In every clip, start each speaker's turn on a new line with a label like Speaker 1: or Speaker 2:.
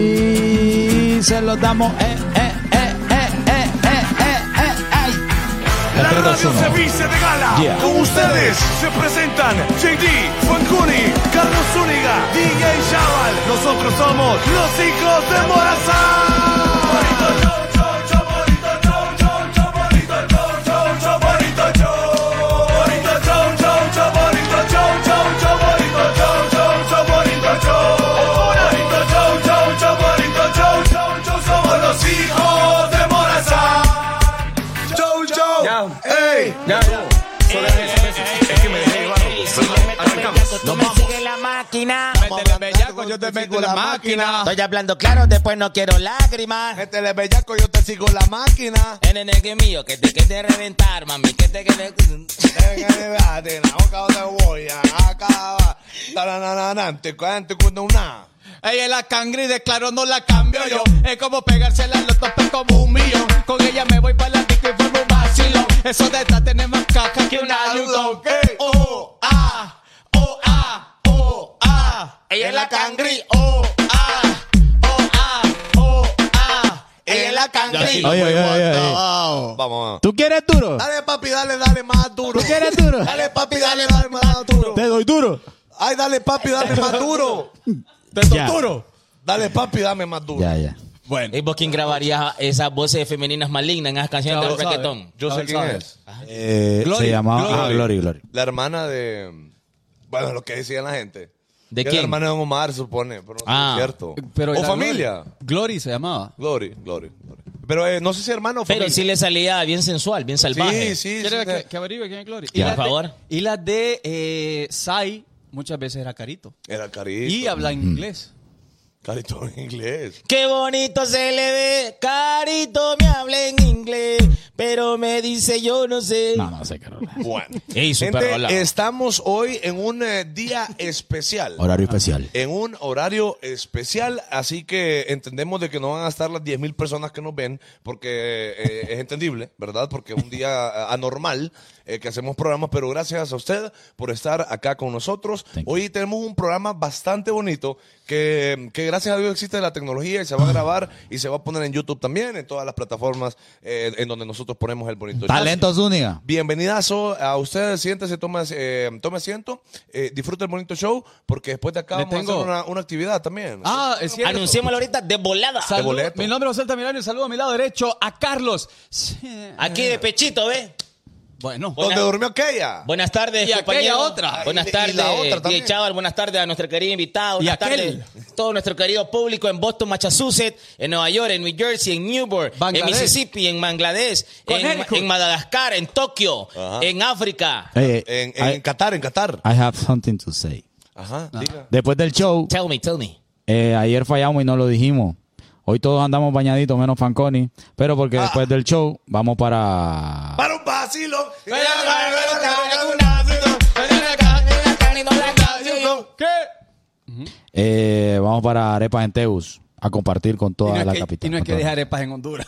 Speaker 1: Y se los damos. Eh, eh, eh, eh, eh, eh, eh, eh, ay.
Speaker 2: La
Speaker 3: tres, dos,
Speaker 2: radio
Speaker 3: uno.
Speaker 2: se viste de gala.
Speaker 3: Yeah.
Speaker 2: Con ustedes se presentan JD, Fancuni, Carlos Zúñiga, DJ Chaval. Nosotros somos los hijos de Morazán. Los hijos de Morazán. Chau, chau. Ey. Es que me dejé llevar, Arrancamos.
Speaker 4: Tú me sigues la máquina.
Speaker 5: Métele bellaco, yo te meto la máquina.
Speaker 4: Estoy hablando claro, después no quiero lágrimas.
Speaker 5: Métele bellaco, yo te sigo la máquina.
Speaker 4: En el que mío, que te quede reventar, mami, que te quede.
Speaker 5: Venga, de verdad, na, boca, donde voy, acaba. Tarananante, cuente, cuando una.
Speaker 3: Ella es la cangri, de claro no la cambio yo. Es como pegársela a los topes como un millón. Con ella me voy para la disco y formo un vacilón. Eso de estar tener más caca que una aludón.
Speaker 5: ¿Qué?
Speaker 3: Oh, ah, oh, ah, oh, ah.
Speaker 4: Ella es la cangri,
Speaker 3: oh, ah, oh, ah, oh, ah.
Speaker 5: Ella es la
Speaker 3: cangri.
Speaker 1: Oye, oye, oye, oye.
Speaker 5: Vamos.
Speaker 1: ¿Tú quieres duro?
Speaker 5: Dale, papi, dale, dale más duro.
Speaker 1: ¿Tú quieres duro?
Speaker 5: Dale, papi, dale, dale más duro.
Speaker 1: Te doy duro.
Speaker 5: Ay, dale, papi, dame más duro.
Speaker 3: ¿Te
Speaker 1: Ya.
Speaker 3: torturo?
Speaker 5: Dale, papi, dame más duro.
Speaker 1: Ya, Ah, ya.
Speaker 3: Bueno,
Speaker 4: ¿Y vos quién grabaría esas voces femeninas malignas en esas canciones
Speaker 3: Ya lo
Speaker 4: del
Speaker 3: sabe.
Speaker 4: reggaetón?
Speaker 5: Yo sé
Speaker 3: Ahora
Speaker 5: quién
Speaker 3: sabes.
Speaker 5: es.
Speaker 1: Eh,
Speaker 3: Glory,
Speaker 1: se llamaba
Speaker 3: Glory.
Speaker 1: ah, Glory, Glory.
Speaker 5: La hermana de. Bueno, lo que decían la gente.
Speaker 4: ¿De
Speaker 5: Que
Speaker 4: quién?
Speaker 5: La hermana de Don Omar, supone, pero no sé si
Speaker 4: Ah.
Speaker 5: es cierto.
Speaker 3: pero
Speaker 5: o
Speaker 3: era
Speaker 5: familia.
Speaker 3: Glory. Glory se llamaba.
Speaker 5: Glory, glory, glory. Pero eh, no sé si hermano o
Speaker 4: Pero
Speaker 5: familia.
Speaker 4: sí le salía bien sensual, bien salvaje.
Speaker 5: sí, sí, sí,
Speaker 6: ¿Quieres
Speaker 5: sí.
Speaker 6: que, que averigüe quién es Glory?
Speaker 4: Ya,
Speaker 6: las
Speaker 4: por
Speaker 6: de-
Speaker 4: favor.
Speaker 6: Y las de eh, Sai muchas veces era carito.
Speaker 5: Era carito.
Speaker 6: Y
Speaker 1: Mm.
Speaker 6: habla inglés.
Speaker 5: Carito en inglés.
Speaker 4: Qué bonito se le ve, carito me habla en inglés, pero me dice yo no sé.
Speaker 1: No, no sé, Carola.
Speaker 5: Bueno.
Speaker 4: Ey,
Speaker 5: Gente,
Speaker 4: superrola.
Speaker 5: estamos hoy en un eh, día especial.
Speaker 1: Horario especial.
Speaker 5: En un horario especial, así que entendemos de que no van a estar las 10.000 personas que nos ven, porque eh, es entendible, ¿verdad? Porque es un día eh, anormal eh, que hacemos programas, pero gracias a usted por estar acá con nosotros.
Speaker 1: Thank you.
Speaker 5: Hoy tenemos un programa bastante bonito que, que gracias a Dios existe la tecnología y se va
Speaker 1: Ah.
Speaker 5: a grabar y se va a poner en YouTube también, en todas las plataformas eh, en donde nosotros ponemos el bonito. show.
Speaker 1: Talentos Única.
Speaker 5: Bienvenidazo a ustedes, siéntese, tome, eh, tome asiento, eh, disfruta el bonito show, porque después de acá
Speaker 6: Le
Speaker 5: vamos a hacer
Speaker 6: tengo-
Speaker 5: una, una actividad también.
Speaker 6: Ah, es cierto.
Speaker 4: Anunciémoslo ahorita de volada.
Speaker 6: Saludo-
Speaker 5: De boleto.
Speaker 6: mi nombre es José Altamirano y saludo a mi lado derecho a Carlos. Sí.
Speaker 4: Aquí de pechito, ¿ve?
Speaker 6: Bueno,
Speaker 4: Bueno,
Speaker 5: ¿Dónde durmió aquella?
Speaker 4: Buenas tardes,
Speaker 6: Y aquella
Speaker 4: compañero.
Speaker 6: otra.
Speaker 4: Buenas
Speaker 5: Y- y
Speaker 4: tardes,
Speaker 5: la otra
Speaker 4: Diego
Speaker 5: también.
Speaker 4: Chaval. Buenas tardes a nuestro querido invitado. Buenas
Speaker 6: aquel.
Speaker 4: tardes a todo nuestro querido público en Boston, Massachusetts, en Nueva York, en New Jersey, en Newport, en
Speaker 6: Bangladesh.
Speaker 4: Mississippi, en Bangladesh, en,
Speaker 6: Connecticut.
Speaker 4: en Madagascar, en Tokio, en África.
Speaker 1: Hey,
Speaker 5: En, en
Speaker 1: I,
Speaker 5: Qatar, en Qatar. Ah.
Speaker 1: I have something to say.
Speaker 5: Ajá, diga.
Speaker 1: Después del show,
Speaker 4: Tell me, tell me.
Speaker 1: eh, ayer fallamos y no lo dijimos. Hoy todos andamos bañaditos, menos Fanconi. Pero
Speaker 6: Ah.
Speaker 1: porque después del show, vamos para.
Speaker 5: Para un vacilo.
Speaker 6: ¿qué?
Speaker 1: eh, vamos para Arepas en Teus a compartir con
Speaker 6: Y
Speaker 1: toda
Speaker 6: no, es
Speaker 1: la
Speaker 6: que,
Speaker 1: capital.
Speaker 6: y no es que
Speaker 1: con toda-
Speaker 6: deje arepas en Honduras.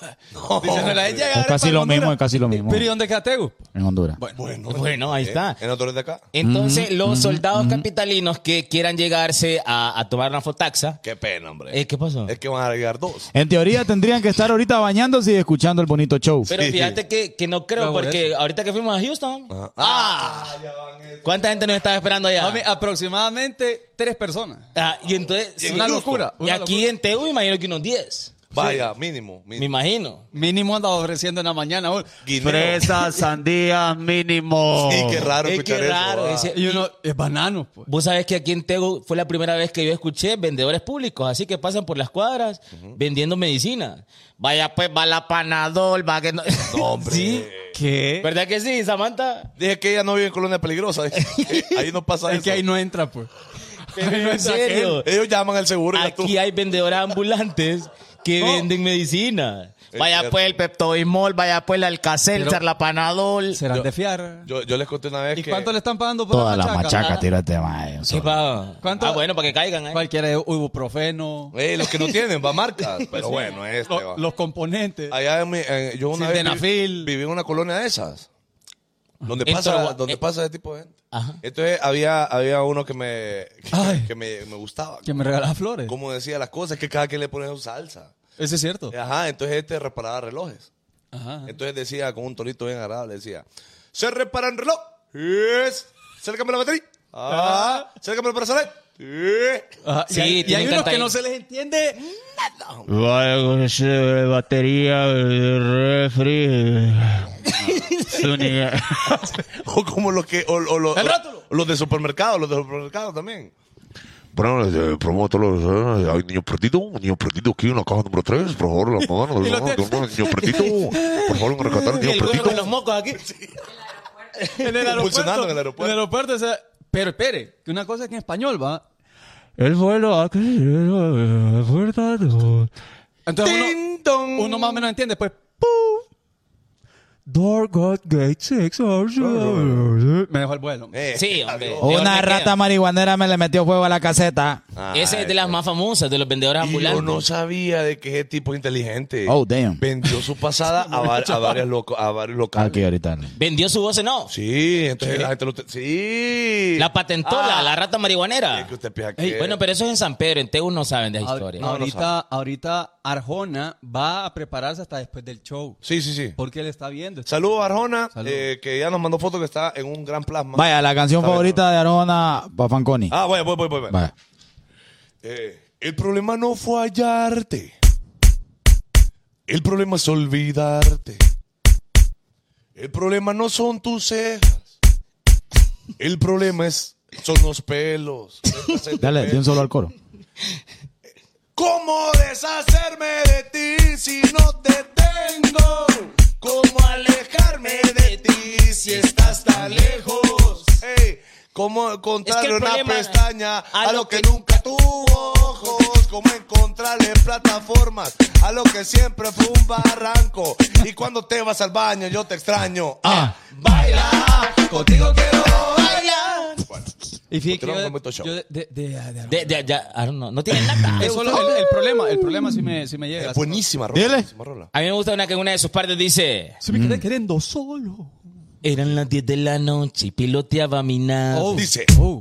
Speaker 6: Dice, no, la gente llega
Speaker 1: Es
Speaker 6: a arepas
Speaker 1: casi
Speaker 6: en
Speaker 1: lo
Speaker 6: Honduras.
Speaker 1: mismo, es casi lo mismo.
Speaker 6: Pero ¿y dónde queda Tegu?
Speaker 1: En Honduras.
Speaker 5: Bueno,
Speaker 4: Bueno, ahí está.
Speaker 5: Eh, En otro de acá.
Speaker 4: Entonces, los soldados capitalinos que quieran llegarse a, a tomar una fotaxa,
Speaker 5: Qué pena, hombre.
Speaker 4: eh, ¿qué pasó?
Speaker 5: Es que van a llegar dos.
Speaker 1: En teoría tendrían que estar ahorita bañándose y escuchando el bonito show.
Speaker 4: Pero fíjate que, que no creo,
Speaker 6: Luego de
Speaker 4: porque ahorita que fuimos a Houston, ¡ah!
Speaker 5: Ajá.
Speaker 4: ¿cuánta gente nos estaba esperando allá?
Speaker 6: Mami, Eh, aproximadamente tres personas.
Speaker 4: Ah, y entonces,
Speaker 6: Es una locura,
Speaker 4: Y
Speaker 6: una
Speaker 4: aquí
Speaker 6: locura.
Speaker 4: en TU, imagino que unos 10.
Speaker 5: Vaya, mínimo.
Speaker 4: Me
Speaker 5: mínimo.
Speaker 4: imagino.
Speaker 6: Mínimo andaba ofreciendo en la mañana. un-
Speaker 5: Guineo.
Speaker 6: sandías, mínimo.
Speaker 5: Sí, qué raro
Speaker 4: Es que
Speaker 5: escuchar
Speaker 4: raro,
Speaker 5: eso. ah.
Speaker 4: ese-
Speaker 6: Y uno, es banano, pues.
Speaker 4: Vos sabés que aquí en Tegu fue la primera vez que yo escuché vendedores públicos, así que pasan por las cuadras vendiendo medicina. Vaya, pues va la panadol, va que no.
Speaker 5: No, hombre.
Speaker 4: ¿Sí?
Speaker 6: ¿Qué?
Speaker 4: ¿Verdad que sí, Samantha?
Speaker 5: Dije que ella no vive en colonia peligrosa. Eh, ahí no pasa
Speaker 6: Es
Speaker 5: eso.
Speaker 6: que ahí no entra, pues. Ahí no
Speaker 4: en
Speaker 6: entra
Speaker 4: serio.
Speaker 6: aquel.
Speaker 5: Ellos llaman al seguro y la
Speaker 4: Aquí hay vendedoras ambulantes que venden medicina.
Speaker 5: Es
Speaker 4: Vaya
Speaker 5: cierto.
Speaker 4: pues el Pepto-Bismol, vaya pues el Alka-Seltzer,
Speaker 6: Pero-
Speaker 4: la panadol.
Speaker 6: Serán de fiar.
Speaker 5: Yo, yo les conté una vez
Speaker 6: ¿Y
Speaker 5: que...
Speaker 6: cuánto le están pagando por
Speaker 1: Toda
Speaker 6: la
Speaker 1: la
Speaker 6: machaca? Ah.
Speaker 1: machaca, tírate más. eh,
Speaker 4: ¿Qué pa-
Speaker 6: ¿Cuánto-
Speaker 4: Ah, bueno, para que caigan ahí.
Speaker 6: Cualquiera es ibuprofeno.
Speaker 5: Eh, los que no tienen, va marcas. Pero bueno, este
Speaker 6: lo-
Speaker 5: va.
Speaker 6: los componentes.
Speaker 5: Allá en mi- en- yo una vez vi-
Speaker 6: Sildenafil.
Speaker 5: viví en una colonia de esas. Donde
Speaker 4: En
Speaker 5: pasa,
Speaker 4: Torohua-
Speaker 5: donde
Speaker 4: eh.
Speaker 5: pasa ese tipo de gente.
Speaker 4: Ajá.
Speaker 5: Entonces había, había uno que me,
Speaker 6: Ay.
Speaker 5: que, que me, me gustaba.
Speaker 6: Que me regalaba flores.
Speaker 5: Como decía las cosas, que cada quien le pone su salsa.
Speaker 6: Eso es cierto.
Speaker 5: Ajá, entonces este reparaba relojes.
Speaker 6: Ajá.
Speaker 4: Ah.
Speaker 5: Entonces decía con un tonito bien agradable, decía, se reparan reloj. Yes. Se le cambia la batería. Ah. Se le cambia el brazalete. Eh.
Speaker 6: Ajá.
Speaker 4: Sí,
Speaker 6: y hay, y
Speaker 4: tienen
Speaker 6: hay unos
Speaker 4: tanta-
Speaker 6: que no se les entiende.
Speaker 7: Vaya con ese batería de refri. Zúñiga.
Speaker 5: O como los que, o, o los,
Speaker 6: El rótulo.
Speaker 5: los de supermercado, los de supermercado también.
Speaker 8: Bueno, eh, promuevo todos los. eh, hay niño perdido, un niño perdido aquí en la caja número 3, por favor, la mano, la mano, la mano, niño perdido, por favor, rescatar al
Speaker 4: Y
Speaker 8: niño
Speaker 4: el güey con
Speaker 8: perdido.
Speaker 4: los mocos aquí.
Speaker 6: En el
Speaker 5: Convulsionando
Speaker 6: aeropuerto.
Speaker 5: en el aeropuerto.
Speaker 6: En el aeropuerto, o sea, pero espere, que una cosa es que en español va.
Speaker 7: El vuelo ha crecido, eh, abortado.
Speaker 6: Entonces uno, uno más o menos entiende, pues.
Speaker 7: Door God Gate 6
Speaker 6: Me dejó el vuelo.
Speaker 5: Eh.
Speaker 4: Sí, hombre. Peor me
Speaker 1: Una
Speaker 4: queda.
Speaker 1: rata marihuanera me le metió fuego a la caseta.
Speaker 5: Ah,
Speaker 4: Esa es de las más famosas, de los vendedores
Speaker 5: Y yo
Speaker 4: ambulantes.
Speaker 5: no sabía de que ese tipo es inteligente.
Speaker 1: Oh, damn.
Speaker 5: Vendió su pasada a, var- a, varias loco- a varios locales.
Speaker 1: Aquí ahorita. no.
Speaker 4: Vendió su voz, no.
Speaker 5: Sí, entonces la gente lo... te- Sí.
Speaker 4: La patentó la, la rata marihuanera.
Speaker 5: Es Ah. que usted piensa que...
Speaker 6: Ey, Ah,
Speaker 4: Bueno, pero eso es en San Pedro. En Tegu no saben de esa
Speaker 6: Ahor-
Speaker 4: historia.
Speaker 6: ahorita, ahorita Arjona va a prepararse hasta después del show.
Speaker 5: Sí, sí, sí.
Speaker 6: Porque él está viendo.
Speaker 5: Saludos a Arjona,
Speaker 6: Saludos.
Speaker 5: eh, que ya nos mandó fotos que está en un gran plasma.
Speaker 1: Vaya, la canción
Speaker 5: Está
Speaker 1: favorita de Arona Bafanconi.
Speaker 5: Ah, vaya, voy, voy, voy. voy.
Speaker 1: Vaya.
Speaker 5: Eh, el problema no fue hallarte. El problema es olvidarte. El problema no son tus cejas. El problema es son los pelos.
Speaker 1: Dale, di un solo al coro.
Speaker 5: ¿Cómo deshacerme de ti si no te tengo? ¿Cómo alejarme de ti si estás tan lejos? Ey,
Speaker 4: Es
Speaker 5: ¿Cómo
Speaker 4: que
Speaker 5: encontrarle
Speaker 4: el
Speaker 5: una
Speaker 4: problema-
Speaker 5: pestaña a, lo, que, nunca tuvo ojos? ¿Cómo encontrarle plataformas a lo que siempre fue un barranco? Y cuando te vas al baño yo te extraño. Ah, baila, contigo quiero bailar.
Speaker 6: Y fíjate que
Speaker 5: Continuamos
Speaker 6: yo-
Speaker 5: con este show.
Speaker 6: yo de- de- de- de- de-
Speaker 4: De- de- ya, I don't know. No tienen nada.
Speaker 6: Eso lo- el, el problema, el problema sí me, sí me llega.
Speaker 5: Es buenísima rola.
Speaker 1: Dile.
Speaker 5: buenísima rola.
Speaker 4: A mí me gusta una que en una de sus partes dice...
Speaker 6: Se me
Speaker 7: Mm.
Speaker 6: quedé queriendo solo.
Speaker 4: Eran las 10 de la noche y piloteaba mi nave.
Speaker 5: Dice.
Speaker 6: Oh.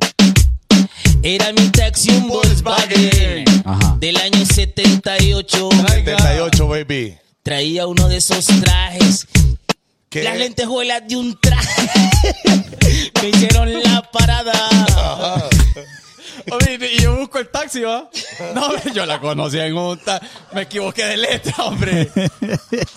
Speaker 4: Era mi taxi un Volkswagen
Speaker 1: Ajá.
Speaker 4: del año 78.
Speaker 5: 78, baby.
Speaker 4: Traía uno de esos trajes
Speaker 5: Que-
Speaker 4: Las lentejuelas de un traje me hicieron la parada.
Speaker 6: Oye, y yo busco el taxi, ¿va? No, hombre, yo la conocía en un ta- Me equivoqué de letra, hombre.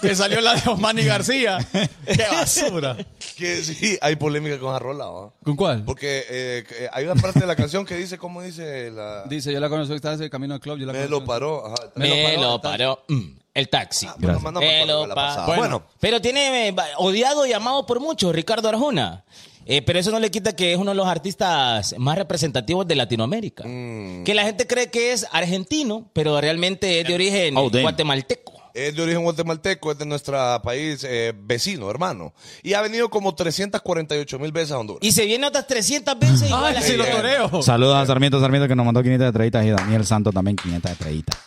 Speaker 6: Que salió la de Osmani García. ¡Qué basura!
Speaker 5: Que sí, hay polémica con esa rola, ¿va?
Speaker 6: ¿Con cuál?
Speaker 5: Porque eh, que hay una parte de la canción que dice, ¿cómo dice la...?
Speaker 6: Dice, yo la conocí, estaba en el camino al club. Yo la
Speaker 5: me
Speaker 6: conocí.
Speaker 5: lo paró. Ajá.
Speaker 6: Me
Speaker 4: Me
Speaker 6: lo
Speaker 4: lo
Speaker 6: paró
Speaker 4: paró mm, el taxi.
Speaker 5: Ah, bueno, no me
Speaker 4: Me
Speaker 5: acuerdo
Speaker 4: lo
Speaker 5: de la
Speaker 4: pa-
Speaker 5: pasada.
Speaker 4: Bueno,
Speaker 5: Bueno.
Speaker 4: pero tiene eh, odiado y amado por muchos Ricardo Arjona. Eh, pero eso no le quita que es uno de los artistas más representativos de Latinoamérica.
Speaker 5: Mm.
Speaker 4: Que la gente cree que es argentino, pero realmente es de origen
Speaker 1: Oh, damn.
Speaker 4: guatemalteco.
Speaker 5: Es de origen guatemalteco, es de nuestro país eh, vecino, hermano. Y ha venido como 348 mil veces a Honduras.
Speaker 4: Y se viene otras 300 veces. igual
Speaker 6: ¡Ay,
Speaker 4: así.
Speaker 6: sí, lo toreo!
Speaker 1: Saludos a Sarmiento Sarmiento que nos mandó 500 de estrellitas y Daniel Santo también 500 de estrellitas.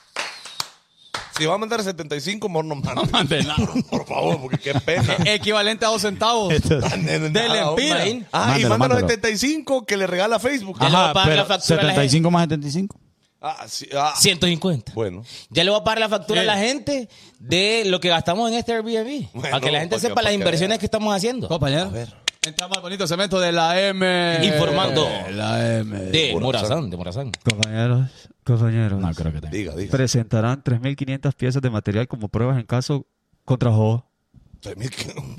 Speaker 5: Si va a mandar 75, mejor no mande. Por favor, porque qué pena.
Speaker 6: Equivalente a dos centavos.
Speaker 5: Dele
Speaker 6: empira.
Speaker 5: Ah, y manda los
Speaker 1: Mándalo, mándalo.
Speaker 5: 75 que le regala Facebook.
Speaker 4: Ya le voy a pagar la factura a la
Speaker 1: 75 más 75.
Speaker 5: Ah, sí, ah.
Speaker 4: 150.
Speaker 5: Bueno.
Speaker 4: Ya le voy a pagar la factura a la gente de lo que gastamos en este Airbnb.
Speaker 5: Bueno,
Speaker 4: para que la gente
Speaker 5: porque-
Speaker 4: sepa las
Speaker 5: porque
Speaker 4: inversiones
Speaker 5: vea.
Speaker 4: que estamos haciendo.
Speaker 6: Compañero. Entra más bonito cemento de la M.
Speaker 4: Informando.
Speaker 6: La M.
Speaker 4: De Morazán, de Morazán.
Speaker 7: Compañeros, compañeros.
Speaker 1: No creo que tenga.
Speaker 5: Diga, diga.
Speaker 7: Presentarán 3.500 piezas de material como pruebas en caso contra Jo.
Speaker 5: 3.500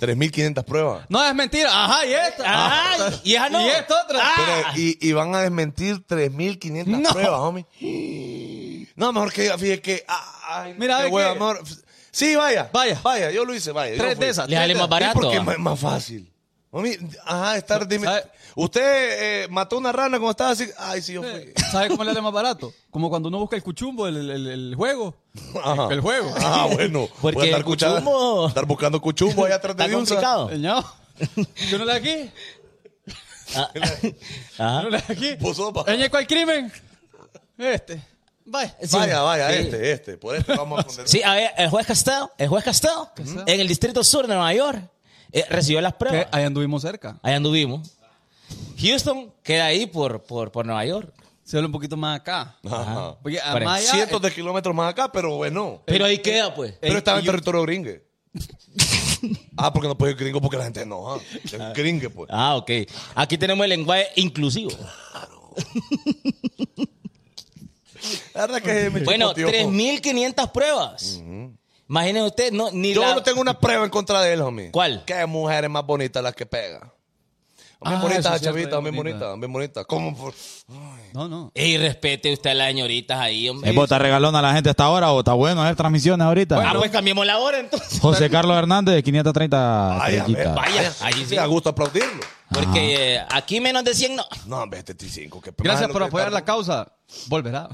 Speaker 5: 3.500 pruebas.
Speaker 6: No, es mentira. Ajá, y esta.
Speaker 4: Ay, Ah, y esa no. Ah.
Speaker 6: Y esta otra.
Speaker 5: Pero, y, y van a desmentir 3.500
Speaker 6: Ah. No.
Speaker 5: pruebas, homie. No, mejor que diga, fíjate que. ah, Ay,
Speaker 6: Mira,
Speaker 5: qué
Speaker 6: ve
Speaker 5: hueva,
Speaker 6: que-
Speaker 5: mejor- Sí, vaya.
Speaker 6: Vaya.
Speaker 5: Vaya, yo lo hice, vaya. yo
Speaker 6: Tres
Speaker 5: fui.
Speaker 6: de esas.
Speaker 4: Le
Speaker 6: tres
Speaker 4: sale
Speaker 6: de
Speaker 4: más
Speaker 6: esas.
Speaker 5: Sí,
Speaker 4: barato.
Speaker 5: porque
Speaker 4: ah.
Speaker 5: es más- es más fácil. Homie, ajá, estar. dime-
Speaker 6: ¿Sabe?
Speaker 5: usted eh, mató una rana cuando estaba así. Ay, sí, yo fui.
Speaker 6: ¿Sabes cómo le hace más barato? Como cuando uno busca el cuchumbo, el, el- el juego.
Speaker 5: Ajá.
Speaker 6: El juego.
Speaker 5: Ah, bueno.
Speaker 4: Porque
Speaker 5: Voy a estar
Speaker 4: el cuchumbo-
Speaker 5: estar buscando cuchumbo allá atrás de
Speaker 4: Está
Speaker 5: Diunza.
Speaker 4: complicado.
Speaker 6: El ñao. ¿Yo no le da aquí?
Speaker 5: Ah.
Speaker 6: ¿Yo no le da aquí?
Speaker 5: Vos sos, papá.
Speaker 6: ¿Eñe cuál crimen? Este. Vaya.
Speaker 4: Sí.
Speaker 5: Vaya, vaya,
Speaker 4: Sí.
Speaker 5: este, este. Por este vamos a poner.
Speaker 4: Sí, a ver, el juez Castel, el juez Castel, en el distrito sur de Nueva York, eh, recibió las pruebas.
Speaker 6: Que ahí anduvimos cerca.
Speaker 4: Ahí anduvimos. Houston queda ahí por, por, por Nueva York.
Speaker 5: Eh,
Speaker 6: Se habla un poquito más acá.
Speaker 5: Ajá.
Speaker 6: Oye,
Speaker 4: Para-
Speaker 6: Amaya.
Speaker 5: Cientos
Speaker 4: eh.
Speaker 5: de kilómetros más acá, pero bueno.
Speaker 4: Pero ahí queda, pues.
Speaker 5: eh, Pero estaba en territorio gringue. ah, porque no puede ir gringo porque la gente no. ah. Es gringue, pues.
Speaker 4: Ah, ok. Aquí tenemos el lenguaje inclusivo.
Speaker 5: La verdad que me
Speaker 4: Bueno,
Speaker 5: chupó, tío. pues.
Speaker 4: 3.500 pruebas. Imagínense usted, no, ni
Speaker 5: Yo
Speaker 4: la-
Speaker 5: no tengo una prueba en contra de él, homie.
Speaker 4: ¿Cuál?
Speaker 5: Que mujeres más bonitas las que pega. Bien
Speaker 6: Ah,
Speaker 5: bonitas
Speaker 6: eso
Speaker 5: las
Speaker 6: es cierto,
Speaker 5: chavitas, bien
Speaker 6: bien bonita.
Speaker 5: bonitas, bien bonitas. ¿Cómo? por-
Speaker 6: eh, No, no.
Speaker 4: Ey, respete usted a las señoritas ahí, hombre.
Speaker 1: ¿Es bota Eh, regalón a la gente hasta ahora o está bueno hacer transmisiones ahorita?
Speaker 4: Ah, pues cambiemos la hora entonces.
Speaker 1: José Carlos Hernández de 530
Speaker 5: Ay, a ver,
Speaker 1: estrellitas.
Speaker 4: Vaya, ahí sí.
Speaker 5: Sí, a gusto aplaudirlo.
Speaker 4: Porque eh,
Speaker 5: Ah.
Speaker 4: aquí menos de 100 no.
Speaker 5: No, hombre, este T5. que-
Speaker 6: Gracias
Speaker 5: más
Speaker 6: por
Speaker 5: lo que
Speaker 6: apoyar
Speaker 5: está-
Speaker 6: la causa. Volverá.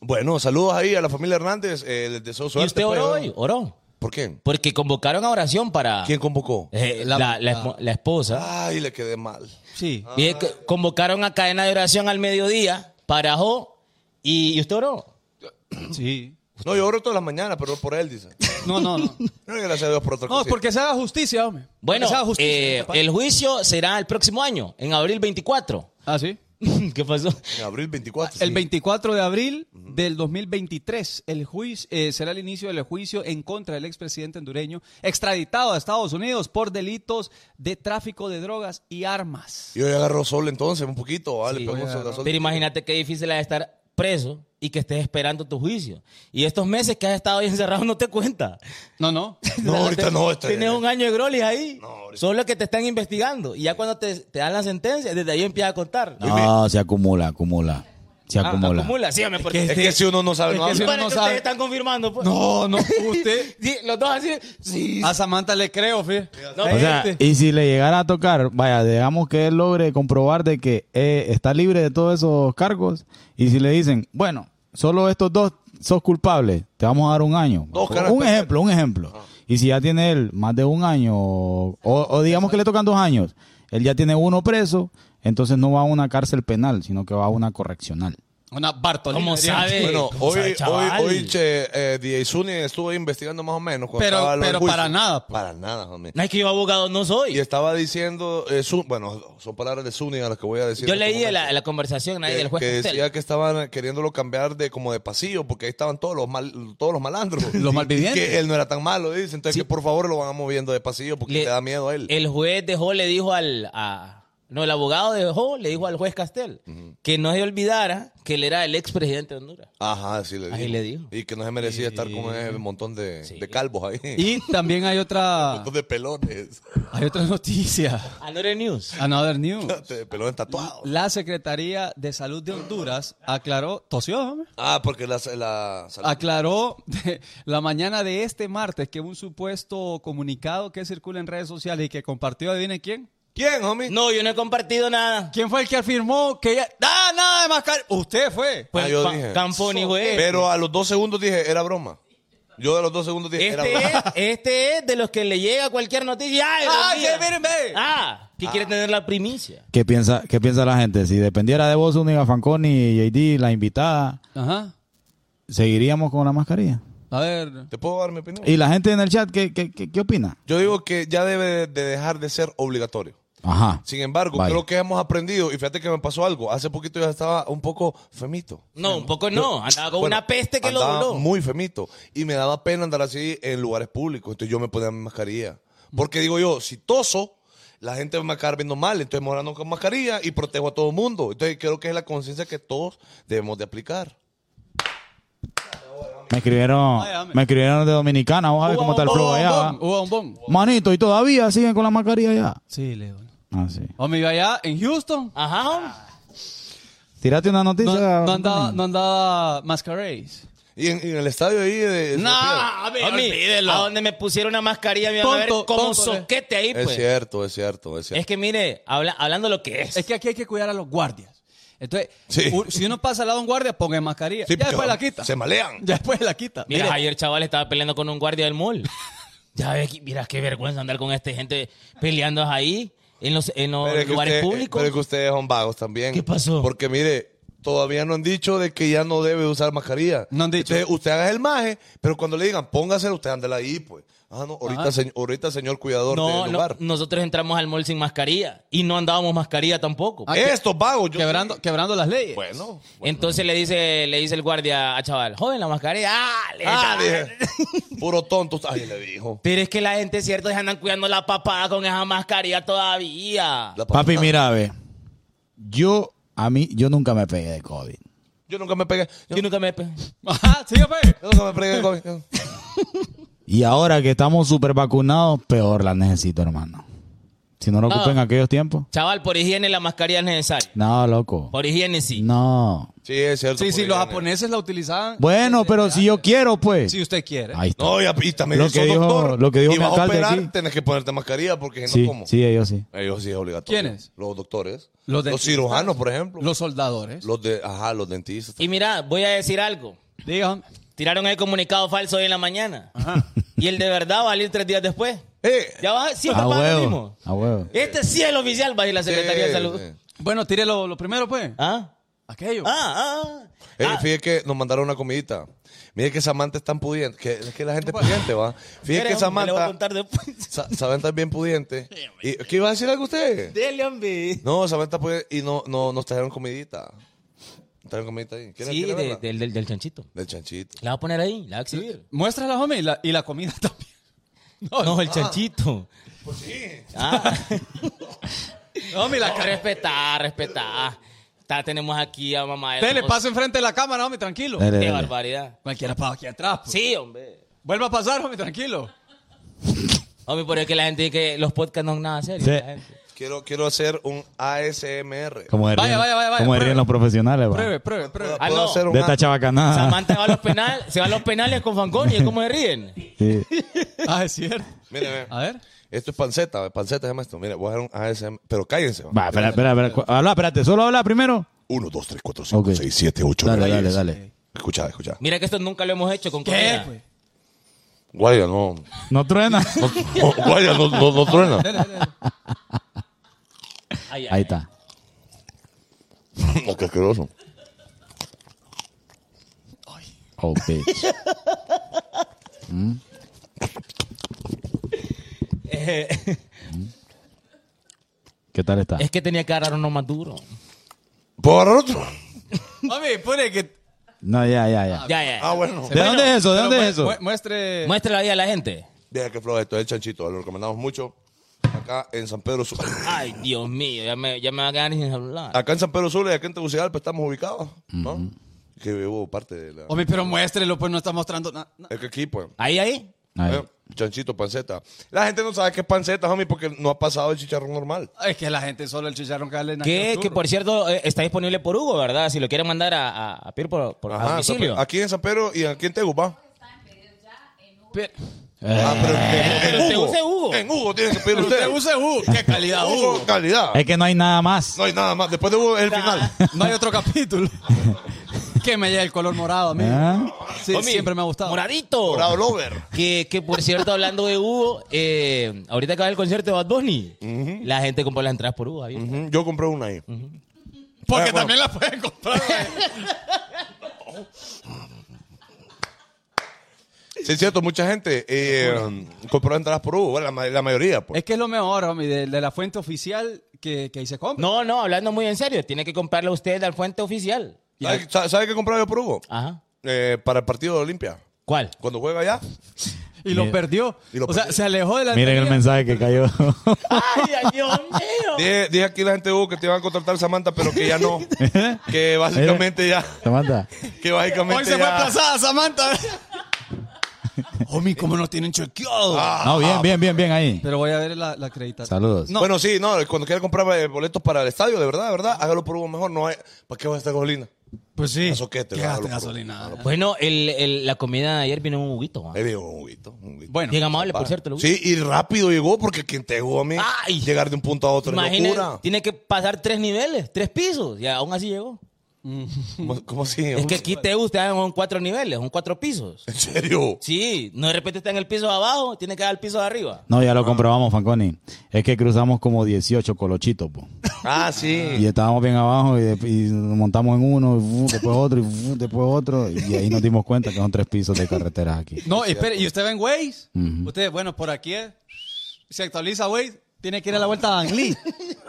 Speaker 5: Bueno, saludos ahí a la familia Hernández. eh, les deseo
Speaker 4: ¿Y
Speaker 5: suerte.
Speaker 4: usted oró
Speaker 5: pues.
Speaker 4: hoy? ¿Oró?
Speaker 5: ¿Por quién?
Speaker 4: Porque convocaron a oración
Speaker 6: Ah.
Speaker 4: para...
Speaker 5: ¿Quién convocó?
Speaker 4: Eh, la,
Speaker 6: La-
Speaker 4: la espo- la esposa.
Speaker 5: Ay, le quedé mal.
Speaker 6: Sí.
Speaker 4: Y es que convocaron a cadena de oración al mediodía para Jo. ¿Y, y usted oró?
Speaker 6: Sí.
Speaker 5: No, yo oro todas las mañanas, pero por él, dice.
Speaker 6: No, no, no.
Speaker 5: No, gracias a Dios por otra
Speaker 6: No,
Speaker 5: cosa.
Speaker 6: porque se haga justicia, hombre.
Speaker 4: Bueno,
Speaker 6: Que se haga justicia. este
Speaker 4: eh, el juicio será el próximo año, en abril 24.
Speaker 6: Ah, sí.
Speaker 4: ¿Qué pasó?
Speaker 5: En abril 24.
Speaker 6: El 24 de abril del 2023 el juicio, eh, será el inicio del juicio en contra del expresidente hondureño extraditado a Estados Unidos por delitos de tráfico de drogas y armas.
Speaker 5: Y hoy agarró sol entonces, un poquito, ¿vale?
Speaker 4: Sí,
Speaker 5: Pegó
Speaker 4: claro.
Speaker 5: sol- la sol-
Speaker 4: Pero imagínate qué difícil es estar preso y que estés esperando tu juicio. Y estos meses que has estado ahí encerrado no te cuenta.
Speaker 6: No, no.
Speaker 5: No, ahorita no. este-
Speaker 4: Tienes un año de grolis ahí.
Speaker 5: No, ahorita-
Speaker 4: solo que te están investigando. Y ya cuando te, te dan la sentencia, desde ahí empieza a contar.
Speaker 1: No, se acumula, acumula. Se
Speaker 4: Ah,
Speaker 1: acumula.
Speaker 4: acumula. Sí, hombre, porque
Speaker 5: Es que si uno no sabe,
Speaker 6: es
Speaker 5: no
Speaker 6: que
Speaker 5: habla.
Speaker 6: si uno
Speaker 4: Para
Speaker 6: no
Speaker 4: que
Speaker 6: sabe.
Speaker 4: ustedes están confirmando. pues.
Speaker 6: No, no, usted. Ah,
Speaker 4: Sí, los dos así. Sí.
Speaker 6: A Samantha le creo, fe.
Speaker 4: No,
Speaker 1: O sea,
Speaker 4: este.
Speaker 1: y si le llegara a tocar, vaya, digamos que él logre comprobar de que eh, está libre de todos esos cargos, y si le dicen, bueno, solo estos dos sos culpables, te vamos a dar un año.
Speaker 5: Dos caras Ah.
Speaker 1: un
Speaker 5: de-
Speaker 1: ejemplo, un ejemplo. Y si ya tiene él más de un año, o, o digamos que le tocan dos años, él ya tiene uno preso, entonces no va a una cárcel penal, sino que va a una correccional.
Speaker 6: Una Bartolina.
Speaker 4: ¿Cómo
Speaker 6: dirían.
Speaker 4: sabe?
Speaker 5: Bueno,
Speaker 4: ¿Cómo sabe,
Speaker 5: hoy, hoy,
Speaker 4: chaval?
Speaker 5: hoy che, eh, DJ Zuni estuvo investigando más o menos. cuando
Speaker 6: Pero-
Speaker 5: estaba lo del
Speaker 6: pero
Speaker 5: juicio.
Speaker 6: para nada, pues.
Speaker 5: Para nada, homie.
Speaker 4: No es que yo abogado no soy.
Speaker 5: Y estaba diciendo, eh, Zu- bueno, son palabras de Zuni a las que voy a decir.
Speaker 4: Yo
Speaker 5: en este
Speaker 4: leí la,
Speaker 5: momento.
Speaker 4: la conversación ahí
Speaker 5: que,
Speaker 4: del juez
Speaker 5: que
Speaker 4: Castel.
Speaker 5: decía que estaban queriéndolo cambiar de como de pasillo porque ahí estaban todos los mal, todos los malandros
Speaker 6: Los
Speaker 5: Y-
Speaker 6: malvivientes.
Speaker 5: y que él no era tan malo dice entonces que por favor lo van moviendo de pasillo porque
Speaker 4: Le- Eh,
Speaker 5: le da miedo a él
Speaker 4: El juez dejó, le dijo al... a- no, el abogado dejó, le dijo al juez Castel que no se olvidara que él era el expresidente de Honduras.
Speaker 5: ajá sí le dijo.
Speaker 4: Ahí le dijo.
Speaker 5: y que no se merecía estar con ese montón de, de calvos ahí
Speaker 6: Y también hay
Speaker 5: un
Speaker 6: otra,
Speaker 5: montón de pelones
Speaker 6: hay otra noticia.
Speaker 4: Anore News.
Speaker 6: Another news.
Speaker 5: de pelones tatuados
Speaker 6: La Secretaría de Salud de Honduras aclaró, tosió, hombre.
Speaker 5: ah porque la, la
Speaker 4: Ah.
Speaker 5: salud-
Speaker 6: aclaró de- la mañana de este martes que un supuesto comunicado que circula en redes sociales y que compartió, adivinen quién.
Speaker 5: quién homie
Speaker 4: No, yo no he compartido nada.
Speaker 6: ¿Quién fue el que afirmó que ella... ¡Ah, nada de mascarilla! Usted fue.
Speaker 4: Pues,
Speaker 5: Ah, yo
Speaker 4: pa-
Speaker 5: dije.
Speaker 4: Camponi, güey.
Speaker 5: pero a los dos segundos dije era broma yo de los dos segundos dije era
Speaker 4: Este es,
Speaker 5: broma
Speaker 4: este es de los que le llega cualquier noticia. ¡Ay,
Speaker 6: ¡Ah,
Speaker 4: Dios mío!
Speaker 6: que miren, ve!
Speaker 4: ¡Ah! Que quiere tener la primicia.
Speaker 1: ¿Qué piensa, ¿Qué piensa la gente? Si dependiera de vos, Única Fanconi, JD, la invitada,
Speaker 6: Ajá.
Speaker 1: ¿seguiríamos con la mascarilla?
Speaker 6: A ver.
Speaker 5: te puedo dar mi opinión
Speaker 1: ¿Y la gente en el chat qué, qué, qué, qué opina?
Speaker 5: yo digo que ya debe de dejar de ser obligatorio
Speaker 1: Ajá.
Speaker 5: Sin embargo,
Speaker 1: Vaya.
Speaker 5: creo que hemos aprendido, y fíjate que me pasó algo. Hace poquito yo estaba un poco femito.
Speaker 4: No, un poco no. Andaba con
Speaker 5: Bueno,
Speaker 4: una peste que lo
Speaker 5: andaba
Speaker 4: duró.
Speaker 5: Muy femito. Y me daba pena andar así en lugares públicos. Entonces yo me ponía mi mascarilla. Porque digo yo, si toso, la gente me va a acabar viendo mal. Entonces me voy andando con mascarilla y protejo a todo el mundo. Entonces creo que es la conciencia que todos debemos de aplicar.
Speaker 1: Me escribieron,
Speaker 6: Ay, hombre.
Speaker 1: me escribieron de Dominicana, vos sabés cómo está el flow allá.
Speaker 6: bombón,
Speaker 1: ¿va?
Speaker 6: hubo bombón.
Speaker 1: Manito, y todavía siguen con la mascarilla allá.
Speaker 6: Sí, Leo.
Speaker 1: Ah, sí.
Speaker 6: Hombre, iba allá en Houston.
Speaker 5: Ah,
Speaker 4: Ajá.
Speaker 1: Tírate una noticia.
Speaker 6: No, no
Speaker 1: Fanconi.
Speaker 6: andaba, no andaba masquerades.
Speaker 5: Y en, y en el estadio ahí de...
Speaker 4: No,
Speaker 5: Sofía.
Speaker 4: a mí, a donde me pusieron una mascarilla, me iban a ver
Speaker 6: Tonto,
Speaker 4: como
Speaker 6: tonto, eh.
Speaker 4: soquete ahí,
Speaker 5: Es
Speaker 4: pues.
Speaker 5: cierto, es cierto, es cierto.
Speaker 4: Es que mire, habla- hablando lo que es.
Speaker 6: Es que aquí hay que cuidar a los guardias. Entonces,
Speaker 5: Sí.
Speaker 6: u- si uno pasa al lado de un guardia, ponga mascarilla.
Speaker 5: Sí,
Speaker 6: ya
Speaker 5: porque
Speaker 6: después la quita.
Speaker 5: Se malean.
Speaker 6: Ya después la quita.
Speaker 4: Mira,
Speaker 6: Mire,
Speaker 4: ayer chaval estaba peleando con un guardia del mall. ya ves, que- mira qué vergüenza andar con esta gente peleando ahí en los, en los
Speaker 5: Pero es que
Speaker 4: lugares
Speaker 5: usted- eh,
Speaker 4: públicos.
Speaker 5: Pero es que ustedes son vagos también.
Speaker 4: ¿Qué pasó?
Speaker 5: Porque mire, todavía no han dicho de que ya no debe usar mascarilla.
Speaker 6: No han dicho.
Speaker 5: Entonces, usted haga el maje, pero cuando le digan, póngase, usted ándela ahí, pues. Ah, no, ahorita, señor, ahorita señor cuidador
Speaker 4: No,
Speaker 5: del
Speaker 4: no,
Speaker 5: lugar.
Speaker 4: nosotros entramos al mall sin mascarilla y no andábamos mascarilla tampoco.
Speaker 6: Ah, que-
Speaker 5: Estos vagos, yo
Speaker 6: Quebrando, quebrando las leyes.
Speaker 5: Bueno.
Speaker 4: Entonces le dice, le dice el guardia a chaval, joven, la mascarilla, ah, le
Speaker 5: Ah,
Speaker 4: dice,
Speaker 5: dije, puro tonto. Ay, le dijo.
Speaker 4: Pero es que la gente, cierto, se andan cuidando la papada con esa mascarilla todavía.
Speaker 5: La
Speaker 1: Papi,
Speaker 5: papá.
Speaker 1: mira, ve. Yo, a mí, yo nunca me pegué de COVID.
Speaker 5: Yo nunca me pegué. Yo,
Speaker 4: Yo nunca me... pe-
Speaker 6: Ajá, sí, hombre.
Speaker 5: yo nunca me pegué de COVID.
Speaker 1: Y ahora que estamos súper vacunados, peor la necesito, hermano. Si no lo
Speaker 4: No.
Speaker 1: ocupé en aquellos tiempos.
Speaker 4: Chaval, por higiene la mascarilla es necesaria.
Speaker 1: No, loco.
Speaker 4: Por higiene sí.
Speaker 1: No.
Speaker 5: Sí, es cierto.
Speaker 6: Sí, sí,
Speaker 5: porque
Speaker 6: los
Speaker 5: ya-
Speaker 6: japoneses la utilizaban.
Speaker 1: Bueno, pero si yo quiero, pues.
Speaker 6: Si usted quiere.
Speaker 1: Ahí está.
Speaker 5: No, y, y también
Speaker 1: Lo
Speaker 5: dice,
Speaker 1: que
Speaker 5: "Sos
Speaker 1: dijo-
Speaker 5: doctor,
Speaker 1: lo que dijo
Speaker 5: y
Speaker 1: mi
Speaker 5: vas a
Speaker 1: alcalde
Speaker 5: operar,
Speaker 1: aquí.
Speaker 5: tenés que ponerte mascarilla porque si no,
Speaker 1: Sí,
Speaker 5: ¿cómo?
Speaker 1: sí, ellos sí.
Speaker 5: Ellos sí es obligatorio.
Speaker 6: ¿Quiénes?
Speaker 5: Los doctores.
Speaker 6: Los
Speaker 5: Los,
Speaker 6: dentistas.
Speaker 5: cirujanos, por ejemplo.
Speaker 6: Los soldadores.
Speaker 5: Los de, ajá, los dentistas.
Speaker 4: Y mira, voy a decir algo.
Speaker 6: Dígame.
Speaker 4: Tiraron el comunicado falso hoy en la mañana. Y el de verdad va a salir tres días después.
Speaker 5: Eh,
Speaker 4: Ya va, siempre
Speaker 1: A
Speaker 4: pasa lo
Speaker 1: huevo.
Speaker 4: mismo.
Speaker 1: A huevo.
Speaker 4: Este sí es el oficial, va a ir la Secretaría
Speaker 5: eh,
Speaker 4: de Salud.
Speaker 5: eh.
Speaker 6: Bueno, tire lo, lo primero, pues.
Speaker 4: ¿Ah?
Speaker 6: Aquello.
Speaker 4: Ah, ah, ah.
Speaker 5: Eh,
Speaker 4: Ah,
Speaker 5: fíjate que nos mandaron una comidita. Mire que Samantha es tan pudiente. Que, es que la gente es pudiente, va. Fíjate que
Speaker 4: espere, hombre, le voy a
Speaker 5: Samantha.
Speaker 4: contar después.
Speaker 5: Sa- Samantha es bien pudiente. Y, ¿Qué iba a decir algo usted?
Speaker 4: Dele, hombre.
Speaker 5: No, Samantha puede. Y no, no, nos trajeron comidita. Nos trajeron comidita ahí. ¿Quiere-
Speaker 4: Sí,
Speaker 5: quiere
Speaker 4: de-
Speaker 5: verla?
Speaker 4: del, del, del chanchito.
Speaker 5: Del chanchito.
Speaker 4: La va a poner ahí, la va a exhibir.
Speaker 6: Muéstrala, homie, y la, y la comida también.
Speaker 4: No, el chanchito. Pues sí.
Speaker 6: Homie, la cara.
Speaker 4: Respetá, respetá. Está, tenemos aquí a mamá. de-
Speaker 6: Usted le pasa enfrente de la cámara, homie, tranquilo.
Speaker 1: Dale,
Speaker 4: Qué
Speaker 1: dale.
Speaker 4: barbaridad.
Speaker 6: Cualquiera para aquí atrás. pues.
Speaker 4: Sí, hombre.
Speaker 6: Vuelva a pasar, homie, tranquilo.
Speaker 4: Hombre, por es que la gente dice que los podcasts no son nada serio.
Speaker 1: Sí.
Speaker 4: la gente.
Speaker 5: Quiero, quiero hacer un ASMR.
Speaker 1: Como se
Speaker 6: Vaya,
Speaker 1: ríen-
Speaker 6: vaya, vaya, vaya,
Speaker 1: como se
Speaker 6: pruebe.
Speaker 1: ríen los profesionales, va.
Speaker 6: Pruebe, pruebe, pruebe.
Speaker 5: ¿Puedo
Speaker 4: Ah, no.
Speaker 5: hacer un
Speaker 1: De esta
Speaker 5: a-
Speaker 1: chavacanada.
Speaker 4: Samantha va a los penales, se va a los penales con Fanconi, es como se ríen.
Speaker 1: Sí.
Speaker 6: Ah, es cierto.
Speaker 5: Mire, ve.
Speaker 6: A ver.
Speaker 5: Esto es panceta, panceta se llama esto. Mire, voy a hacer un ASMR. Pero cállense. va.
Speaker 1: Va, espera, espera, espera. Cu- Habla, espérate. Solo habla primero.
Speaker 8: 1, 2, 3, 4, 5,
Speaker 1: Ok.
Speaker 8: 6, 7, 8,
Speaker 1: Dale, dale, dale.
Speaker 8: Escucha, escucha.
Speaker 4: Mira que esto nunca lo hemos hecho con
Speaker 6: ¿Qué,
Speaker 4: comida.
Speaker 6: pues?
Speaker 5: Guaya, no.
Speaker 1: No truena.
Speaker 5: No, Guaya, no, no, no truena.
Speaker 6: Dele, dele.
Speaker 4: Ay, ay,
Speaker 1: Ahí está.
Speaker 8: No, qué asqueroso.
Speaker 1: Oh, bitch. ¿Mm?
Speaker 4: eh,
Speaker 1: ¿Qué tal está?
Speaker 4: es que tenía que agarrar uno más duro.
Speaker 5: ¿Puedo agarrar otro?
Speaker 6: Homie, pone que.
Speaker 1: No, ya, ya, ya.
Speaker 4: Ya, ya.
Speaker 5: Ah, bueno.
Speaker 1: ¿De dónde es eso? ¿De dónde es eso?
Speaker 6: Muestre.
Speaker 4: Muéstrala ahí a la gente.
Speaker 5: Deja que floje esto, es el chanchito. Lo recomendamos mucho. Acá en San Pedro Sula.
Speaker 4: Ay, Dios mío, ya me, ya me va a quedar sin celular.
Speaker 5: Acá en San Pedro Sula y acá en Tegucigalpa estamos ubicados, ¿no? Que hubo parte de la...
Speaker 6: Homie, pero muéstrelo, pues no está mostrando nada.
Speaker 5: Es que aquí, pues...
Speaker 4: Ahí, ahí.
Speaker 1: Ahí.
Speaker 5: eh, Chanchito, panceta. La gente no sabe qué es panceta, homie, porque no ha pasado el chicharrón normal.
Speaker 6: Es que la gente solo el chicharrón que le
Speaker 4: Que, que por cierto, eh, está disponible por Hugo, ¿verdad? Si lo quieren mandar a, a, a pedir por, por a
Speaker 5: Ajá,
Speaker 4: domicilio.
Speaker 6: pues,
Speaker 5: Aquí en San Pedro y aquí en Tegupa.
Speaker 1: Eh,
Speaker 5: Ah, pero
Speaker 4: pero
Speaker 5: en,
Speaker 4: usted
Speaker 5: en Hugo.
Speaker 4: usa Hugo.
Speaker 5: En Hugo tiene que pedir usted.
Speaker 6: Usted usa Hugo. Qué calidad, Hugo.
Speaker 5: Hugo, calidad.
Speaker 1: Es que no hay nada más.
Speaker 5: No hay nada más. Después de Hugo es el final.
Speaker 6: No hay otro capítulo. que me llegue el color morado a mí.
Speaker 1: ¿Ah?
Speaker 6: Sí,
Speaker 4: Homie,
Speaker 6: siempre me ha gustado.
Speaker 4: Moradito.
Speaker 5: Bravo Lover.
Speaker 4: Que, que, por cierto, hablando de Hugo, eh, ahorita acaba el concierto de Bad Bunny. La gente compró las entradas por Hugo. ¿había?
Speaker 5: Ujú, Yo compré una ahí.
Speaker 6: Porque
Speaker 5: Ah, bueno.
Speaker 6: también la pueden comprar.
Speaker 5: Sí, es cierto, mucha gente eh, compró entradas por Hugo, bueno, la, ma- la mayoría. Pues.
Speaker 6: es que es lo mejor, homie, de, de la fuente oficial que, que ahí se compra.
Speaker 4: No, no, hablando muy en serio, tiene que comprarla usted al fuente oficial.
Speaker 5: ¿Sabe, sa- sabe qué compraba yo por Hugo?
Speaker 4: Ajá.
Speaker 5: Eh, para el partido de Olimpia.
Speaker 4: ¿Cuál?
Speaker 5: Cuando juega allá.
Speaker 6: Y lo
Speaker 1: Mira.
Speaker 6: perdió.
Speaker 5: Y lo
Speaker 6: o sea,
Speaker 5: perdió.
Speaker 6: se alejó de la
Speaker 1: Miren el
Speaker 6: anterior.
Speaker 1: mensaje que cayó.
Speaker 4: ¡Ay, ay, Dios mío!
Speaker 5: Dije, dije aquí la gente de Hugo que te iban a contratar Samantha, pero que ya no. que básicamente ya.
Speaker 1: Samantha.
Speaker 5: Que básicamente
Speaker 6: Hoy se fue
Speaker 5: ya-
Speaker 6: aplazada, Samantha. homie, ¿cómo nos tienen chequeado?
Speaker 1: No, bien, bien, bien, bien ahí.
Speaker 6: Pero voy a ver la, la acreditación.
Speaker 1: Saludos.
Speaker 6: No.
Speaker 5: Bueno, sí, no, cuando quiera comprar eh, boletos para el estadio, de verdad, de verdad, hágalo por Hugo mejor. No hay, ¿Para qué vas a estar gasolina?
Speaker 6: Pues sí.
Speaker 5: Eso que te
Speaker 6: ¿Qué
Speaker 5: lo hago,
Speaker 6: gaste
Speaker 5: loco.
Speaker 6: gasolina?
Speaker 4: Bueno, el, el- la comida de ayer vino un juguito.
Speaker 5: Ahí veo un guito. un guito.
Speaker 6: Bueno,
Speaker 4: Llega amable, por cierto. el juguito.
Speaker 5: Sí, y rápido llegó porque quien te jugó a mí
Speaker 4: Ay.
Speaker 5: llegar de un punto a otro es
Speaker 4: Imagínate,
Speaker 5: locura.
Speaker 4: tiene que pasar tres niveles, tres pisos, y aún así llegó.
Speaker 5: ¿Cómo, cómo así?
Speaker 4: Es que aquí Teu te dan cuatro niveles, son cuatro pisos.
Speaker 5: ¿En serio?
Speaker 4: Sí, no de repente está en el piso de abajo, tiene que dar al piso de arriba.
Speaker 1: No, ya lo comprobamos, Fanconi. Es que cruzamos como 18 colochitos, po.
Speaker 5: Ah, sí.
Speaker 1: Y estábamos bien abajo y, de- y nos montamos en uno, y, uh, después otro, y uh, después otro. Y ahí nos dimos cuenta que son tres pisos de carreteras aquí.
Speaker 6: No, espere, ¿y usted ve en Waze? Usted, bueno, por aquí es- se actualiza Waze, tiene que ir a la vuelta a Bangli.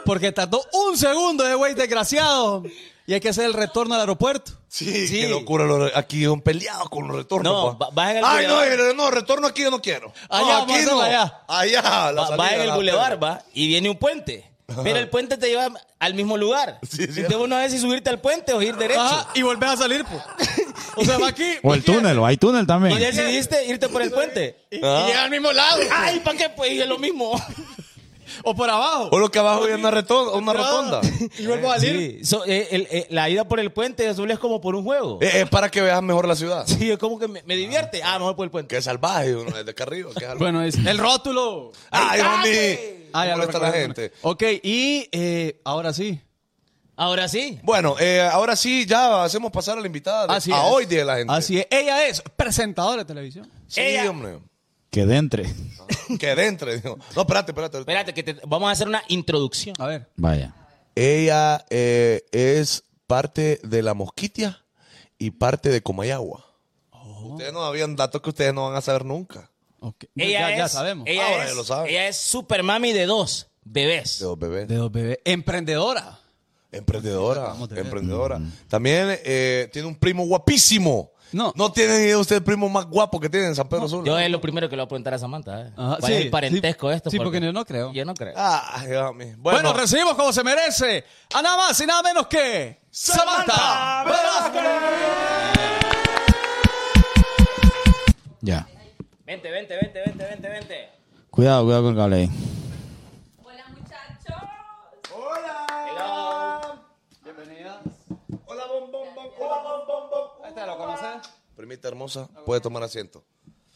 Speaker 6: Porque tardó un segundo de Waze, desgraciado. Y hay que hacer el retorno al aeropuerto.
Speaker 5: Sí, qué locura. lo- Aquí son peleados con los retornos.
Speaker 4: No,
Speaker 5: pa.
Speaker 4: va- vas en el
Speaker 5: Ay, no,
Speaker 4: bulevar.
Speaker 5: eh, no, retorno aquí yo no quiero.
Speaker 6: Allá,
Speaker 5: No,
Speaker 6: vamos a
Speaker 5: aquí
Speaker 6: hacerlo
Speaker 5: no.
Speaker 6: allá.
Speaker 5: Allá, la
Speaker 4: Va,
Speaker 5: salida,
Speaker 4: va en el
Speaker 5: la-
Speaker 4: bulevar, va, y viene un puente. Pero el puente te lleva al mismo lugar.
Speaker 5: Sí, es
Speaker 4: y
Speaker 5: cierto.
Speaker 4: usted una vez si subirte al puente o ir derecho.
Speaker 6: Ajá, y volvés a salir, pues. O sea, va aquí.
Speaker 1: O el túnel, o hay túnel
Speaker 4: Y
Speaker 1: también.
Speaker 4: decidiste irte por el puente. Ah.
Speaker 6: Y, y llega al mismo lado.
Speaker 4: Ay, ¿para qué? Pues y es lo mismo.
Speaker 6: O por abajo.
Speaker 5: O lo que abajo hay una rotonda. Una rotonda.
Speaker 6: Y vuelvo a salir.
Speaker 4: Sí, so, eh, el- eh, la ida por el puente azul es como por un juego.
Speaker 5: Eh, es para que veas mejor la ciudad.
Speaker 4: Sí, es como que me, me divierte. Ah, mejor por el puente.
Speaker 5: Que salvaje, uno desde acá arriba. Que salvaje.
Speaker 6: Bueno, es el rótulo.
Speaker 5: Ay,
Speaker 4: ¡Dale!
Speaker 5: hombre.
Speaker 6: Ah, ya lo
Speaker 5: molesta a la
Speaker 6: recordé.
Speaker 5: gente.
Speaker 6: Ok, y eh, ahora sí.
Speaker 4: Ahora sí.
Speaker 5: Bueno, eh, ahora sí, ya hacemos pasar a la invitada de-
Speaker 6: Así
Speaker 5: a
Speaker 6: es.
Speaker 5: hoy de la gente.
Speaker 6: Así es. Ella es presentadora de televisión.
Speaker 5: Sí,
Speaker 4: Ella-
Speaker 5: hombre.
Speaker 1: Que dentre.
Speaker 5: Que dentre. digo. No, espérate, espérate.
Speaker 4: Espérate, que te- vamos a hacer una introducción.
Speaker 6: A ver.
Speaker 1: Vaya.
Speaker 5: Ella eh, es parte de la Mosquitia y parte de Comayagua.
Speaker 6: Oh.
Speaker 5: Ustedes no habían datos que ustedes no van a saber nunca.
Speaker 6: ok.
Speaker 4: Ella
Speaker 6: ya,
Speaker 4: es,
Speaker 6: ya sabemos.
Speaker 4: Ella,
Speaker 5: Ah, bueno,
Speaker 4: es,
Speaker 5: lo sabe.
Speaker 4: ella es super mami de dos bebés.
Speaker 5: De los bebés.
Speaker 6: De dos bebés. Emprendedora.
Speaker 5: Emprendedora.
Speaker 6: Acabamos de ver.
Speaker 5: Emprendedora. También eh, tiene un primo guapísimo.
Speaker 6: Mm. No.
Speaker 5: No tienen idea usted el primo más guapo que tiene en San Pedro Sula.
Speaker 4: Yo es lo primero que le voy a preguntar a Samantha. ¿eh?
Speaker 6: Ajá,
Speaker 4: ¿Cuál
Speaker 6: sí,
Speaker 4: es el parentesco
Speaker 6: sí.
Speaker 4: de esto?
Speaker 6: Sí, porque yo no creo.
Speaker 4: Yo no creo.
Speaker 5: Ah, Dios mío.
Speaker 6: Bueno,
Speaker 5: Bueno,
Speaker 6: recibimos como se merece a nada más y nada menos que Samantha Velázquez.
Speaker 1: Ya.
Speaker 4: Vente, vente, vente, vente, vente, vente.
Speaker 1: Cuidado, cuidado con el cable ahí.
Speaker 9: Hola muchachos.
Speaker 5: primita hermosa, puede tomar asiento.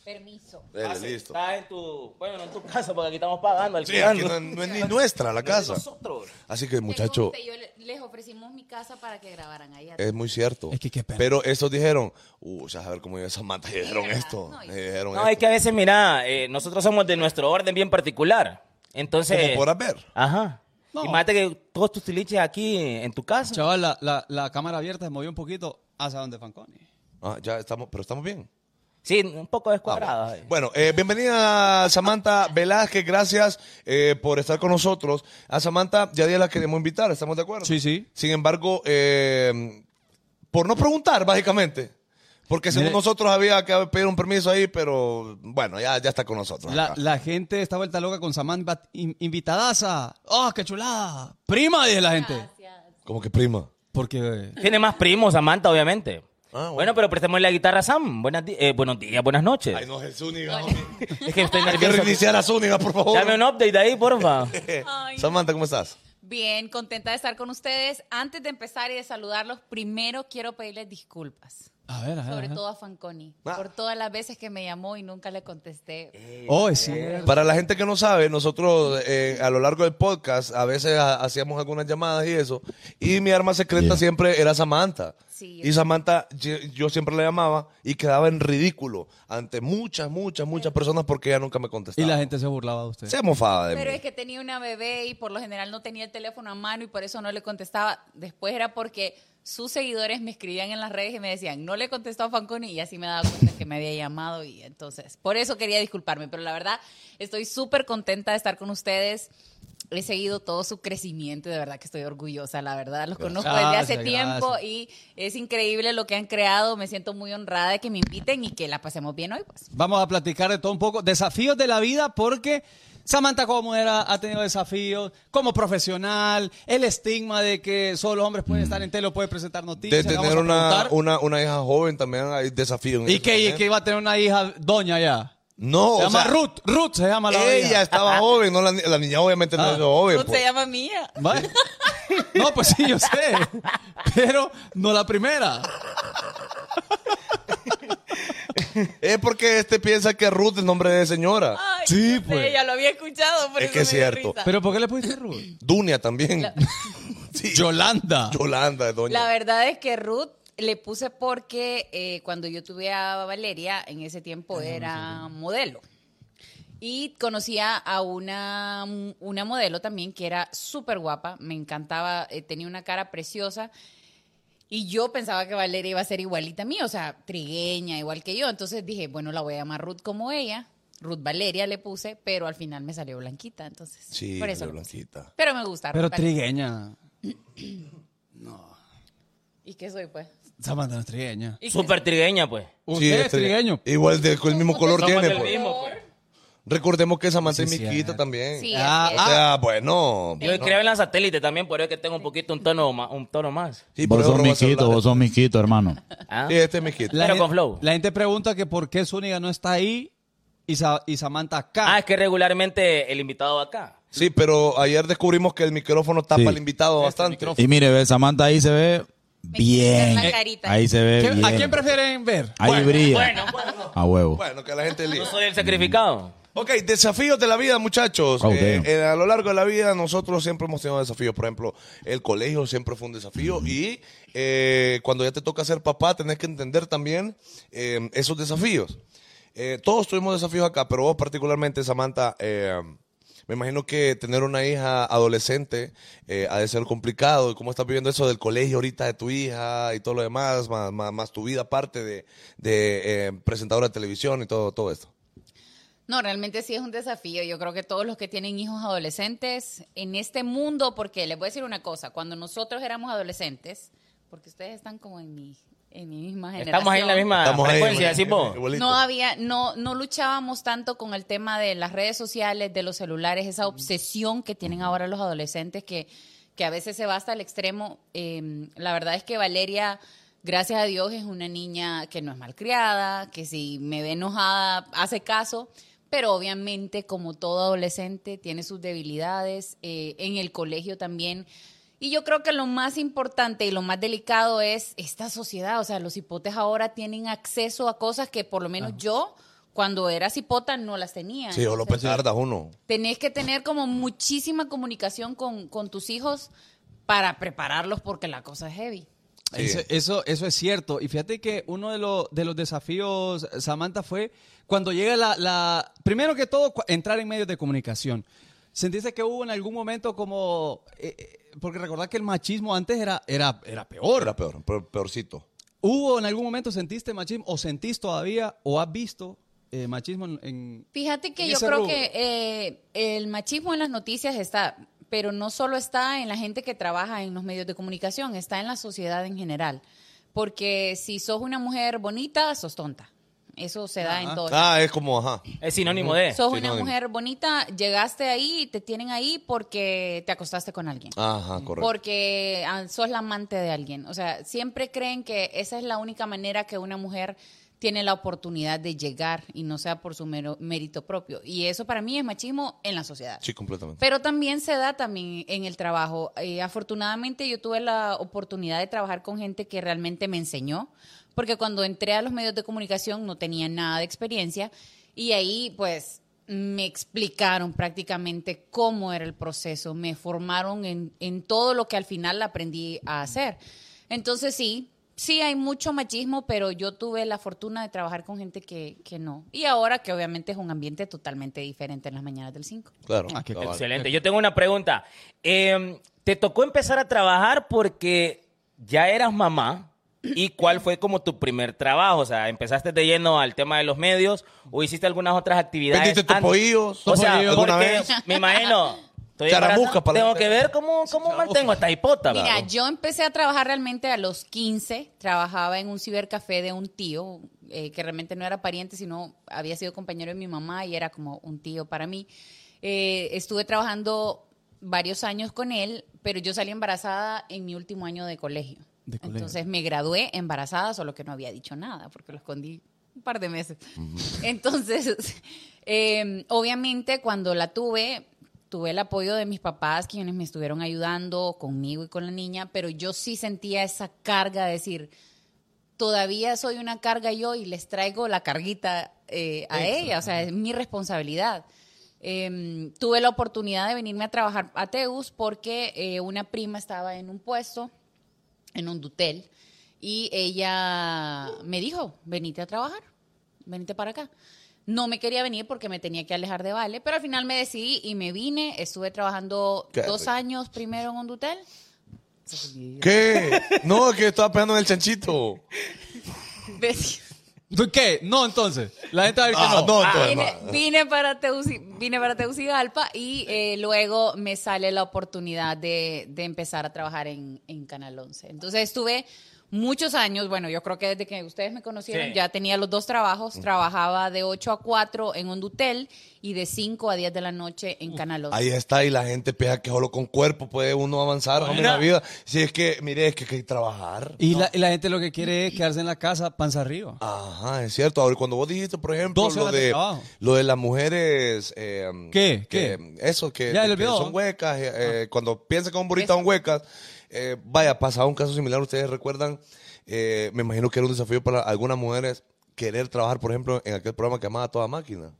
Speaker 9: Permiso.
Speaker 5: Dele, listo.
Speaker 4: Estás en tu, bueno, no en tu casa porque aquí estamos pagando.
Speaker 5: Ah, Sí, aquí no, no es ni nuestra la casa.
Speaker 4: Nosotros.
Speaker 5: Así que,
Speaker 9: Que
Speaker 5: muchacho, Eh.
Speaker 9: conste, yo le- les ofrecimos mi casa para que grabaran ahí.
Speaker 5: es muy cierto.
Speaker 6: Es que qué pena.
Speaker 5: Pero estos dijeron, uh, ya a ver cómo iba esa manta. Y dijeron
Speaker 9: ¿verdad?
Speaker 5: esto.
Speaker 9: No,
Speaker 5: y
Speaker 9: y-
Speaker 5: dijeron
Speaker 4: No, es
Speaker 5: esto.
Speaker 4: que a veces, mira, eh, nosotros somos de nuestro orden bien particular. Entonces.
Speaker 5: Como podrás ver.
Speaker 4: Ajá.
Speaker 6: No.
Speaker 4: Imagínate que todos tus tiliches aquí en tu casa.
Speaker 6: Chaval, la, la, la cámara abierta se movió un poquito hacia donde Fanconi.
Speaker 5: Ah, ya estamos, pero estamos bien.
Speaker 4: Sí, un poco descuadrada.
Speaker 5: Ah, Bueno, eh, bienvenida Samantha Velázquez, gracias eh, por estar con nosotros. A Samantha, ya día la queremos invitar, ¿estamos de acuerdo?
Speaker 6: Sí, sí.
Speaker 5: Sin embargo, eh, por no preguntar, básicamente. Porque según
Speaker 6: Mire.
Speaker 5: nosotros había que pedir un permiso ahí, pero bueno, ya, ya está con nosotros.
Speaker 6: La,
Speaker 5: acá.
Speaker 6: la gente está vuelta loca con Samantha in- invitadaza. ¡Oh, qué chulada! Prima, dice la gente.
Speaker 9: Gracias.
Speaker 5: Como que prima.
Speaker 6: Porque eh,
Speaker 4: Tiene más primos, Samantha, obviamente.
Speaker 5: Ah, bueno.
Speaker 4: bueno. pero prestemos la guitarra a Sam. Buenas di- eh, buenos días, buenas noches.
Speaker 5: Ay, no, Jesús, ni
Speaker 4: Es que estoy
Speaker 5: Hay que
Speaker 4: nervioso.
Speaker 5: reiniciar a Zúñiga, por favor. Eh,
Speaker 4: Dame un update ahí, porfa.
Speaker 9: Ay.
Speaker 5: Samantha, ¿cómo estás?
Speaker 9: Bien, contenta de estar con ustedes. Antes de empezar y de saludarlos, primero quiero pedirles disculpas.
Speaker 6: A ver, a ver.
Speaker 9: Sobre
Speaker 6: a ver.
Speaker 9: todo a Fanconi,
Speaker 5: Ah.
Speaker 9: por todas las veces que me llamó y nunca le contesté.
Speaker 6: Oh, es cierto.
Speaker 5: Para la gente que no sabe, nosotros eh, a lo largo del podcast a veces ha- hacíamos algunas llamadas y eso. Y mi arma secreta
Speaker 1: Yeah.
Speaker 5: siempre era Samantha.
Speaker 9: Sí.
Speaker 5: y Samantha, yo, yo siempre la llamaba y quedaba en ridículo ante muchas, muchas,
Speaker 9: Eh.
Speaker 5: muchas personas porque ella nunca me
Speaker 6: Y
Speaker 5: contestaba.
Speaker 6: la gente se burlaba de usted.
Speaker 5: se mofaba de
Speaker 9: Pero
Speaker 5: mí.
Speaker 9: es que tenía una bebé y por lo general no tenía el teléfono a mano y por eso no le contestaba. Después era porque sus seguidores me escribían en las redes y me decían, no le contestó a Fanconi y así me daba cuenta que me había llamado y entonces, por eso quería disculparme, pero la verdad estoy súper contenta de estar con ustedes. He seguido todo su crecimiento, y de verdad que estoy orgullosa, la verdad, los conozco desde hace
Speaker 6: Gracias,
Speaker 9: tiempo
Speaker 6: gracias.
Speaker 9: y es increíble lo que han creado, me siento muy honrada de que me inviten y que la pasemos bien hoy. Pues.
Speaker 6: Vamos a platicar de todo un poco. Desafíos de la vida porque Samantha como mujer ha ha tenido desafíos como profesional, el estigma de que solo los hombres pueden estar en tele o pueden presentar
Speaker 5: Mm. De
Speaker 6: noticias. le vamos
Speaker 5: tener
Speaker 6: a
Speaker 5: una,
Speaker 6: preguntar.
Speaker 5: una, una hija joven también hay desafío. en
Speaker 6: ¿Y
Speaker 5: eso
Speaker 6: que, y
Speaker 5: también.
Speaker 6: que iba a tener una hija doña ya.
Speaker 5: No,
Speaker 6: se
Speaker 5: o
Speaker 6: llama
Speaker 5: sea,
Speaker 6: Ruth. Ruth se llama la
Speaker 5: Ella
Speaker 6: doña.
Speaker 5: estaba joven, no la, ni- la niña obviamente no
Speaker 6: Ah.
Speaker 5: es joven.
Speaker 9: No
Speaker 5: pues.
Speaker 9: se llama mía.
Speaker 6: ¿Va? No, pues sí, yo sé. Pero no la primera.
Speaker 5: Es porque este piensa que Ruth es nombre de señora.
Speaker 9: Ay,
Speaker 6: Sí,
Speaker 9: yo sé,
Speaker 6: pues.
Speaker 9: ya lo había escuchado, por
Speaker 5: Es
Speaker 9: eso
Speaker 5: que es
Speaker 9: me dio
Speaker 5: cierto.
Speaker 9: risa.
Speaker 6: ¿Pero por qué le pusiste Ruth?
Speaker 5: Dunia también. Sí.
Speaker 4: Yolanda.
Speaker 5: Yolanda, doña.
Speaker 9: La verdad es que Ruth le puse porque eh, cuando yo tuve a Valeria, en ese tiempo era modelo. Y conocía a una, una modelo también que era súper guapa, me encantaba, eh, tenía una cara preciosa. Y yo pensaba que Valeria iba a ser igualita a mí, o sea, trigueña, igual que yo. Entonces dije, bueno, la voy a llamar Ruth como ella. Ruth Valeria le puse, pero al final me salió blanquita, entonces.
Speaker 5: Sí,
Speaker 9: por eso.
Speaker 5: salió
Speaker 9: le puse.
Speaker 5: blanquita.
Speaker 9: Pero me gusta. Ruth
Speaker 6: Pero
Speaker 9: Valeria.
Speaker 6: trigueña.
Speaker 9: ¿Y qué soy, pues?
Speaker 6: Samantha no es trigueña.
Speaker 9: ¿Y qué
Speaker 4: Super trigueña, pues.
Speaker 6: Usted
Speaker 5: Sí,
Speaker 6: es
Speaker 5: este-
Speaker 6: trigueño.
Speaker 5: Igual de, con el mismo color
Speaker 4: Somos
Speaker 5: tiene,
Speaker 4: del
Speaker 5: pues.
Speaker 4: mismo, pues.
Speaker 5: Recordemos que Samantha es
Speaker 6: Sí,
Speaker 5: miquita
Speaker 6: cierto.
Speaker 5: también.
Speaker 9: Sí,
Speaker 6: Ah,
Speaker 9: así es.
Speaker 5: O sea, bueno.
Speaker 4: Yo
Speaker 5: no.
Speaker 4: creo en la satélite también, por eso es que tengo un poquito un tono más. Un tono más.
Speaker 5: Sí,
Speaker 1: vos
Speaker 5: pero
Speaker 1: sos
Speaker 5: roba
Speaker 1: miquito,
Speaker 5: celulares.
Speaker 1: vos sos miquito, hermano.
Speaker 4: Ah.
Speaker 5: Sí, este es miquita.
Speaker 4: La- Pero
Speaker 6: gen-
Speaker 4: con flow.
Speaker 6: La gente pregunta que por qué Zúñiga no está ahí y, Sa- y Samantha acá.
Speaker 4: Ah, es que regularmente el invitado va acá.
Speaker 5: Sí, pero ayer descubrimos que el micrófono tapa
Speaker 1: Sí.
Speaker 5: al invitado bastante.
Speaker 1: Y mire, ve, Samantha ahí se ve bien.
Speaker 9: quita la carita.
Speaker 1: Ahí se ve
Speaker 6: ¿Qué-
Speaker 1: bien.
Speaker 6: ¿A quién prefieren ver?
Speaker 1: Ahí brilla.
Speaker 4: Bueno, bueno.
Speaker 1: A huevo.
Speaker 5: Bueno, que la gente elija.
Speaker 4: Yo soy el sacrificado.
Speaker 5: Ok, desafíos de la vida, muchachos.
Speaker 1: Oh,
Speaker 5: Eh,
Speaker 1: damn.
Speaker 5: eh, a lo largo de la vida nosotros siempre hemos tenido desafíos. Por ejemplo, el colegio siempre fue un desafío y eh, cuando ya te toca ser papá tenés que entender también eh, esos desafíos. Eh, todos tuvimos desafíos acá, pero vos particularmente, Samantha, eh, me imagino que tener una hija adolescente eh, ha de ser complicado. ¿Y cómo estás viviendo eso del colegio ahorita de tu hija y todo lo demás, más, más, más tu vida aparte de, de, eh, presentadora de televisión y todo, todo esto?
Speaker 9: No, realmente sí es un desafío. Yo creo que todos los que tienen hijos adolescentes en este mundo, porque les voy a decir una cosa, cuando nosotros éramos adolescentes, porque ustedes están como en mi, en mi misma generación.
Speaker 4: Estamos ahí en la misma
Speaker 5: Estamos ahí,
Speaker 4: Ah, frecuencia, decís vos.
Speaker 5: igualito.
Speaker 9: No había, no, no luchábamos tanto con el tema de las redes sociales, de los celulares, esa obsesión que tienen ahora los adolescentes que, que a veces se va hasta el extremo. Eh, la verdad es que Valeria, gracias a Dios, es una niña que no es malcriada, que si me ve enojada, hace caso. Pero obviamente, como todo adolescente, tiene sus debilidades. eh, en el colegio también y yo creo que lo más importante y lo más delicado es esta sociedad. O sea, los hipotes ahora tienen acceso a cosas que por lo menos yo, cuando era cipota, no las tenía.
Speaker 5: Sí, o lo
Speaker 9: Entonces,
Speaker 5: petardas uno.
Speaker 9: tenés que tener como muchísima comunicación con, con tus hijos para prepararlos porque la cosa es heavy.
Speaker 5: Sí.
Speaker 6: Eso, eso, eso es cierto. Y fíjate que uno de, los de los desafíos, Samantha, fue cuando llega la, la- Primero que todo, cu- entrar en medios de comunicación. ¿Sentiste que hubo en algún momento como... eh, eh, porque recordad que el machismo antes era, era, era peor.
Speaker 5: Era peor, peor- peorcito.
Speaker 6: ¿Hubo en algún momento sentiste machismo o sentís todavía o has visto eh, machismo en, en-
Speaker 9: Fíjate que
Speaker 6: En
Speaker 9: yo
Speaker 6: ese
Speaker 9: creo
Speaker 6: rubro.
Speaker 9: que eh, el machismo en las noticias está, pero no solo está en la gente que trabaja en los medios de comunicación, está en la sociedad en general. Porque si sos una mujer bonita, sos tonta. Eso se da en todo.
Speaker 5: Ah, es como, ajá.
Speaker 4: Es sinónimo de.
Speaker 9: Sos
Speaker 5: sí,
Speaker 9: una
Speaker 5: no, en-
Speaker 9: mujer bonita, llegaste ahí y te tienen ahí porque te acostaste con alguien.
Speaker 5: Ajá, correcto.
Speaker 9: Porque ah, sos la amante de alguien. O sea, siempre creen que esa es la única manera que una mujer tiene la oportunidad de llegar y no sea por su mero- mérito propio. Y eso para mí es machismo en la sociedad.
Speaker 5: Sí, completamente.
Speaker 9: Pero también se da también en el trabajo. Eh, afortunadamente yo tuve la oportunidad de trabajar con gente que realmente me enseñó, porque cuando entré a los medios de comunicación no tenía nada de experiencia y ahí pues me explicaron prácticamente cómo era el proceso, me formaron en, en todo lo que al final aprendí a hacer. Entonces sí, sí hay mucho machismo, pero yo tuve la fortuna de trabajar con gente que, que no. Y ahora que obviamente es un ambiente totalmente diferente en las mañanas del 5.
Speaker 5: Claro.
Speaker 6: Ah, qué
Speaker 5: cabal.
Speaker 4: Excelente. Yo tengo una pregunta. Eh, ¿Te tocó empezar a trabajar porque ya eras mamá? ¿Y cuál fue como tu primer trabajo? O sea, ¿empezaste de lleno al tema de los medios o hiciste algunas otras actividades?
Speaker 5: ¿Vendiste
Speaker 4: antes?
Speaker 5: topollillos?
Speaker 4: O sea,
Speaker 5: ¿Topollillos
Speaker 4: porque
Speaker 5: alguna vez?
Speaker 4: me imagino... estoy
Speaker 5: Charamusca
Speaker 4: embarazada,
Speaker 5: para la
Speaker 4: Tengo
Speaker 5: gente.
Speaker 4: que ver cómo, cómo mantengo esta hipota.
Speaker 9: Mira,
Speaker 4: claro.
Speaker 9: yo empecé a trabajar realmente a los 15. Trabajaba en un cibercafé de un tío, eh, que realmente no era pariente, sino había sido compañero de mi mamá y era como un tío para mí. Eh, estuve trabajando varios años con él, pero yo salí embarazada en mi último año de colegio.
Speaker 6: De colegio.
Speaker 9: Entonces me gradué embarazada, solo que no había dicho nada, porque lo escondí un par de meses. Entonces, eh, obviamente cuando la tuve, tuve el apoyo de mis papás, quienes me estuvieron ayudando conmigo y con la niña, pero yo sí sentía esa carga de decir, todavía soy una carga yo y les traigo la carguita eh, a ella, o sea, es mi responsabilidad. eh, tuve la oportunidad de venirme a trabajar a Teus porque eh, una prima estaba en un puesto, en un dutel, y ella me dijo, venite a trabajar, venite para acá. No me quería venir porque me tenía que alejar de Vale, pero al final me decidí y me vine. Estuve trabajando
Speaker 5: Qué
Speaker 9: dos
Speaker 5: rico.
Speaker 9: años primero en un dutel.
Speaker 5: ¿Qué? No, es que estaba pegando en el chanchito.
Speaker 9: Ves-
Speaker 6: ¿Tú ¿Qué? No, entonces. La gente va a ver que
Speaker 5: Ah,
Speaker 6: no.
Speaker 5: no, entonces,
Speaker 9: Vine,
Speaker 5: no.
Speaker 9: vine para Teuci- vine para Teucigalpa y eh, luego me sale la oportunidad de, de empezar a trabajar en, en Canal 11. Entonces estuve muchos años, bueno, yo creo que desde que ustedes me conocieron
Speaker 4: Sí.
Speaker 9: ya tenía los dos trabajos, trabajaba de 8 a 4 en un dutel y de 5 a 10 de la noche en Canal 11.
Speaker 5: Ahí está, y la gente piensa que solo con cuerpo puede uno avanzar hombre, en la vida. Si es que, mire, es que hay que trabajar.
Speaker 6: Y, la, y la gente lo que quiere es quedarse en la casa panza arriba.
Speaker 5: Ajá, es cierto. Ahora, cuando vos dijiste, por ejemplo,
Speaker 6: 12
Speaker 5: lo
Speaker 6: horas de
Speaker 5: de,
Speaker 6: trabajo.
Speaker 5: lo de las mujeres... eh,
Speaker 6: ¿Qué?
Speaker 5: que- Eso, que,
Speaker 6: Ya, Ah.
Speaker 5: que
Speaker 6: lo olvidó.
Speaker 5: son huecas. eh, eh, Cuando piensan que un burrito son huecas, eh, vaya, pasaba un caso similar, ustedes recuerdan, eh, me imagino que era un desafío para algunas mujeres querer trabajar, por ejemplo, en aquel programa que llamaba Toda Máquina.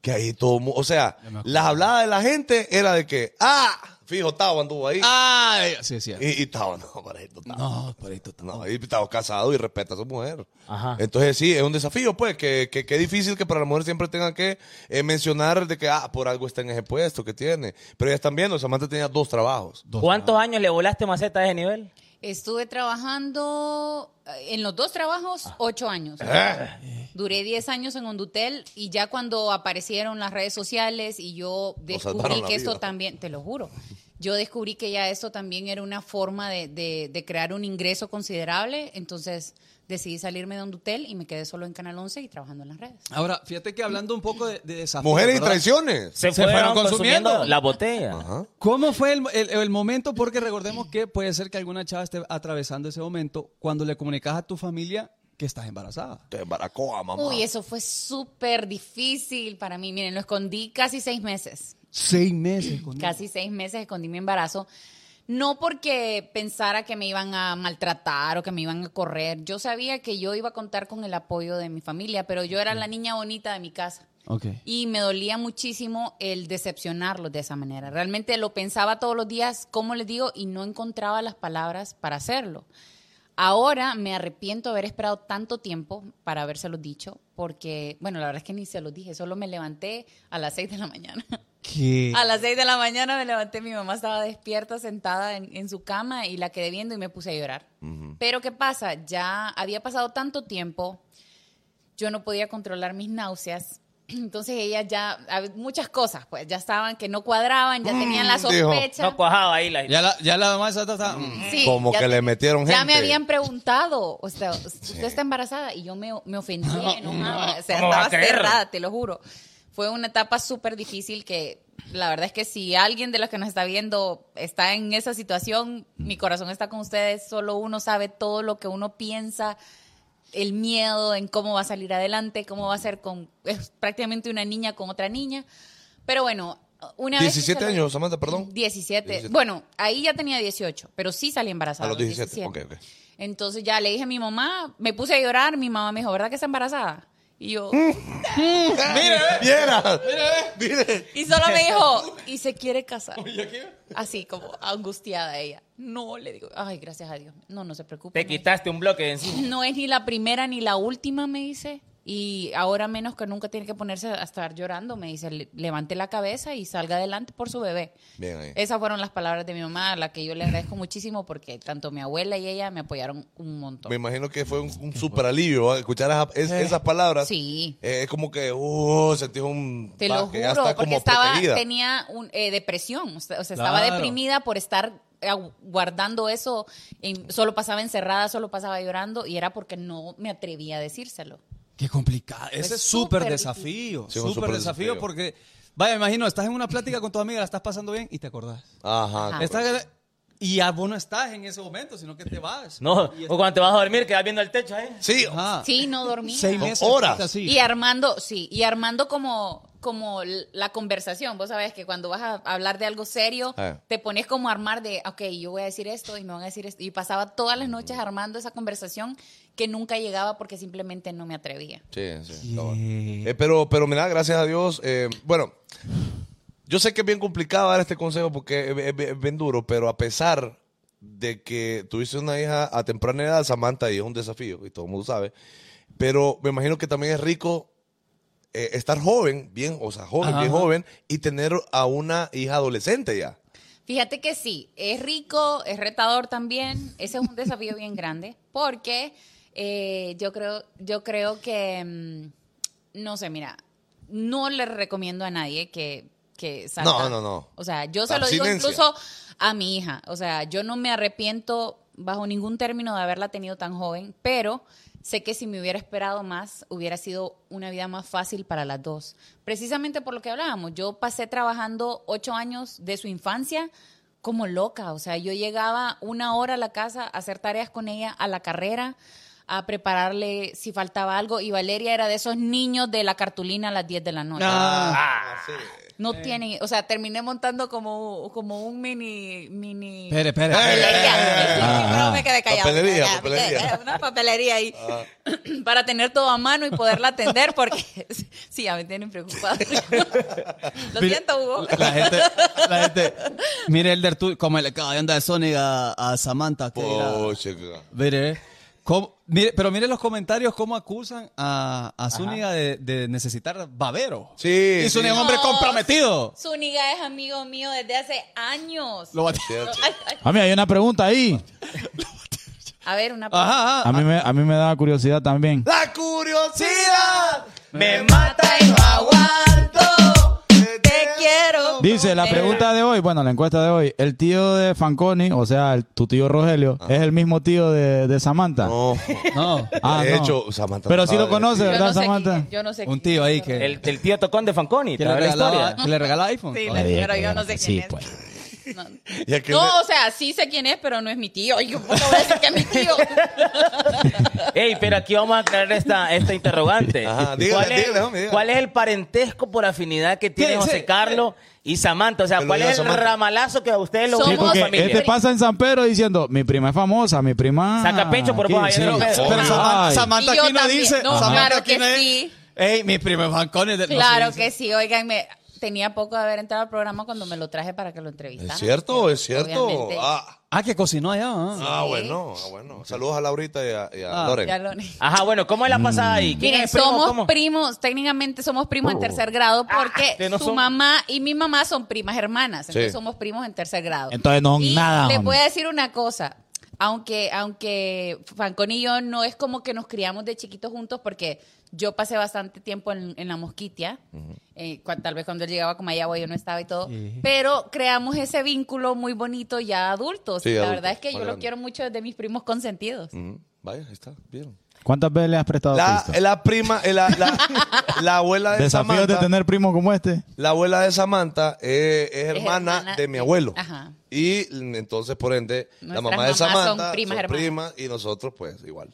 Speaker 5: Que ahí todo... mu- O sea, las habladas de la gente era de que, ah, fijo, Tavo anduvo ahí.
Speaker 6: Ah, sí, es cierto.
Speaker 5: Y, y Tavo, no, para esto, Tavo.
Speaker 6: No, por esto está-
Speaker 5: No, y estaba casado y respeta a su mujer.
Speaker 4: Ajá.
Speaker 5: Entonces, sí, es un desafío, pues, que, que, que es difícil que para la mujer siempre tenga que eh, mencionar de que, ah, por algo está en ese puesto que tiene. Pero ya están viendo, Samantha tenía dos trabajos.
Speaker 4: ¿Cuántos años le volaste maceta a ese nivel?
Speaker 9: Estuve trabajando eh, en los dos trabajos
Speaker 5: Ah.
Speaker 9: ocho años. Duré diez años en Hondutel y ya cuando aparecieron las redes sociales y yo descubrí
Speaker 5: salvaron la
Speaker 9: que esto
Speaker 5: vida.
Speaker 9: también, te lo juro, yo descubrí que ya esto también era una forma de, de- de crear un ingreso considerable, entonces decidí salirme de Hondutel y me quedé solo en Canal 11 y trabajando en las redes.
Speaker 6: Ahora, fíjate que hablando un poco de, de desafío,
Speaker 5: Mujeres y
Speaker 6: Ah, ¿verdad?
Speaker 5: traiciones.
Speaker 4: Se,
Speaker 6: fueron
Speaker 4: fueron
Speaker 6: consumiendo.
Speaker 4: consumiendo, la botella.
Speaker 6: ¿Cómo fue el, el- el momento? Porque recordemos que puede ser que alguna chava esté atravesando ese momento cuando le comunicas a tu familia que estás embarazada.
Speaker 5: Te embaracoa, mamá.
Speaker 9: Uy, eso fue súper difícil para mí. Miren, lo escondí casi seis meses.
Speaker 6: Seis meses. Con
Speaker 9: casi seis meses escondí mi embarazo. No porque pensara que me iban a maltratar o que me iban a correr. Yo sabía que yo iba a contar con el apoyo de mi familia, pero yo era la niña bonita de mi casa.
Speaker 6: Ok.
Speaker 9: Y me dolía muchísimo el decepcionarlos de esa manera. Realmente lo pensaba todos los días, como les digo, y no encontraba las palabras para hacerlo. Ahora me arrepiento de haber esperado tanto tiempo para habérselo dicho, porque, bueno, la verdad es que ni se los dije, solo me levanté a las seis de la mañana.
Speaker 6: ¿Qué?
Speaker 9: A las 6 de la mañana me levanté, mi mamá estaba despierta, sentada en, en su cama y la quedé viendo y me puse a llorar. Pero ¿qué pasa? Ya había pasado tanto tiempo, yo no podía controlar mis náuseas. Entonces ella ya, hab- muchas cosas, pues ya estaban que no cuadraban, ya tenían la
Speaker 5: Mm, dijo.
Speaker 9: sospecha.
Speaker 4: No cuajaba ahí la
Speaker 6: Ya la, ya la mamá está- está-
Speaker 9: Sí,
Speaker 5: Como
Speaker 9: ya
Speaker 5: que le
Speaker 9: tenía-
Speaker 5: metieron
Speaker 9: Ya me
Speaker 5: gente.
Speaker 9: habían preguntado, o sea, usted está embarazada y yo me, me ofendí, enojada, o sea,
Speaker 4: ¿cómo va
Speaker 9: estaba
Speaker 4: a creer?
Speaker 9: cerrada, te lo juro. Fue una etapa súper difícil que la verdad es que si alguien de los que nos está viendo está en esa situación, mi corazón está con ustedes, solo uno sabe todo lo que uno piensa, el miedo en cómo va a salir adelante, cómo va a ser con es prácticamente una niña con otra niña. Pero bueno, una vez que
Speaker 5: 17
Speaker 9: se lo-
Speaker 5: años, Samantha, Ah, perdón.
Speaker 9: 17.
Speaker 5: 17.
Speaker 9: Bueno, ahí ya tenía 18, pero sí salí embarazada.
Speaker 5: A los 17. Ok, ok.
Speaker 9: Entonces ya le dije a mi mamá, me puse a llorar, mi mamá me dijo, ¿verdad que está embarazada? Y yo,
Speaker 5: ¡Mire, ¡Viera! ¡Mire!
Speaker 9: y solo me dijo, ¿y se quiere casar? Así como angustiada ella. No, le digo, ay, gracias a Dios. No, no se preocupe.
Speaker 4: Te
Speaker 9: no es-
Speaker 4: quitaste un bloque de encima.
Speaker 9: No es ni la primera ni la última, me dice. Y ahora menos que nunca tiene que ponerse a estar llorando, me dice. "Le- Levante la cabeza y salga adelante por su bebé.
Speaker 5: Bien ahí.
Speaker 9: Esas fueron las palabras de mi mamá, a la que yo le agradezco muchísimo porque tanto mi abuela y ella me apoyaron un montón.
Speaker 5: Me imagino que fue un, un super alivio ¿va? escuchar esa- es-
Speaker 4: Eh.
Speaker 5: esas palabras.
Speaker 9: Sí.
Speaker 5: Eh, es como que, uh, sentí un...
Speaker 9: Te
Speaker 5: ah,
Speaker 9: lo
Speaker 5: que ya
Speaker 9: juro,
Speaker 5: está
Speaker 9: porque
Speaker 5: como
Speaker 9: estaba,
Speaker 5: protegida.
Speaker 9: tenía un, eh, depresión, o sea, o sea,
Speaker 6: Claro.
Speaker 9: estaba deprimida por estar eh, guardando eso, en- solo pasaba encerrada, solo pasaba llorando y era porque no me atrevía a decírselo.
Speaker 6: Qué complicado. Ese
Speaker 9: Fue
Speaker 6: es súper
Speaker 9: súper
Speaker 6: desafío.
Speaker 5: Sí, un
Speaker 6: súper
Speaker 5: súper
Speaker 6: desafío,
Speaker 5: desafío.
Speaker 6: porque, vaya, imagino, estás en una plática con tu amiga, la estás pasando bien y te acordás.
Speaker 5: Ajá.
Speaker 9: Ajá.
Speaker 5: correcto.
Speaker 6: Estás- y ya vos no estás en ese momento, sino que te vas.
Speaker 4: No,
Speaker 6: Y
Speaker 4: o cuando te vas a dormir quedas viendo el techo ahí.
Speaker 5: Sí,
Speaker 6: Ajá.
Speaker 9: Sí, no dormía.
Speaker 6: Seis
Speaker 5: Con
Speaker 6: meses.
Speaker 5: horas.
Speaker 6: puta, sí.
Speaker 9: Y armando, sí, y armando como, como l- la conversación. Vos sabés que cuando vas a hablar de algo serio,
Speaker 5: Ah.
Speaker 9: te pones como a armar de, ok, yo voy a decir esto y me van a decir esto. Y pasaba todas las
Speaker 5: Mm.
Speaker 9: noches armando esa conversación que nunca llegaba porque simplemente no me atrevía.
Speaker 5: Sí, sí. está bueno. Eh, pero, pero mira, gracias a Dios. eh, bueno, Yo sé que es bien complicado dar este consejo porque es, es- es bien duro, pero a pesar de que tuviste una hija a temprana edad, Samantha, y es un desafío, y todo el mundo sabe, pero me imagino que también es rico eh, estar joven, bien, o sea, joven, bien joven, y tener a una hija adolescente ya.
Speaker 9: Fíjate que sí, es rico, es retador también. Ese es un desafío bien grande porque eh, yo creo, yo creo que mm, no sé, mira, no le recomiendo a nadie que que salga.
Speaker 5: No, no, no.
Speaker 9: O sea, yo se lo digo
Speaker 5: Abstinencia.
Speaker 9: incluso a mi hija. O sea, yo no me arrepiento bajo ningún término de haberla tenido tan joven, pero sé que si me hubiera esperado más, hubiera sido una vida más fácil para las dos. Precisamente por lo que hablábamos, yo pasé trabajando ocho años de su infancia como loca. O sea, yo llegaba una hora a la casa a hacer tareas con ella a la carrera a prepararle si faltaba algo y Valeria era de esos niños de la cartulina a las 10 de la noche. No tiene, o sea, terminé montando como, como un mini, mini
Speaker 6: Espere, espere.
Speaker 9: papelería.
Speaker 1: Ah,
Speaker 9: Pero
Speaker 1: ah.
Speaker 9: me quedé callada.
Speaker 5: Papelería,
Speaker 9: Ya,
Speaker 5: papelería.
Speaker 9: ya, Una papelería ahí
Speaker 6: Ah.
Speaker 9: para tener todo a mano y poderla atender porque sí, ya me tienen preocupado. Lo siento, Hugo.
Speaker 6: La gente, la gente. Mire, Elder, tú, como le acaba de andar Sonic a, a Samantha. que era-
Speaker 5: Poche, que-
Speaker 6: Mire, cómo- mire, pero mire los comentarios cómo acusan a, a Zúñiga de, de necesitar babero.
Speaker 5: Sí,
Speaker 6: Y Zúñiga es
Speaker 5: sí.
Speaker 6: un hombre
Speaker 9: No.
Speaker 6: comprometido.
Speaker 9: Zúñiga es amigo mío desde hace años.
Speaker 6: Lo bate-
Speaker 5: Cierto.
Speaker 9: Ay, ay.
Speaker 1: A mí Ah, hay una pregunta ahí.
Speaker 9: A ver, una
Speaker 6: Ajá, ajá.
Speaker 1: A mí me, a mí me da curiosidad también.
Speaker 5: La curiosidad me
Speaker 9: mata y no aguanto. Te quiero.
Speaker 1: Dice la pregunta de hoy, bueno, la encuesta de hoy. ¿El tío de Fanconi, o sea, el- tu tío Rogelio, es el mismo tío de, de Samantha?
Speaker 5: Ah. No,
Speaker 6: No,
Speaker 1: Ah,
Speaker 5: de
Speaker 1: no.
Speaker 5: hecho, Samantha.
Speaker 1: Pero
Speaker 5: no
Speaker 1: sí lo
Speaker 5: sabe.
Speaker 1: conoce,
Speaker 9: Yo
Speaker 1: ¿verdad,
Speaker 9: no sé
Speaker 1: Samantha?
Speaker 9: quién- yo no sé
Speaker 6: un
Speaker 9: quién
Speaker 6: tío ahí que,
Speaker 4: El, el tío tocón de Fanconi,
Speaker 6: que
Speaker 4: ¿te
Speaker 6: le,
Speaker 4: da la
Speaker 6: regalaba,
Speaker 4: historia?
Speaker 6: que le regalaba iPhone.
Speaker 9: Sí,
Speaker 6: Oye,
Speaker 9: pero yo no sé quién
Speaker 1: Sí,
Speaker 9: es.
Speaker 1: pues.
Speaker 9: No,
Speaker 5: Y aquel
Speaker 9: No,
Speaker 5: de-
Speaker 9: o sea, sí sé quién es, pero no es mi tío. Yo ¿cómo voy a decir que es mi tío.
Speaker 4: Ey, pero aquí vamos a aclarar esta, esta interrogante.
Speaker 5: Ajá, dígale,
Speaker 4: ¿Cuál, es,
Speaker 5: dígale, hombre, dígale.
Speaker 4: cuál es el parentesco por afinidad que tiene
Speaker 6: Sí,
Speaker 4: José
Speaker 6: sí.
Speaker 4: Carlos y Samantha? O sea,
Speaker 5: Que lo
Speaker 4: ¿cuál
Speaker 5: diga
Speaker 4: es el
Speaker 5: Samantha.
Speaker 4: ramalazo que a ustedes lo
Speaker 9: Sí,
Speaker 1: Sí,
Speaker 4: une como
Speaker 1: porque
Speaker 9: Somos
Speaker 4: familia?
Speaker 1: este pasa en San Pedro diciendo, mi prima es famosa, mi prima...
Speaker 4: Saca pecho por
Speaker 1: aquí,
Speaker 4: vos, allá en San Pedro.
Speaker 6: Pero Samantha,
Speaker 1: Ay.
Speaker 9: Y yo
Speaker 6: Samantha Aquino
Speaker 9: también.
Speaker 6: dice.
Speaker 9: No,
Speaker 6: Samantha
Speaker 9: claro que
Speaker 6: Aquino es-
Speaker 9: sí.
Speaker 6: Ey, mi primo Fanconi. de- no,
Speaker 9: Claro
Speaker 6: sí,
Speaker 9: que sí, óiganme. Tenía poco de haber entrado al programa cuando me lo traje para que lo entrevistara.
Speaker 5: Es cierto, es cierto.
Speaker 9: Ah, Obviamente.
Speaker 5: Ah,
Speaker 6: Ah, que cocinó allá. ah.
Speaker 5: ah,
Speaker 9: Sí.
Speaker 5: bueno, ah, bueno. Saludos a Laurita y a, y a
Speaker 6: Ah,
Speaker 5: Loren.
Speaker 9: Ya lo-
Speaker 4: Ajá, bueno, ¿cómo es la pasada ahí? ¿Quién
Speaker 9: Miren,
Speaker 4: es el primo?
Speaker 9: somos
Speaker 4: ¿Cómo?
Speaker 9: primos, técnicamente somos primos
Speaker 5: Oh.
Speaker 9: en tercer grado porque
Speaker 4: que no
Speaker 9: su
Speaker 4: son-
Speaker 9: mamá y mi mamá son primas hermanas, entonces
Speaker 5: Sí.
Speaker 9: somos primos en tercer grado.
Speaker 1: Entonces no
Speaker 9: Y
Speaker 1: nada,
Speaker 9: Les
Speaker 1: hombre.
Speaker 9: voy a decir una cosa. Aunque, aunque Fancón y yo no es como que nos criamos de chiquitos juntos, porque yo pasé bastante tiempo en, en la mosquitia, eh, cua- tal vez cuando él llegaba como allá yo no estaba y todo, pero creamos ese vínculo muy bonito ya adultos.
Speaker 5: Sí,
Speaker 9: la
Speaker 5: adultos,
Speaker 9: verdad es que
Speaker 5: más Mm.
Speaker 9: yo los
Speaker 5: grande.
Speaker 9: quiero mucho desde mis primos consentidos.
Speaker 5: Ujú. Vaya, ahí está, vieron.
Speaker 1: ¿Cuántas veces le has prestado
Speaker 5: La,
Speaker 1: pisto?
Speaker 5: la prima, eh, la, la, la abuela de
Speaker 1: Desafíos de
Speaker 5: Samantha.
Speaker 1: tener primo como este.
Speaker 5: La abuela de Samantha eh, es, hermana,
Speaker 9: hermana
Speaker 5: de mi
Speaker 9: de-
Speaker 5: abuelo.
Speaker 9: Ajá.
Speaker 5: Y mm, entonces, por ende, la
Speaker 9: Nuestras
Speaker 5: mamá de
Speaker 9: mamás son
Speaker 5: Samantha son
Speaker 9: primas
Speaker 5: primas,
Speaker 9: hermanas. Mm,
Speaker 5: y nosotros, pues, igual.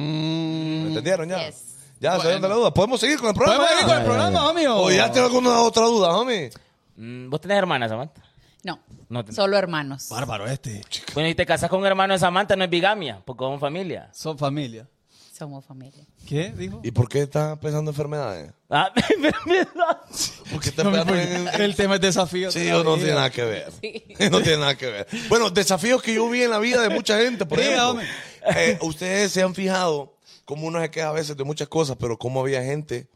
Speaker 5: ¿Me entendieron ya?
Speaker 9: Yes.
Speaker 5: Ya, salieron de la duda. ¿Podemos seguir con el programa?
Speaker 6: ¿Podemos seguir con el
Speaker 5: ya?
Speaker 6: programa, homie? o-
Speaker 5: ¿O ya tengo alguna otra duda, homie?
Speaker 4: Mm, ¿Vos tenés hermana, Samantha?
Speaker 9: No,
Speaker 4: No te-
Speaker 9: solo hermanos.
Speaker 6: Bárbaro este.
Speaker 4: Bueno, y te casas con un hermano de Samantha, no es bigamia, porque son familia.
Speaker 6: Son familia.
Speaker 9: Somos familia.
Speaker 6: ¿Qué? Dijo.
Speaker 5: ¿Y por qué está pensando en enfermedades?
Speaker 4: Ah, pero mira.
Speaker 5: ¿Por qué está pensando en, en-
Speaker 6: El tema es desafío.
Speaker 5: Sí, yo no tiene nada que ver. No tiene nada que ver. Bueno, desafíos que yo vi en la vida de mucha gente, por
Speaker 6: Diga,
Speaker 5: ejemplo.
Speaker 6: hombre.
Speaker 5: Eh, ustedes se han fijado cómo uno se queja a veces de muchas cosas, pero cómo había gente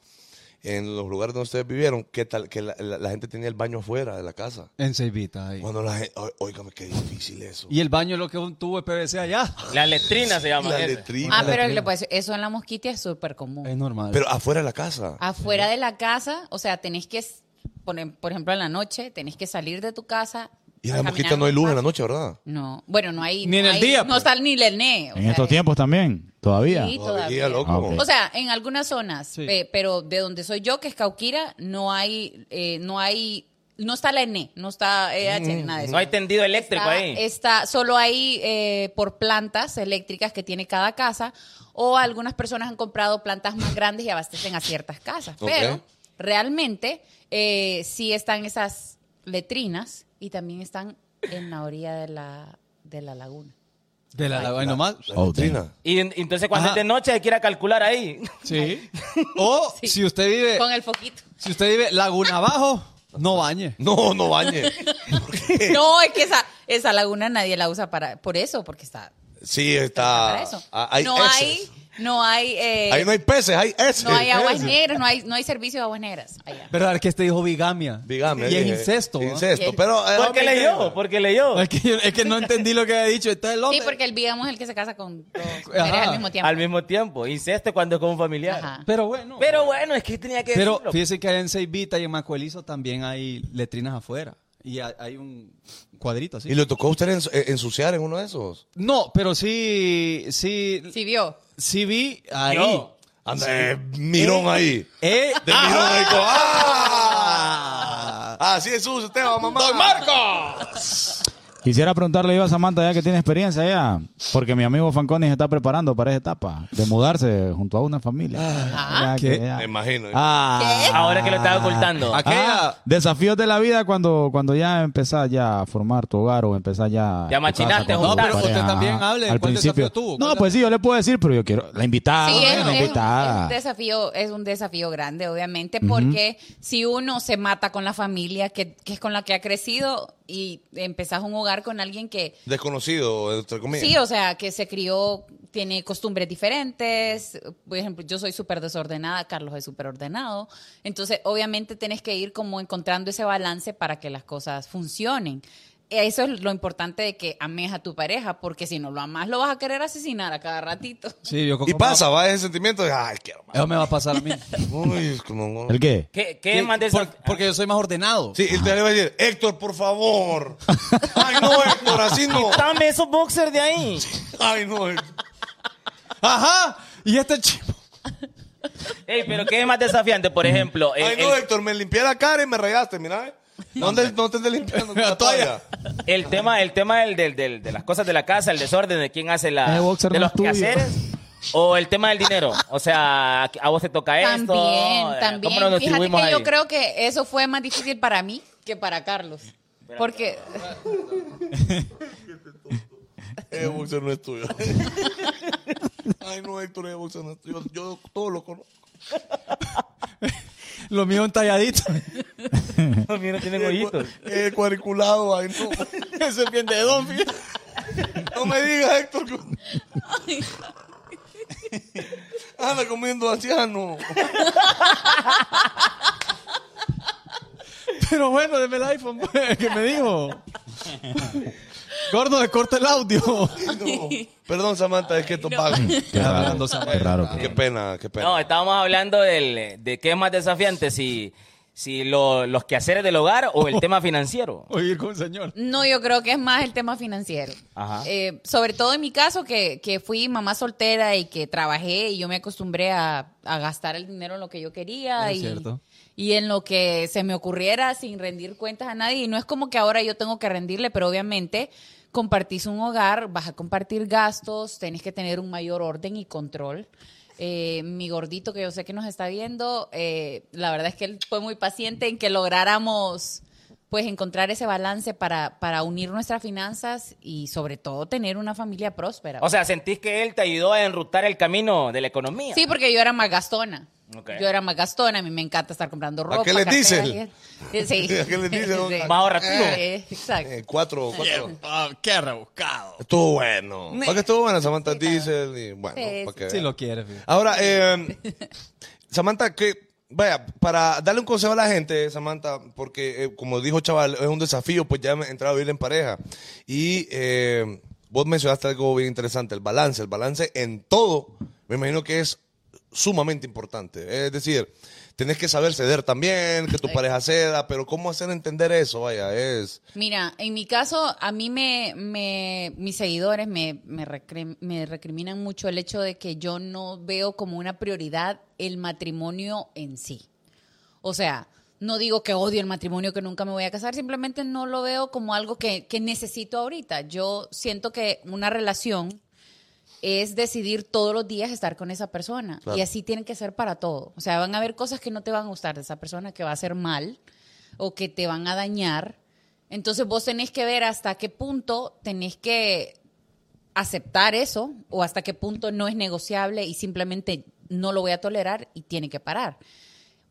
Speaker 5: en los lugares donde ustedes vivieron que tal que la, la- la gente tenía el baño afuera de la casa.
Speaker 6: En Ceibita, ahí.
Speaker 5: Cuando la gente, óigame qué difícil eso.
Speaker 6: Y el baño es lo que es un tubo de PVC allá.
Speaker 4: La letrina se llama.
Speaker 5: La
Speaker 4: esa.
Speaker 5: letrina.
Speaker 9: Ah, pero le puedo decir, eso en la mosquitia es súper común.
Speaker 6: Es normal.
Speaker 5: Pero afuera de la casa.
Speaker 9: Afuera de la casa, o sea, tenés que, s- poner, por ejemplo, en la noche, tenés que salir de tu casa.
Speaker 5: Y en la
Speaker 9: caminar
Speaker 5: mosquita no hay luz en la noche, ¿verdad?
Speaker 9: No, bueno, no hay.
Speaker 6: Ni en
Speaker 9: no
Speaker 6: el
Speaker 9: hay-
Speaker 6: día,
Speaker 9: No
Speaker 6: pues.
Speaker 9: está ni el ENE. o
Speaker 1: En
Speaker 9: sea,
Speaker 1: estos
Speaker 9: es-
Speaker 1: tiempos también, todavía.
Speaker 9: Sí,
Speaker 5: Todavía,
Speaker 9: todavía.
Speaker 5: loco.
Speaker 1: Ah, ok.
Speaker 9: O sea, en algunas zonas,
Speaker 6: Sí.
Speaker 9: pe- pero de donde soy yo, que es Cauquira, no hay, eh, no hay, no está la ENE, no está
Speaker 5: Mm,
Speaker 9: EH, nada de eso.
Speaker 4: No hay tendido eléctrico
Speaker 9: está,
Speaker 4: ahí.
Speaker 9: está- solo hay eh, por plantas eléctricas que tiene cada casa o algunas personas han comprado plantas más grandes y abastecen a ciertas casas.
Speaker 5: Ok.
Speaker 9: Pero realmente eh, sí están esas letrinas y también están en la orilla de la, de la laguna.
Speaker 6: de la, la- nomás.
Speaker 5: La
Speaker 1: Oh,
Speaker 5: letrina.
Speaker 4: Y en- entonces cuando
Speaker 6: Ajá.
Speaker 4: es de noche hay que ir a calcular ahí.
Speaker 6: Sí. O
Speaker 9: Sí.
Speaker 6: si usted vive,
Speaker 5: Eh.
Speaker 9: Con el foquito.
Speaker 6: si usted vive Laguna Abajo, No bañe.
Speaker 5: No, no bañe.
Speaker 9: No, es que esa, esa laguna nadie la usa para, por eso, porque está
Speaker 5: Sí,
Speaker 9: para
Speaker 5: está.
Speaker 9: eso.
Speaker 5: ah, Hay
Speaker 9: no
Speaker 5: heces.
Speaker 9: hay, no hay, eh,
Speaker 5: Ahí no hay peces, hay heces.
Speaker 9: no hay aguas negras, no hay, no hay servicio de aguas negras allá.
Speaker 6: ¿Verdad que este dijo bigamia?
Speaker 5: Dígame.
Speaker 6: Y es
Speaker 5: dije,
Speaker 6: incesto. ¿va?
Speaker 5: Incesto. Pero, eh,
Speaker 4: ¿Por qué
Speaker 5: hombre,
Speaker 4: leyó? ¿Por qué leyó?
Speaker 6: Es que, yo- es que no entendí lo que había dicho. Está el
Speaker 9: Sí,
Speaker 6: hombre.
Speaker 9: porque el bigamo es el que se casa con dos mujeres
Speaker 6: Ajá.
Speaker 9: al mismo tiempo.
Speaker 4: Al mismo tiempo. Incesto cuando es con un familiar.
Speaker 9: Ajá.
Speaker 6: Pero bueno.
Speaker 4: Pero bueno, es que tenía que
Speaker 6: Pero
Speaker 4: decirlo.
Speaker 6: fíjense que allá en Ceibita y en Macuelizo también hay letrinas afuera. Y ha- hay un cuadrito así.
Speaker 5: ¿Y le tocó a usted ens- eh, ensuciar en uno de esos?
Speaker 6: No, pero sí, sí, sí,
Speaker 9: Sí vio.
Speaker 6: vi ahí.
Speaker 4: Yo.
Speaker 5: Anda, eh, mirón ahí.
Speaker 6: Eh,
Speaker 5: De mirón ahí. co- ¡Ah! Así es sucio usted, va, mamá. ¡Don Marco!
Speaker 1: Quisiera preguntarle yo a Samantha ya que tiene experiencia ya, porque mi amigo Fanconi se está preparando para esa etapa de mudarse junto a una familia. Ya que ya.
Speaker 5: Me imagino.
Speaker 1: Ah,
Speaker 4: Ahora que lo estaba ocultando.
Speaker 1: ah, desafíos de la vida cuando, cuando ya empezás ya a formar tu hogar o empezás ya...
Speaker 4: Ya
Speaker 1: tu
Speaker 4: machinaste,
Speaker 1: con tu
Speaker 4: no, pero
Speaker 1: pareja,
Speaker 6: usted también
Speaker 1: ajá.
Speaker 6: hable,
Speaker 1: Al
Speaker 6: ¿cuál
Speaker 1: principio.
Speaker 6: desafío tuvo?
Speaker 1: No,
Speaker 6: ¿Cuál
Speaker 1: pues sí, yo le puedo decir, pero yo quiero... La invitada,
Speaker 9: Sí, es,
Speaker 1: Ah, bueno,
Speaker 9: es- es
Speaker 1: invitada.
Speaker 9: un desafío, es un desafío grande, obviamente, porque si uno se mata con la familia que, que es con la que ha crecido y empezás un hogar con alguien que,
Speaker 5: Desconocido, entre comillas.
Speaker 9: sí, o sea, que se crió, tiene costumbres diferentes. Por ejemplo, yo soy súper desordenada, Carlos es súper ordenado. Entonces, obviamente, tenés que ir como encontrando ese balance para que las cosas funcionen. Eso es lo importante de que ames a tu pareja, porque si no lo amas, lo vas a querer asesinar a cada ratito.
Speaker 6: sí, yo
Speaker 5: y
Speaker 6: como-
Speaker 5: pasa, va ese sentimiento de, ay, quiero más.
Speaker 6: Eso me va a pasar a mí.
Speaker 5: Uy, es como...
Speaker 1: ¿El qué?
Speaker 4: ¿Qué, qué más de
Speaker 6: Por- porque yo soy más ordenado.
Speaker 5: Sí, y usted le va a decir, Héctor, por favor. Ay, no, Héctor, así no.
Speaker 4: Dame esos boxers de ahí.
Speaker 5: Ay, no, Héctor.
Speaker 6: Ajá. Y este chico.
Speaker 4: Ey, pero qué es más desafiante, por ejemplo. El,
Speaker 6: Eh,
Speaker 5: Ay, no,
Speaker 4: el-
Speaker 5: Héctor, me limpié la cara y me regaste, mira. eh. No, te, no te estés limpiando con la toalla.
Speaker 4: el tema, el tema del, del- del- de las cosas de la casa, el desorden de quién hace la,
Speaker 1: Ese boxer
Speaker 4: de
Speaker 1: no
Speaker 4: los
Speaker 1: es tuyo.
Speaker 4: quehaceres. O el tema del dinero. O sea, a vos te toca esto. eh,
Speaker 9: También, también.
Speaker 4: ¿Cómo nos
Speaker 9: Fíjate
Speaker 4: distribuimos
Speaker 9: que yo
Speaker 4: ahí?
Speaker 9: creo que eso fue más difícil para mí que para Carlos. Porque
Speaker 5: Ese boxer Eh, no es tuyo. Ay, no, Héctor, ese boxer no es tuyo. Yo todo lo conozco.
Speaker 6: Lo mío entalladito.
Speaker 4: Mira, tienen hoyitos.
Speaker 5: Eh, cuadriculado, ay, no.
Speaker 6: Eso es bien de don, fíjate.
Speaker 5: No me digas, Héctor. Que... Anda comiendo asiano.
Speaker 6: Pero bueno, deme el iPhone pues, que me dijo. Gordo, corta el audio.
Speaker 5: No. Perdón, Samantha, es que esto paga.
Speaker 1: Qué raro,
Speaker 6: Hablando,
Speaker 1: qué
Speaker 6: Samuel.
Speaker 1: raro.
Speaker 5: Qué pena, qué pena.
Speaker 4: No, estábamos hablando del, de qué es más desafiante, si, si lo- los quehaceres del hogar o el tema financiero.
Speaker 6: Oír con señor.
Speaker 9: no, yo creo que es más el tema financiero.
Speaker 4: Ajá.
Speaker 9: Eh, sobre todo en mi caso, que, que fui mamá soltera y que trabajé y yo me acostumbré a, a gastar el dinero en lo que yo quería
Speaker 6: Es
Speaker 9: y,
Speaker 6: cierto.
Speaker 9: y en lo que se me ocurriera sin rendir cuentas a nadie. Y no es como que ahora yo tengo que rendirle, pero obviamente compartís un hogar, vas a compartir gastos, tenés que tener un mayor orden y control. Eh, mi gordito que yo sé que nos está viendo, eh, la verdad es que él fue muy paciente en que lográramos pues encontrar ese balance para, para unir nuestras finanzas y sobre todo tener una familia próspera.
Speaker 4: O sea, sentís que él te ayudó a enrutar el camino de la economía.
Speaker 9: Sí, porque yo era más gastona.
Speaker 4: Ok.
Speaker 9: Yo era más gastona, a mí me encanta estar comprando ropa.
Speaker 5: qué les
Speaker 9: carteras,
Speaker 5: dicen?
Speaker 9: y- Sí.
Speaker 5: ¿A qué les dicen?
Speaker 9: Sí.
Speaker 4: Más ahorrativo.
Speaker 9: Eh, exacto.
Speaker 5: Eh, cuatro, cuatro.
Speaker 6: ah, qué rebuscado.
Speaker 5: Estuvo bueno. ¿Para qué estuvo buena Samantha Diesel? Y bueno,
Speaker 9: Sí,
Speaker 5: para que
Speaker 6: Si
Speaker 5: vean.
Speaker 6: lo quiere, fíjate.
Speaker 5: Ahora, eh, Samantha, que vaya, para darle un consejo a la gente, Samantha, porque eh, como dijo chaval, es un desafío, pues ya entrar a vivir en pareja. Y eh, vos mencionaste algo bien interesante, el balance, el balance en todo, me imagino que es sumamente importante. Es decir, tenés que saber ceder también, que tu pareja ceda, pero ¿cómo hacer entender eso? Vaya, es...
Speaker 9: Mira, en mi caso, a mí me, me- mis seguidores me, me, recrim- me recriminan mucho el hecho de que yo no veo como una prioridad el matrimonio en sí. O sea, no digo que odio el matrimonio, que nunca me voy a casar, simplemente no lo veo como algo que, que necesito ahorita. Yo siento que una relación es decidir todos los días estar con esa persona.
Speaker 5: Claro.
Speaker 9: Y así tienen que ser para todo. O sea, van a haber cosas que no te van a gustar de esa persona, que va a ser mal o que te van a dañar. Entonces vos tenés que ver hasta qué punto tenés que aceptar eso o hasta qué punto no es negociable y simplemente no lo voy a tolerar y tiene que parar.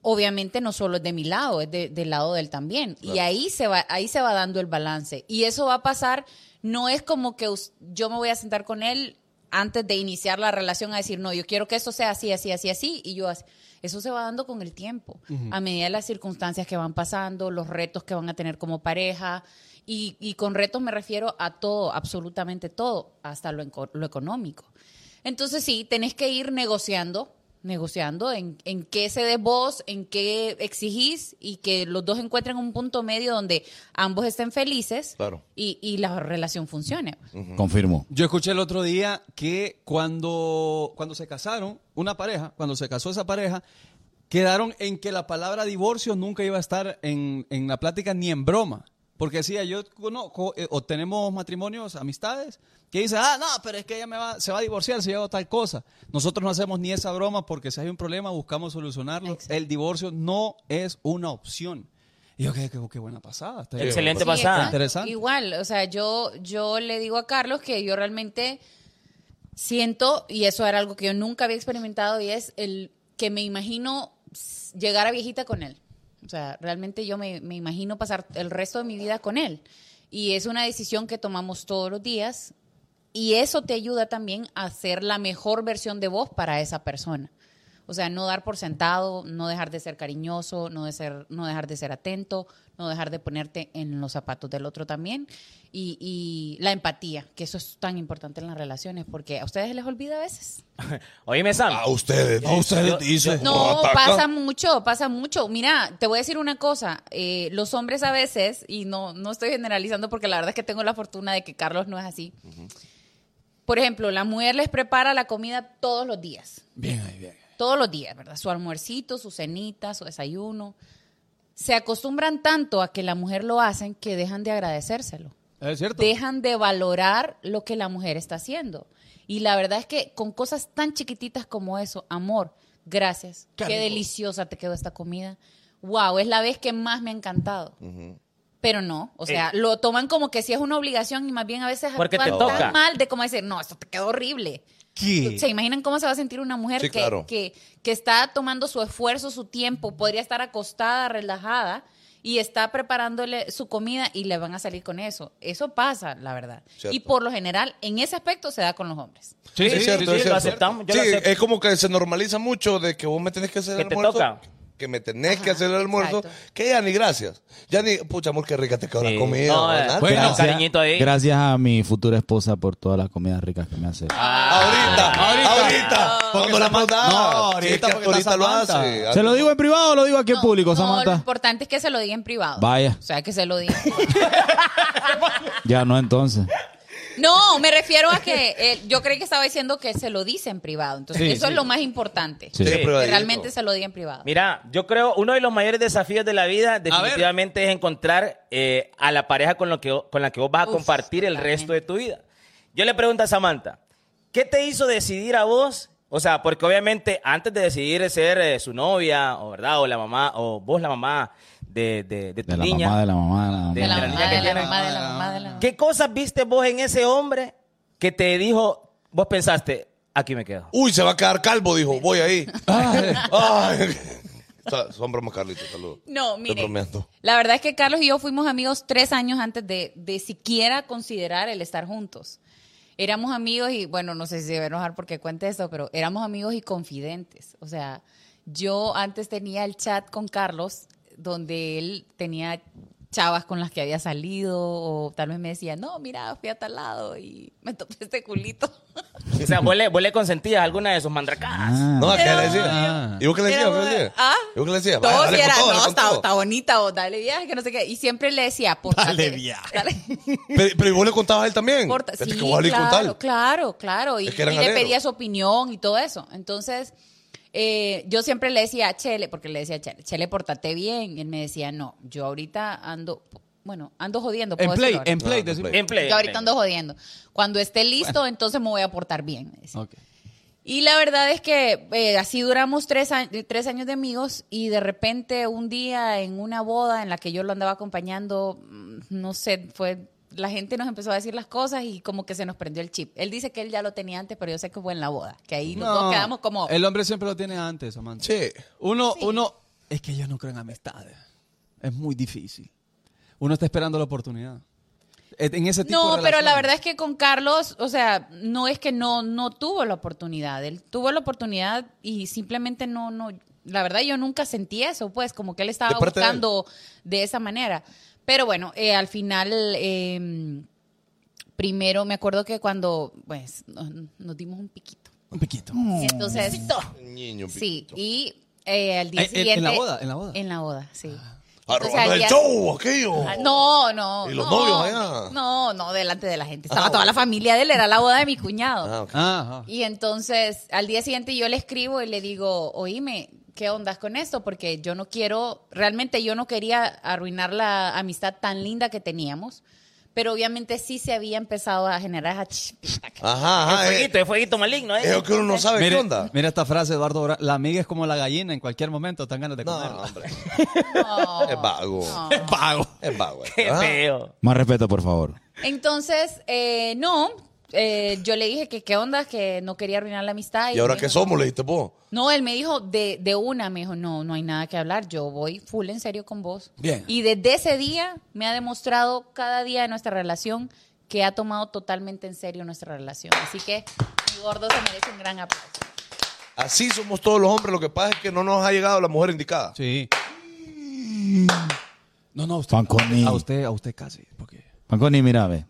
Speaker 9: obviamente no solo es de mi lado, es de- del lado de él también. Y ahí se, va, ahí se va dando el balance. Y eso va a pasar, no es como que us- yo me voy a sentar con él antes de iniciar la relación a decir, no, yo quiero que esto sea así, así, así, así, y yo así. Eso se va dando con el tiempo, a medida de las circunstancias que van pasando, los retos que van a tener como pareja, y, y con retos me refiero a todo, absolutamente todo, hasta lo, enco- lo económico. Entonces sí, tenés que ir negociando, negociando en, en qué cedes vos, en qué exigís y que los dos encuentren un punto medio donde ambos estén felices
Speaker 5: Claro.
Speaker 9: y, y la relación funcione.
Speaker 1: Confirmo.
Speaker 6: Yo escuché el otro día que cuando, cuando se casaron, una pareja, cuando se casó esa pareja, quedaron en que la palabra divorcio nunca iba a estar en, en la plática ni en broma. Porque decía, yo conozco, eh, o tenemos matrimonios, amistades, que dice, ah, no, pero es que ella me va, se va a divorciar si yo hago tal cosa. Nosotros no hacemos ni esa broma porque si hay un problema buscamos solucionarlo.
Speaker 9: Exacto.
Speaker 6: El divorcio no es una opción. Y yo, "Oh, qué, qué, qué buena pasada. Está bien.
Speaker 4: Excelente
Speaker 9: Sí, exacto.
Speaker 4: pasada.
Speaker 6: Interesante.
Speaker 9: Igual, o sea, yo, yo le digo a Carlos que yo realmente siento, y eso era algo que yo nunca había experimentado, y es el que me imagino s- llegar a viejita con él. O sea, realmente yo me, me imagino pasar el resto de mi vida con él. Y es una decisión que tomamos todos los días, y eso te ayuda también a ser la mejor versión de vos para esa persona. O sea, no dar por sentado, no dejar de ser cariñoso, no, de ser, no dejar de ser atento, no dejar de ponerte en los zapatos del otro también. Y, y la empatía, que eso es tan importante en las relaciones, porque a ustedes les olvida a veces.
Speaker 4: Oíme, Sam.
Speaker 5: A ustedes. A ustedes dice.
Speaker 9: No, pasa mucho, pasa mucho. Mira, te voy a decir una cosa. eh, los hombres a veces, y no, no estoy generalizando porque la verdad es que tengo la fortuna de que Carlos no es así. Por ejemplo, la mujer les prepara la comida todos los días.
Speaker 6: Bien, ahí, bien.
Speaker 9: Todos los días, ¿verdad? Su almuercito, su cenita, su desayuno. Se acostumbran tanto a que la mujer lo hacen que dejan de agradecérselo
Speaker 6: ¿Es cierto?
Speaker 9: dejan de valorar lo que la mujer está haciendo. Y la verdad es que con cosas tan chiquititas como eso, amor, gracias, qué, deliciosa te quedó esta comida. Wow, es la vez que más me ha encantado. Pero no, o sea, lo toman como que si es una obligación y más bien a veces
Speaker 4: Eh. Porque te
Speaker 9: actúan tan
Speaker 4: toca.
Speaker 9: mal de como decir, no, esto te quedó horrible. ¿Se imaginan cómo se va a sentir una mujer
Speaker 5: Sí,
Speaker 9: que,
Speaker 5: claro.
Speaker 9: que, que está tomando su esfuerzo, su tiempo, podría estar acostada, relajada y está preparándole su comida y le van a salir con eso? Eso pasa, la verdad.
Speaker 5: Cierto.
Speaker 9: Y por lo general, en ese aspecto se da con los hombres.
Speaker 5: Sí, es
Speaker 4: sí,
Speaker 5: cierto, es
Speaker 4: lo
Speaker 5: cierto.
Speaker 4: aceptamos, yo
Speaker 5: Sí,
Speaker 4: lo acepto.
Speaker 5: es como que se normaliza mucho de que vos me tenés que hacer
Speaker 4: Que
Speaker 5: el
Speaker 4: te
Speaker 5: almuerzo.
Speaker 4: toca.
Speaker 5: Que me tenés que
Speaker 9: Ajá,
Speaker 5: hacer el almuerzo.
Speaker 9: exacto.
Speaker 5: Que ya ni gracias. Ya ni, pucha amor, qué rica te quedó
Speaker 4: Sí.
Speaker 5: la comida.
Speaker 4: No,
Speaker 5: ¿verdad?
Speaker 4: eh, Bueno, cariñito ahí.
Speaker 1: gracias a mi futura esposa por todas las comidas ricas que me hace.
Speaker 4: Ah,
Speaker 5: ahorita, ahorita, Porque no la hemos dado.
Speaker 6: No, ahorita
Speaker 5: Sí, es que
Speaker 6: porque
Speaker 5: ahorita
Speaker 6: está
Speaker 5: lo
Speaker 6: Samantha.
Speaker 5: hace.
Speaker 1: ¿Se lo digo en privado o lo digo aquí en público,
Speaker 9: no, lo
Speaker 1: Samantha?
Speaker 9: importante es que se lo diga en privado.
Speaker 1: Vaya.
Speaker 9: O sea, que se lo diga.
Speaker 1: Ya no entonces.
Speaker 9: no, me refiero a que eh, yo creí que estaba diciendo que se lo dice en privado. Entonces,
Speaker 6: Sí,
Speaker 9: eso es
Speaker 6: sí.
Speaker 9: lo más importante.
Speaker 1: Sí.
Speaker 5: Sí,
Speaker 9: Que
Speaker 5: privadito.
Speaker 9: realmente se lo diga en privado.
Speaker 4: Mira, yo creo uno de los mayores desafíos de la vida definitivamente es encontrar eh, a la pareja con, lo que, con la que vos vas a
Speaker 9: Uf,
Speaker 4: compartir el
Speaker 9: totalmente.
Speaker 4: resto de tu vida. Yo le pregunto a Samantha, ¿qué te hizo decidir a vos? O sea, porque obviamente antes de decidir ser eh, su novia, o verdad, o la mamá, o vos la mamá de, de- de tu
Speaker 1: De la
Speaker 4: niña,
Speaker 1: mamá, de la mamá, de la mamá.
Speaker 4: De
Speaker 9: De la
Speaker 4: la
Speaker 9: mamá,
Speaker 4: niña que
Speaker 9: de la
Speaker 4: tiene.
Speaker 9: mamá, de la mamá, de la mamá.
Speaker 4: ¿qué cosas viste vos en ese hombre que te dijo, vos pensaste, aquí me quedo?
Speaker 5: Uy, se va a quedar calvo, dijo. Voy ahí. Ay. Sa- Son bromas, Carlitos. Saludos.
Speaker 9: No,
Speaker 5: Estoy
Speaker 9: mire.
Speaker 5: bromeando.
Speaker 9: La verdad es que Carlos y yo fuimos amigos tres años antes de, de siquiera considerar el estar juntos. Éramos amigos y, bueno, no sé si se va a enojar porque cuente eso, pero éramos amigos y confidentes. O sea, yo antes tenía el chat con Carlos donde él tenía chavas con las que había salido o tal vez me decía, no, mira, fui a tal lado y me topé este culito.
Speaker 4: O sea, vos le, vos le consentías alguna de sus mandracadas.
Speaker 5: No, ¿qué le
Speaker 6: Ah.
Speaker 5: decía? ¿Y vos qué le decías?
Speaker 9: Era
Speaker 5: ¿Vos qué le
Speaker 9: una-
Speaker 5: decías?
Speaker 9: ¿Ah?
Speaker 5: ¿Y vos qué le decías?
Speaker 9: Todo
Speaker 5: Dale
Speaker 9: si
Speaker 5: con
Speaker 9: era,
Speaker 5: todo,
Speaker 9: no,
Speaker 5: dale con
Speaker 9: está,
Speaker 5: todo.
Speaker 9: está bonita vos, dale viaje, que no sé qué. Y siempre le decía, portate.
Speaker 6: Dale viaje.
Speaker 9: dale.
Speaker 5: Pero, pero ¿y vos le contabas a él también.
Speaker 9: Porta-
Speaker 5: Fíjate
Speaker 9: sí,
Speaker 5: que vos hablé con
Speaker 9: claro,
Speaker 5: tal.
Speaker 9: claro, claro. Y,
Speaker 5: Es que eran
Speaker 9: y le
Speaker 5: aleros.
Speaker 9: pedía su opinión y todo eso. Entonces, eh, yo siempre le decía a Chele, porque le decía a Chele, Chele, portate bien. Y él me decía, no, yo ahorita ando, bueno, ando jodiendo.
Speaker 6: En
Speaker 9: puedo
Speaker 6: play,
Speaker 9: decirlo ahora.
Speaker 6: en play.
Speaker 5: No,
Speaker 6: decir-
Speaker 5: en play.
Speaker 4: En play,
Speaker 9: Yo
Speaker 4: en play.
Speaker 9: ahorita ando jodiendo. Cuando esté listo, entonces me voy a portar bien, me decía.
Speaker 6: Ok.
Speaker 9: Y la verdad es que eh, así duramos tres, a- tres años de amigos y de repente un día en una boda en la que yo lo andaba acompañando, mm, no sé, fue la gente nos empezó a decir las cosas y como que se nos prendió el chip. Él dice que él ya lo tenía antes, pero yo sé que fue en la boda, que ahí nos
Speaker 6: No,
Speaker 9: quedamos como...
Speaker 6: El hombre siempre lo tiene antes, Samantha.
Speaker 5: Sí.
Speaker 6: Uno, uno, Es que yo no creo en amistades. Es muy difícil. Uno está esperando la oportunidad. Eh, En ese tipo de
Speaker 9: No, pero la
Speaker 6: relaciones.
Speaker 9: verdad es que con Carlos, o sea, no es que no, no tuvo la oportunidad. Él tuvo la oportunidad y simplemente no, no. La verdad, yo nunca sentí eso, pues, como que él estaba
Speaker 5: De parte de él.
Speaker 9: buscando de, esa manera. Pero bueno, eh, al final, eh, primero me acuerdo que cuando, pues, nos, nos dimos un piquito.
Speaker 6: Un piquito.
Speaker 5: Mm.
Speaker 9: Entonces,
Speaker 5: Niño,
Speaker 9: sí, y eh, al
Speaker 6: Eh,
Speaker 9: día
Speaker 6: en- en
Speaker 9: siguiente.
Speaker 6: la boda, en la boda. Ah.
Speaker 9: En la boda, sí.
Speaker 5: Arrobando
Speaker 9: Entonces, al
Speaker 5: el
Speaker 9: día-
Speaker 5: show, aquello.
Speaker 9: Ah, No, no.
Speaker 5: ¿Y los
Speaker 9: no,
Speaker 5: novios allá?
Speaker 9: No, no, delante de la gente. Estaba toda la familia de él, era la boda de mi cuñado.
Speaker 5: Ah, ok.
Speaker 6: Ah, ah.
Speaker 9: Y entonces al día siguiente yo le escribo y le digo, oíme, ¿qué ondas con esto? Porque yo no quiero, realmente yo no quería arruinar la amistad tan linda que teníamos. Pero obviamente sí se había empezado a generar esa chispita.
Speaker 5: Ajá, ajá. eh,
Speaker 4: es fueguito maligno,
Speaker 5: Es lo que uno no sabe qué
Speaker 6: Mire,
Speaker 5: onda.
Speaker 6: mira esta frase, Eduardo. Bra- La amiga es como la gallina, en cualquier momento están ganas de
Speaker 5: No,
Speaker 6: comerla.
Speaker 5: hombre.
Speaker 9: No.
Speaker 5: Es vago.
Speaker 6: Pago.
Speaker 5: Es vago. eh.
Speaker 4: Qué
Speaker 5: Ah,
Speaker 4: feo.
Speaker 1: Más respeto, por favor.
Speaker 9: Entonces, eh, no, eh, yo le dije que qué onda, que no quería arruinar la amistad.
Speaker 5: ¿Y ahora
Speaker 9: me
Speaker 5: qué
Speaker 9: dijo-
Speaker 5: somos? Le dijiste vos.
Speaker 9: No, él me dijo de, de una, me dijo, no, no hay nada que hablar, yo voy full en serio con vos.
Speaker 6: Bien.
Speaker 9: Y desde ese día me ha demostrado cada día de nuestra relación que ha tomado totalmente en serio nuestra relación. Así que mi gordo se merece un gran aplauso.
Speaker 5: Así somos todos los hombres. Lo que pasa es que no nos ha llegado la mujer indicada.
Speaker 6: Sí. No, no, a usted.
Speaker 1: Fanconi.
Speaker 6: A usted, a usted casi. Porque...
Speaker 1: Fanconi, mira, ve.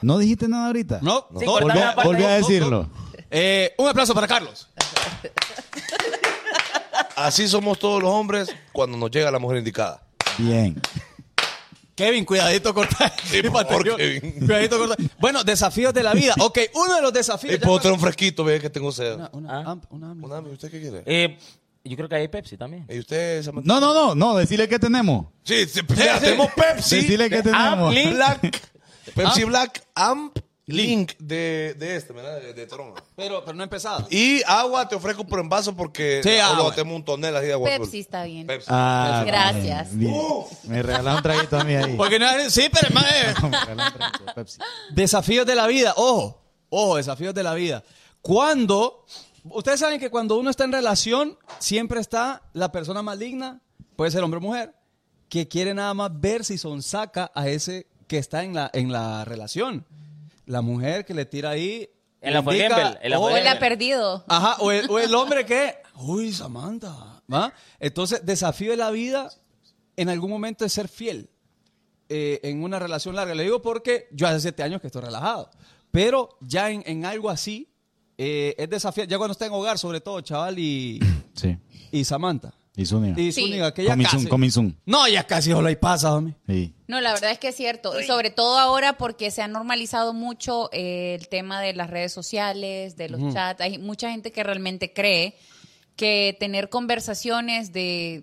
Speaker 1: ¿No dijiste nada ahorita?
Speaker 6: No, no.
Speaker 4: Sí, cortá
Speaker 1: Volvé,
Speaker 4: la parte
Speaker 1: volvé a
Speaker 4: ahí.
Speaker 1: decirlo.
Speaker 6: Eh, un aplauso para Carlos.
Speaker 5: Así somos todos los hombres cuando nos llega la mujer indicada.
Speaker 1: Bien.
Speaker 6: Kevin, cuidadito cortar.
Speaker 5: Sí, por favor, Kevin.
Speaker 6: Cuidadito cortar. Bueno, desafíos de la vida. Ok, uno de los desafíos.
Speaker 5: Y puedo traer un fresquito, ve que tengo sed.
Speaker 6: Una, una,
Speaker 4: Ah.
Speaker 6: amp- una amp-
Speaker 5: Una, ¿usted qué quiere?
Speaker 4: Eh, yo creo que hay Pepsi también.
Speaker 5: ¿Y usted, Samantha?
Speaker 1: No, no, no, no, decirle que tenemos.
Speaker 5: Sí, sí, mira, tenemos Pepsi.
Speaker 1: Decirle que
Speaker 6: Oh.
Speaker 1: tenemos.
Speaker 4: Ampli.
Speaker 5: Black.
Speaker 6: Ah.
Speaker 5: Pepsi Black Amp Link de, de este, ¿verdad? De, de Troma.
Speaker 6: Pero, pero no he empezado.
Speaker 5: Y agua te ofrezco por envaso porque
Speaker 6: Sí,
Speaker 5: o lo
Speaker 6: agua.
Speaker 5: tenemos un tonel así de agua azul.
Speaker 9: Pepsi está bien.
Speaker 5: Pepsi.
Speaker 1: Ah,
Speaker 9: Pues Gracias.
Speaker 1: bien, bien. Me regalas un traguito a mí ahí.
Speaker 6: Porque no, sí, pero hermano. eh.
Speaker 1: Me regalás un traguito de Pepsi.
Speaker 6: Desafíos de la vida, ojo, ojo, desafíos de la vida. Cuando, ustedes saben que cuando uno está en relación, siempre está la persona maligna, puede ser hombre o mujer, que quiere nada más ver si sonsaca a ese que está en la, en la relación. La mujer que le tira ahí.
Speaker 4: El
Speaker 6: indica,
Speaker 4: afuegembel, el
Speaker 9: O
Speaker 6: "Oh,
Speaker 9: él
Speaker 4: afuegembel".
Speaker 9: ha perdido.
Speaker 6: Ajá, o el, o el hombre que, uy, Samantha, ¿va? Entonces, desafío de la vida en algún momento es ser fiel eh, en una relación larga. Le digo porque yo hace siete años que estoy relajado, pero ya en, en algo así eh, es desafío, ya cuando está en hogar, sobre todo, chaval, y,
Speaker 1: Sí.
Speaker 6: y Samantha.
Speaker 1: Y Zúñiga.
Speaker 6: Y
Speaker 9: Sí.
Speaker 6: Zúñiga, que ya
Speaker 1: Coming soon,
Speaker 6: casi-
Speaker 1: coming soon.
Speaker 6: No, ya casi, lo hay pasa, homie.
Speaker 1: Sí.
Speaker 9: No, la verdad es que es cierto. Y sobre todo ahora porque se ha normalizado mucho eh, el tema de las redes sociales, de los chats. Hay mucha gente que realmente cree que tener conversaciones de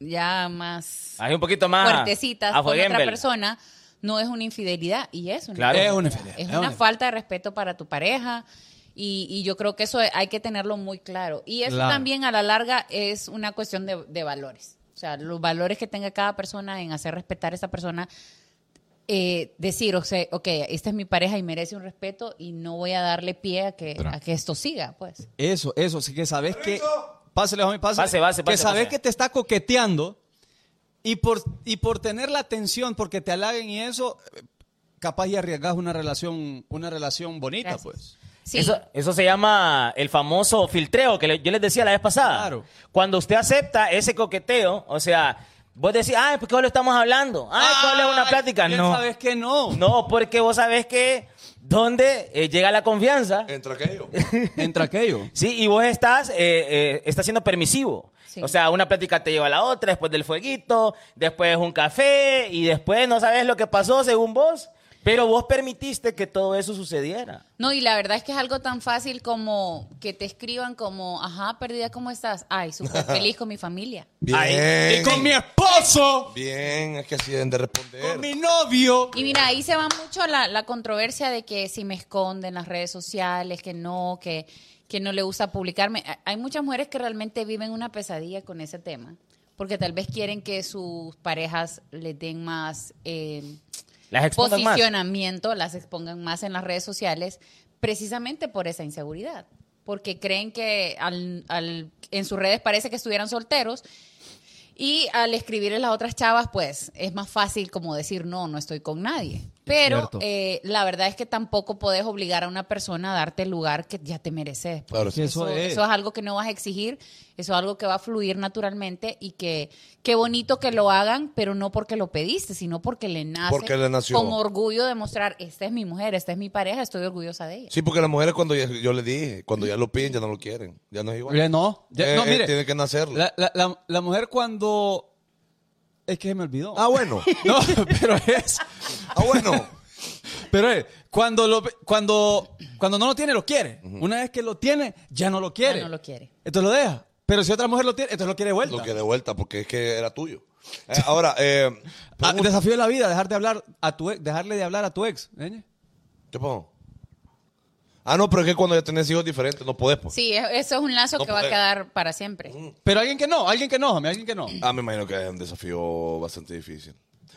Speaker 9: ya más
Speaker 4: Hay un poquito más.
Speaker 9: fuertecitas con otra
Speaker 4: afuegembel.
Speaker 9: persona no es una infidelidad y es una
Speaker 4: Claro.
Speaker 6: Es
Speaker 9: infidelidad.
Speaker 6: una infidelidad,
Speaker 9: Es
Speaker 6: es
Speaker 9: una
Speaker 6: una
Speaker 9: falta de respeto para tu pareja y, y yo creo que eso hay que tenerlo muy claro y eso
Speaker 6: Claro.
Speaker 9: también a la larga es una cuestión de, de valores o sea los valores que tenga cada persona en hacer respetar a esa persona eh, decir, o sea, ok, esta es mi pareja y merece un respeto y no voy a darle pie a que, a que esto siga, pues.
Speaker 6: Eso, eso, sí que sabes que. Pásale, homie, pásale.
Speaker 4: Pase, pase,
Speaker 6: que
Speaker 4: pase,
Speaker 6: sabes
Speaker 4: pase.
Speaker 6: que te está coqueteando y por, y por tener la atención, porque te halaguen y eso, eh, capaz y arriesgas una relación, una relación bonita,
Speaker 9: Gracias.
Speaker 6: pues.
Speaker 9: Sí.
Speaker 4: Eso, eso se llama el famoso filtreo que le- yo les decía la vez pasada.
Speaker 6: Claro.
Speaker 4: Cuando usted acepta ese coqueteo, o sea, vos decís, ay, ¿por qué hoy lo estamos hablando? Ay, ¿cuál es Ah, una
Speaker 6: Ay,
Speaker 4: plática?
Speaker 6: bien
Speaker 4: No.
Speaker 6: Ah, sabes que no.
Speaker 4: No, porque vos sabés que donde eh, llega la confianza,
Speaker 5: Entre aquello.
Speaker 6: Entra aquello.
Speaker 4: sí, y vos estás, eh, eh, estás siendo permisivo.
Speaker 9: Sí.
Speaker 4: O sea, una plática te lleva a la otra, después del fueguito, después un café, y después no sabes lo que pasó según vos, pero vos permitiste que todo eso sucediera.
Speaker 9: No, y la verdad es que es algo tan fácil como que te escriban como, ajá, perdida, ¿cómo estás? Ay, súper feliz con mi familia.
Speaker 5: Bien.
Speaker 6: Ay, y con mi esposo,
Speaker 5: Bien, es que así deben de responder.
Speaker 6: con mi novio.
Speaker 9: Y mira, ahí se va mucho la, la controversia de que si me esconden las redes sociales, que no, que, que no le gusta publicarme. Ha- Hay muchas mujeres que realmente viven una pesadilla con ese tema, porque tal vez quieren que sus parejas les den más... eh,
Speaker 4: Las expongan más.
Speaker 9: posicionamiento, las expongan más en las redes sociales, precisamente por esa inseguridad, porque creen que al, al- en sus redes parece que estuvieran solteros Y al escribir a las otras chavas, pues es más fácil como decir, no, no estoy con nadie. Pero
Speaker 6: cierto.
Speaker 9: eh, la verdad es que tampoco podés obligar a una persona a darte el lugar que ya te mereces. pues.
Speaker 5: Claro, sí.
Speaker 6: Eso
Speaker 9: Eso,
Speaker 6: es.
Speaker 9: eso es algo que no vas a exigir, eso es algo que va a fluir naturalmente y que qué bonito que lo hagan, pero no porque lo pediste, sino porque le nace
Speaker 5: Porque le nació.
Speaker 9: con orgullo demostrar, esta es mi mujer, esta es mi pareja, estoy orgullosa de ella.
Speaker 5: Sí, porque las mujeres cuando ya- yo le dije, cuando ya lo piden, ya no lo quieren. Ya no es igual.
Speaker 6: Ya no, ya-
Speaker 5: Eh,
Speaker 6: no,
Speaker 5: eh,
Speaker 6: mire.
Speaker 5: tiene que nacerlo.
Speaker 6: La, la- la- la mujer cuando... Es que se me olvidó.
Speaker 5: Ah, bueno.
Speaker 6: No, pero es...
Speaker 5: Ah, bueno.
Speaker 6: Pero eh, cuando, lo, cuando, cuando no lo tiene, lo quiere. Una vez que lo tiene, ya no lo quiere.
Speaker 9: Ya no lo quiere.
Speaker 6: Entonces lo deja. Pero si otra mujer lo tiene, entonces lo quiere de vuelta.
Speaker 5: Lo que de vuelta, porque es que era tuyo. Eh, ahora, eh,
Speaker 6: Ah, el desafío de la vida, dejar de hablar a tu ex- dejarle de hablar a tu ex. ¿eh?
Speaker 5: ¿qué pongo? Ah, no, pero es que cuando ya tenés hijos diferentes, no podés. pues.
Speaker 9: Sí, e- eso es un lazo
Speaker 5: No Mm.
Speaker 9: que va a
Speaker 5: podés.
Speaker 9: quedar para siempre.
Speaker 6: Pero alguien que no, alguien que no, homie, alguien que no.
Speaker 5: Ah, me imagino que es un desafío bastante difícil.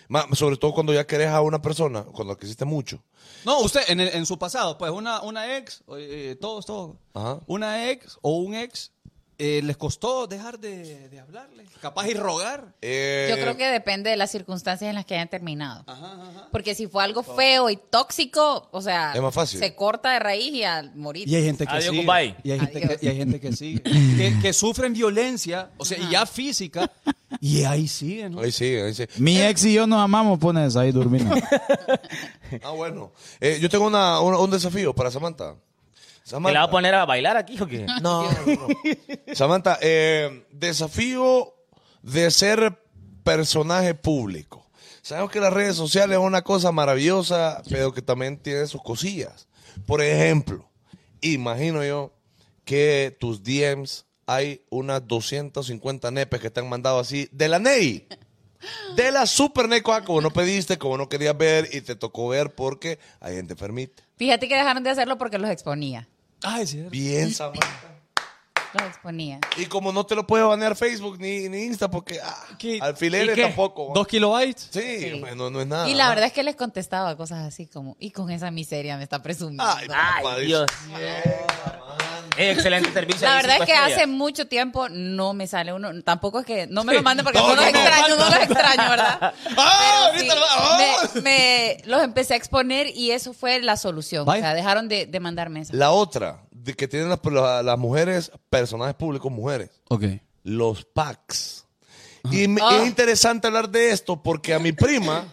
Speaker 5: Ma- sobre todo cuando ya querés a una persona, cuando la quisiste mucho.
Speaker 6: No, usted, en, el- en su pasado, pues una, una ex, eh, eh, todos, todos.
Speaker 5: Ajá.
Speaker 6: Una ex o un ex, eh, les costó dejar de, de hablarle. Capaz y rogar.
Speaker 5: Eh,
Speaker 9: Yo creo que depende de las circunstancias en las que hayan terminado. Porque si fue algo feo y tóxico, o sea,
Speaker 5: Es más fácil.
Speaker 9: se corta de raíz y al morir.
Speaker 6: Y hay gente que
Speaker 4: Adiós,
Speaker 6: sigue.
Speaker 4: goodbye.
Speaker 6: Y hay gente
Speaker 9: Adiós.
Speaker 6: que, y hay gente que sigue. que, que sufren violencia, o sea, y ya física, y ahí siguen. ¿no?
Speaker 5: Ahí sí, ahí sí.
Speaker 1: Mi
Speaker 6: Eh.
Speaker 1: ex y yo nos amamos, pones ahí durmiendo.
Speaker 5: Ah, bueno. Eh, yo tengo una, una- un desafío para Samantha.
Speaker 4: ¿Que
Speaker 5: Samantha.
Speaker 4: la va a poner a bailar aquí o qué?
Speaker 5: No, no, no. Samantha, eh, desafío de ser personaje público. Sabemos que las redes sociales es una cosa maravillosa, pero que también tiene sus cosillas. Por ejemplo, imagino yo que tus DMs hay unas 250 nepes que te han mandado así de la NEI. De la super NEI, cosa como no pediste, como no querías ver y te tocó ver porque hay gente permite.
Speaker 9: Fíjate que dejaron de hacerlo porque los exponía.
Speaker 6: Ay, sí.
Speaker 5: Bien, Samantha.
Speaker 9: Los exponía.
Speaker 5: Y como no te lo puede banear Facebook ni, ni Insta, porque ah,
Speaker 6: ¿Qué-
Speaker 5: alfileres
Speaker 6: y qué?
Speaker 5: tampoco. ¿va?
Speaker 6: ¿Dos kilobytes?
Speaker 5: Sí,
Speaker 9: Sí.
Speaker 5: hombre, No, no es nada.
Speaker 9: Y la verdad es que les contestaba cosas así como, y con esa miseria me está presumiendo.
Speaker 5: Ay, papá,
Speaker 4: Ay,
Speaker 5: dice,
Speaker 4: Dios. Eh, excelente servicio.
Speaker 9: la
Speaker 4: ahí,
Speaker 9: verdad es
Speaker 5: pues,
Speaker 4: cinco
Speaker 9: que hace
Speaker 4: estrellas.
Speaker 9: mucho tiempo no me sale uno. Tampoco es que no me lo manden porque
Speaker 5: No,
Speaker 9: no, los
Speaker 5: no, no,
Speaker 9: extraño, no los extraño, ¿verdad?
Speaker 5: ¡Ah!
Speaker 9: Pero sí,
Speaker 5: Ahorita lo- ¡Ah!
Speaker 9: me, me- los empecé a exponer y eso fue la solución.
Speaker 6: Vaya.
Speaker 9: O sea, dejaron de, de mandarme eso.
Speaker 5: La otra, de que tienen las, la- las mujeres, personajes públicos mujeres,
Speaker 6: Ok.
Speaker 5: los packs. Y me-
Speaker 9: Ah.
Speaker 5: es interesante hablar de esto porque a mi prima,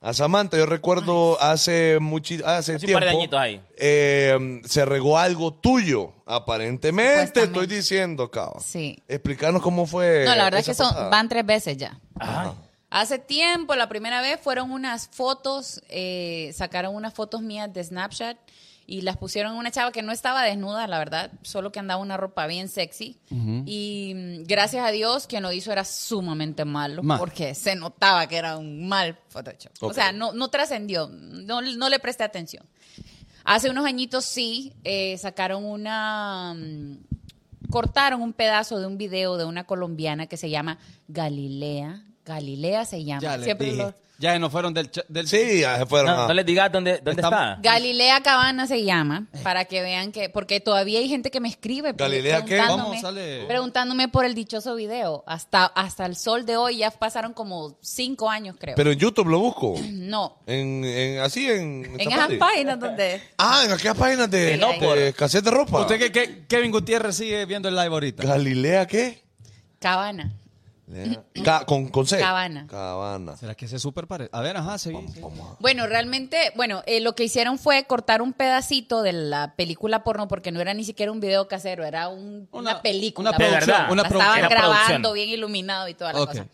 Speaker 5: a Samantha, yo recuerdo hace muchi
Speaker 4: Hace
Speaker 5: hace,
Speaker 4: un
Speaker 5: tiempo,
Speaker 4: par de añitos ahí.
Speaker 5: eh, se regó algo tuyo, aparentemente,
Speaker 9: Supuestamente.
Speaker 5: estoy diciendo, cabrón.
Speaker 9: Sí.
Speaker 5: Explicarnos cómo fue.
Speaker 9: No, la verdad es
Speaker 5: esa
Speaker 9: que son,
Speaker 5: pasada.
Speaker 9: van tres veces ya.
Speaker 4: Ay.
Speaker 9: Hace tiempo, la primera vez fueron unas fotos, eh, sacaron unas fotos mías de Snapchat y las pusieron en una chava que no estaba desnuda, la verdad, solo que andaba una ropa bien sexy. Y mm, gracias a Dios, quien lo hizo era sumamente malo,
Speaker 6: Ma.
Speaker 9: porque se notaba que era un mal Photoshop. O sea, no, no trascendió, no, no le presté atención. Hace unos añitos sí, eh, sacaron una... mm, cortaron un pedazo de un video de una colombiana que se llama Galilea. Galilea se llama.
Speaker 6: Ya les
Speaker 9: Siempre
Speaker 6: dije.
Speaker 9: lo-
Speaker 6: Ya se nos fueron del... cha- del
Speaker 5: Sí, ya se fueron. ah.
Speaker 4: No,
Speaker 5: a-
Speaker 4: no les digas dónde, dónde
Speaker 6: Estamos-
Speaker 4: está.
Speaker 9: Galilea Cabana se llama, para que vean que, porque todavía hay gente que me escribe
Speaker 5: ¿Galilea qué?
Speaker 9: preguntándome,
Speaker 6: Vamos, sale.
Speaker 9: preguntándome por el dichoso video. Hasta, hasta el sol de hoy ya pasaron como cinco años, creo.
Speaker 5: Pero en YouTube lo busco.
Speaker 9: no,
Speaker 5: En, en- así en.
Speaker 9: en esas
Speaker 5: Safari.
Speaker 9: páginas donde...
Speaker 5: Ah, en aquellas páginas de,
Speaker 9: Sí,
Speaker 5: no,
Speaker 9: ahí.
Speaker 5: de cassette de ropa.
Speaker 6: ¿Usted qué, qué- Kevin Gutiérrez sigue viendo el live ahorita?
Speaker 5: ¿Galilea qué?
Speaker 9: Cabana.
Speaker 5: Ca- con, con C.
Speaker 9: Cabana.
Speaker 5: Cabana.
Speaker 6: ¿Será que se super parece? A ver, ajá, seguí. seguí.
Speaker 9: Bueno, realmente, bueno, eh, lo que hicieron fue cortar un pedacito de la película porno porque no era ni siquiera un video casero, era un- una,
Speaker 6: Una-
Speaker 9: película.
Speaker 6: una
Speaker 9: pues.
Speaker 4: producción, De verdad. una
Speaker 9: la
Speaker 4: producción.
Speaker 9: estaban
Speaker 4: Era
Speaker 9: grabando
Speaker 4: producción.
Speaker 9: bien iluminado y toda la
Speaker 6: Ok.
Speaker 9: cosa.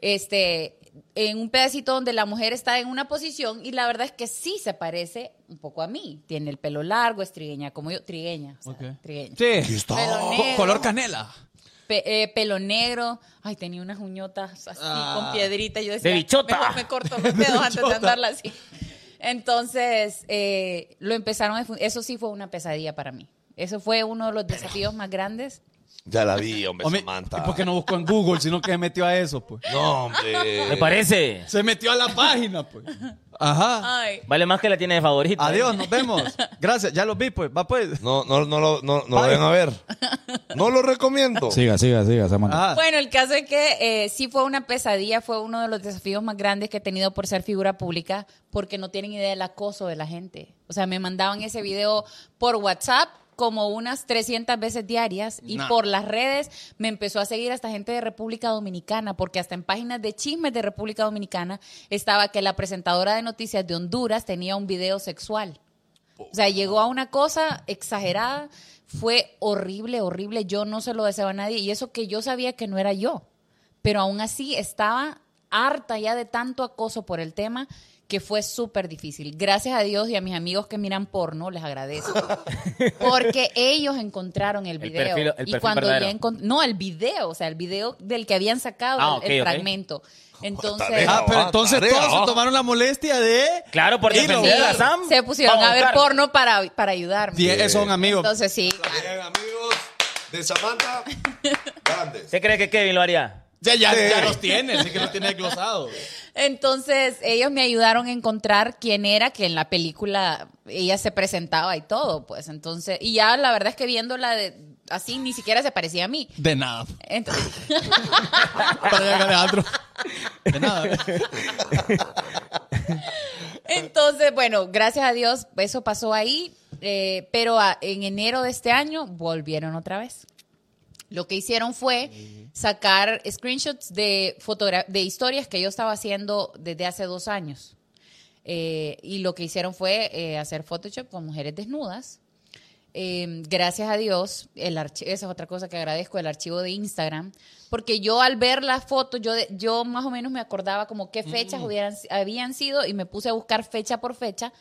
Speaker 9: Este, en un pedacito donde la mujer está en una posición y la verdad es que sí se parece un poco a mí. Tiene el pelo largo, es trigueña como yo, trigueña, o sea,
Speaker 6: Ok.
Speaker 9: trigueña.
Speaker 6: Sí.
Speaker 9: Pelo
Speaker 6: Co-
Speaker 9: negro.
Speaker 6: color canela.
Speaker 9: Pe- eh, pelo negro. Ay, tenía unas uñotas así
Speaker 6: Ah.
Speaker 9: con piedrita. Yo decía,
Speaker 4: De bichota.
Speaker 9: mejor me corto los dedos antes de andarla así. Entonces, eh, lo empezaron a difu- Eso sí fue una pesadilla para mí. Eso fue uno de los desafíos más grandes.
Speaker 5: Ya la vi, hombre,
Speaker 6: Hombre,
Speaker 5: Samantha.
Speaker 6: ¿y por qué no buscó en Google, sino que se metió a eso, pues?
Speaker 5: No, hombre.
Speaker 4: Me parece.
Speaker 6: Se metió a la página, pues. Ajá.
Speaker 9: Ay,
Speaker 4: Vale más que la tiene de ¿eh? favorita.
Speaker 9: pues.
Speaker 6: Adiós, nos vemos. Gracias, ya los vi, pues. Va, pues.
Speaker 5: No, no, no, lo- no, no lo vayan a ver. No lo recomiendo.
Speaker 1: Siga, siga, siga, Samantha.
Speaker 6: Ajá.
Speaker 9: Ah. Bueno, el caso es que eh, sí fue una pesadilla, fue uno de los desafíos más grandes que he tenido por ser figura pública, porque no tienen idea del acoso de la gente. O sea, me mandaban ese video por WhatsApp como unas 300 veces diarias y por las redes me empezó a seguir hasta gente de República Dominicana, porque hasta en páginas de chismes de República Dominicana estaba que la presentadora de noticias de Honduras tenía un video sexual. O sea, llegó a una cosa exagerada, fue horrible, horrible, yo no se lo deseo a nadie y eso que yo sabía que no era yo, pero aún así estaba harta ya de tanto acoso por el tema que fue súper difícil. Gracias a Dios y a mis amigos que miran porno, les agradezco. Porque ellos encontraron el
Speaker 4: El
Speaker 9: video.
Speaker 4: perfil- el
Speaker 9: y
Speaker 4: perfil
Speaker 9: cuando ya
Speaker 4: verdadero.
Speaker 9: encon- No, el video, o sea, el video del que habían sacado
Speaker 4: Ah,
Speaker 9: el, el
Speaker 4: ok, ok.
Speaker 9: fragmento. Entonces,
Speaker 5: tarea,
Speaker 6: Ah, pero
Speaker 5: Ah,
Speaker 6: entonces
Speaker 5: tarea,
Speaker 6: todos
Speaker 5: ah.
Speaker 6: se tomaron la molestia de.
Speaker 4: Claro, por
Speaker 6: Dilo.
Speaker 9: sí,
Speaker 4: defender a Sam.
Speaker 9: se pusieron
Speaker 4: vamos
Speaker 9: a ver
Speaker 4: buscar.
Speaker 9: porno para, para ayudarme.
Speaker 6: Sí, eh, son amigos.
Speaker 9: Entonces sí,
Speaker 5: Bien, amigos de Samantha Grandes.
Speaker 4: ¿Usted cree que Kevin lo haría?
Speaker 6: Ya, ya, ya los tiene, así que los tiene desglosados.
Speaker 9: Entonces, ellos me ayudaron a encontrar quién era, que en la película ella se presentaba y todo, pues. Entonces, y ya la verdad es que viéndola de, así ni siquiera se parecía a mí.
Speaker 6: De nada.
Speaker 9: Entonces,
Speaker 6: Para allá, Alejandro. De nada.
Speaker 9: entonces, bueno, gracias a Dios, eso pasó ahí. eh, pero a- en enero de este año volvieron otra vez. Lo que hicieron fue sacar screenshots de, fotogra- de historias que yo estaba haciendo desde hace dos años. Eh, y lo que hicieron fue eh, hacer Photoshop con mujeres desnudas. Eh, gracias a Dios, el archi- esa es otra cosa que agradezco, el archivo de Instagram, porque yo al ver las fotos, yo, de- yo más o menos me acordaba como qué fechas hubieran, habían sido y me puse a buscar fecha por fecha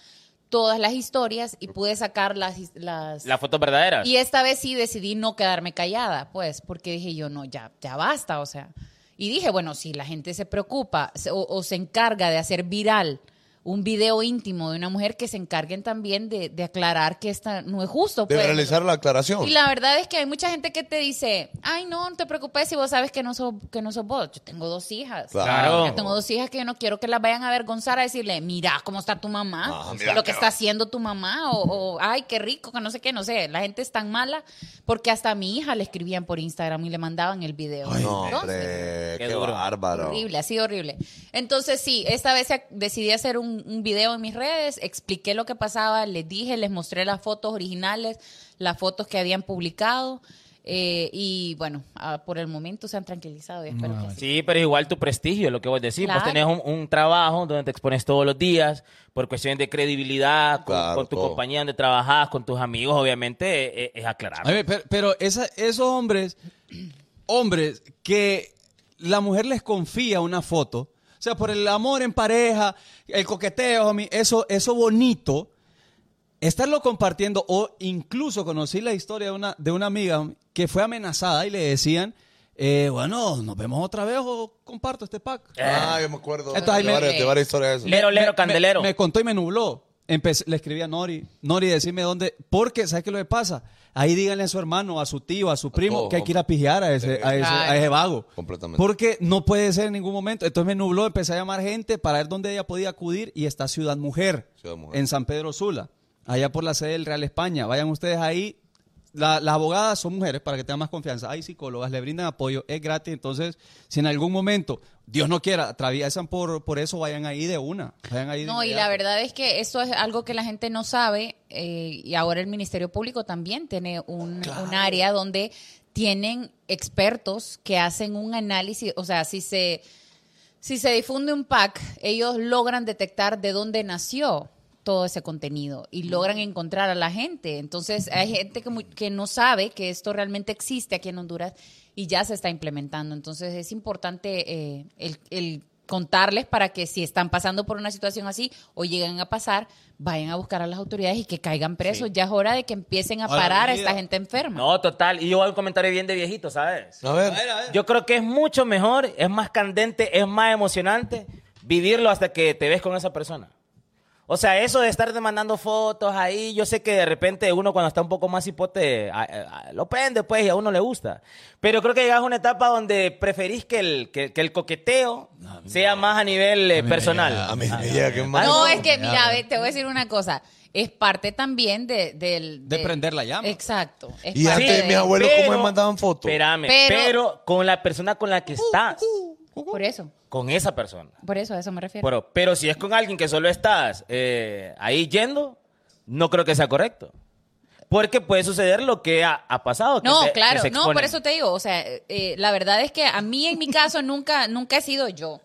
Speaker 9: todas las historias y pude sacar las, his- las,
Speaker 4: La foto verdadera.
Speaker 9: y esta vez sí decidí no quedarme callada, pues, porque dije yo, no, ya, ya basta, o sea. Y dije, bueno, si la gente se preocupa se- o, o se encarga de hacer viral un video íntimo de una mujer, que se encarguen también de, de aclarar que esta no es justo.
Speaker 5: Debe
Speaker 9: pues.
Speaker 5: realizar la aclaración.
Speaker 9: Y la verdad es que hay mucha gente que te dice, ay, no, no te preocupes si vos sabes que no sos, que no sos vos. Yo tengo dos hijas.
Speaker 4: Claro.
Speaker 9: Yo tengo dos hijas que yo no quiero que las vayan a avergonzar a decirle, mira cómo está tu mamá,
Speaker 5: Ah, mira
Speaker 9: lo
Speaker 5: qué-
Speaker 9: que está haciendo tu mamá, o, o, ay, qué rico, que no sé qué, no sé. La gente es tan mala porque hasta a mi hija le escribían por Instagram y le mandaban el video.
Speaker 5: No,
Speaker 9: Entonces,
Speaker 5: hombre, qué,
Speaker 4: Qué duro.
Speaker 5: bárbaro.
Speaker 9: Horrible, ha sido horrible. Entonces, sí, esta vez ac- decidí hacer un, un video en mis redes, expliqué lo que pasaba, les dije, les mostré las fotos originales, las fotos que habían publicado. eh, y bueno, ah, por el momento se han tranquilizado y espero que sí.
Speaker 4: Sí, pero igual tu prestigio, lo que vos decís. Vos
Speaker 9: Claro.
Speaker 4: tenés un, un trabajo donde te expones todos los días por cuestiones de credibilidad, con,
Speaker 5: Claro,
Speaker 4: con tu
Speaker 5: todo.
Speaker 4: compañía donde trabajas, con tus amigos, obviamente, eh, es, es aclarar.
Speaker 6: A ver, pero, pero esa- esos hombres, hombres que la mujer les confía una foto, o sea, por el amor en pareja, el coqueteo, homie, eso, eso bonito, estarlo compartiendo, o incluso conocí la historia de una, de una amiga homie, que fue amenazada y le decían, eh, bueno, nos vemos otra vez o comparto este pack.
Speaker 5: Ah, yo me acuerdo
Speaker 6: Entonces, ahí
Speaker 5: de,
Speaker 6: me-
Speaker 5: varias, de varias historias de eso.
Speaker 4: Lero,
Speaker 6: Me-
Speaker 4: lero,
Speaker 6: me-
Speaker 4: candelero.
Speaker 6: Me, contó y me nubló. Empecé- le escribí a Nori, Nori, decime dónde, porque ¿sabes qué lo que pasa? Ahí díganle a su hermano, a su tío, a su primo,
Speaker 5: todos,
Speaker 6: que hay que ir a pijear a ese, a ese, a ese vago.
Speaker 5: Completamente.
Speaker 6: Porque no puede ser en ningún momento. Entonces me nubló, empecé a llamar gente para ver dónde ella podía acudir y está Ciudad Mujer,
Speaker 5: Ciudad Mujer.
Speaker 6: en San Pedro Sula, allá por la sede del Real España. Vayan ustedes ahí. La- las abogadas son mujeres para que tengan más confianza. Hay psicólogas, le brindan apoyo, es gratis. Entonces, si en algún momento, Dios no quiera, atraviesan por, por eso, vayan ahí de una. Vayan ahí de
Speaker 9: No, y la
Speaker 6: inmediato.
Speaker 9: verdad es que eso es algo que la gente no sabe eh, y ahora el Ministerio Público también tiene un, un área donde tienen expertos que hacen un análisis, o sea, si se, si se difunde un pack, ellos logran detectar de dónde nació todo ese contenido y logran encontrar a la gente. Entonces, hay gente que, mu- que no sabe que esto realmente existe aquí en Honduras y ya se está implementando. Entonces, es importante eh, el, el contarles para que si están pasando por una situación así o llegan a pasar, vayan a buscar a las autoridades y que caigan presos. Ya es hora de que empiecen a
Speaker 6: Ahora,
Speaker 9: parar a
Speaker 6: mira.
Speaker 9: esta gente enferma.
Speaker 4: No, total. Y yo hago un comentario bien de viejito, ¿sabes?
Speaker 5: A ver,
Speaker 4: Yo creo que es mucho mejor, es más candente, es más emocionante vivirlo hasta que te ves con esa persona. O sea, eso de estar demandando fotos ahí, yo sé que de repente uno cuando está un poco más hipote a- a- a- lo prende, pues, y a uno le gusta. Pero creo que llegas a una etapa donde preferís que el, que, que el coqueteo sea más a nivel eh, personal.
Speaker 5: A mí me llega que más.
Speaker 9: No, es que, mira, ve, te voy a decir una cosa. Es parte también de, del...
Speaker 6: De
Speaker 9: del-
Speaker 6: prender la llama.
Speaker 9: Exacto. Es
Speaker 5: Y
Speaker 9: parte
Speaker 5: antes
Speaker 9: de-
Speaker 5: mis abuelos, ¿cómo
Speaker 4: pero-
Speaker 5: me mandaban fotos?
Speaker 4: Espérame, pero,
Speaker 9: Pero-
Speaker 4: con la persona con la que estás,
Speaker 9: Por eso,
Speaker 4: con esa persona.
Speaker 9: por eso, a eso me refiero.
Speaker 4: Pero, pero si es con alguien que solo estás eh, ahí yendo, no creo que sea correcto. Porque puede suceder lo que ha, ha pasado. que
Speaker 9: No,
Speaker 4: se- que
Speaker 9: claro,
Speaker 4: se
Speaker 9: no, por
Speaker 4: exponen.
Speaker 9: eso te digo, o sea, eh, la verdad es que a mí en mi caso nunca, nunca he sido yo.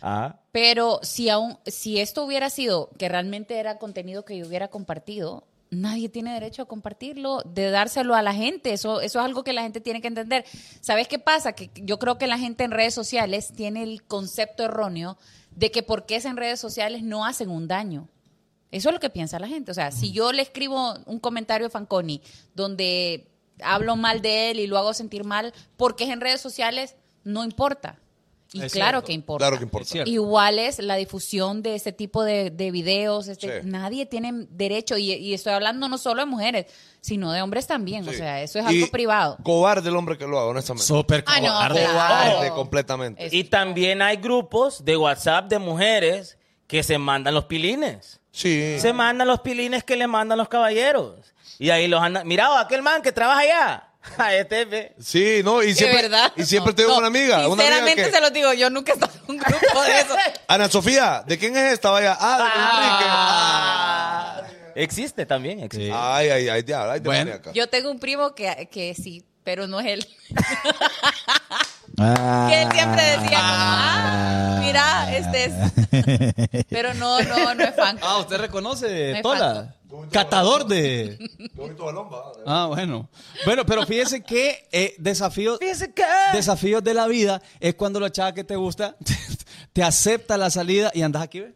Speaker 4: Ajá.
Speaker 9: Pero si aún, si esto hubiera sido que realmente era contenido que yo hubiera compartido, nadie tiene derecho a compartirlo, de dárselo a la gente. Eso, eso es algo que la gente tiene que entender. ¿Sabes qué pasa? Que yo creo que la gente en redes sociales tiene el concepto erróneo de que porque es en redes sociales no hacen un daño. Eso es lo que piensa la gente. O sea, si yo le escribo un comentario a Fanconi donde hablo mal de él y lo hago sentir mal porque es en redes sociales, no importa. Y
Speaker 6: Es
Speaker 9: claro
Speaker 6: cierto.
Speaker 9: que importa.
Speaker 5: Claro que importa.
Speaker 6: Es cierto.
Speaker 9: Igual es la difusión de este tipo de, de videos. este-
Speaker 5: Sí.
Speaker 9: Nadie tiene derecho, y, y estoy hablando no solo de mujeres, sino de hombres también. O
Speaker 5: Sí.
Speaker 9: sea, eso es
Speaker 5: Y
Speaker 9: algo privado.
Speaker 5: Cobarde el hombre que lo haga, honestamente.
Speaker 6: Súper
Speaker 9: Ah, no,
Speaker 6: cobarde.
Speaker 9: claro.
Speaker 5: Cobarde completamente.
Speaker 9: Es-
Speaker 4: Y también hay grupos de WhatsApp de mujeres que se mandan los pilines.
Speaker 5: Sí.
Speaker 4: Se mandan los pilines que le mandan los caballeros. Y ahí los andan. Mirá, aquel man que trabaja allá. A este, ve.
Speaker 5: Sí, no, y siempre,
Speaker 9: verdad.
Speaker 5: y siempre
Speaker 9: No,
Speaker 5: tengo
Speaker 9: no,
Speaker 5: una amiga. Una amiga
Speaker 9: Sinceramente
Speaker 5: que,
Speaker 9: se los digo, yo nunca he estado en un grupo de eso.
Speaker 5: Ana Sofía, ¿de quién es esta? Vaya, ah, de Enrique. Ah.
Speaker 4: Existe también, existe. Ah,
Speaker 5: Ay, ay, ay, ya, ay, de
Speaker 6: Bueno.
Speaker 5: maníaca.
Speaker 9: Yo tengo un primo que, que sí, pero no es él.
Speaker 1: Ah.
Speaker 9: Que él siempre decía, como, ah, mira, este es. Pero no, no, no es fan.
Speaker 6: Ah, usted reconoce,
Speaker 9: No es
Speaker 6: Tola. Catador de. Ah, bueno. Bueno, pero fíjese que eh, desafíos, desafíos de la vida es cuando la chava que te gusta te acepta la salida y andas aquí, ¿ve?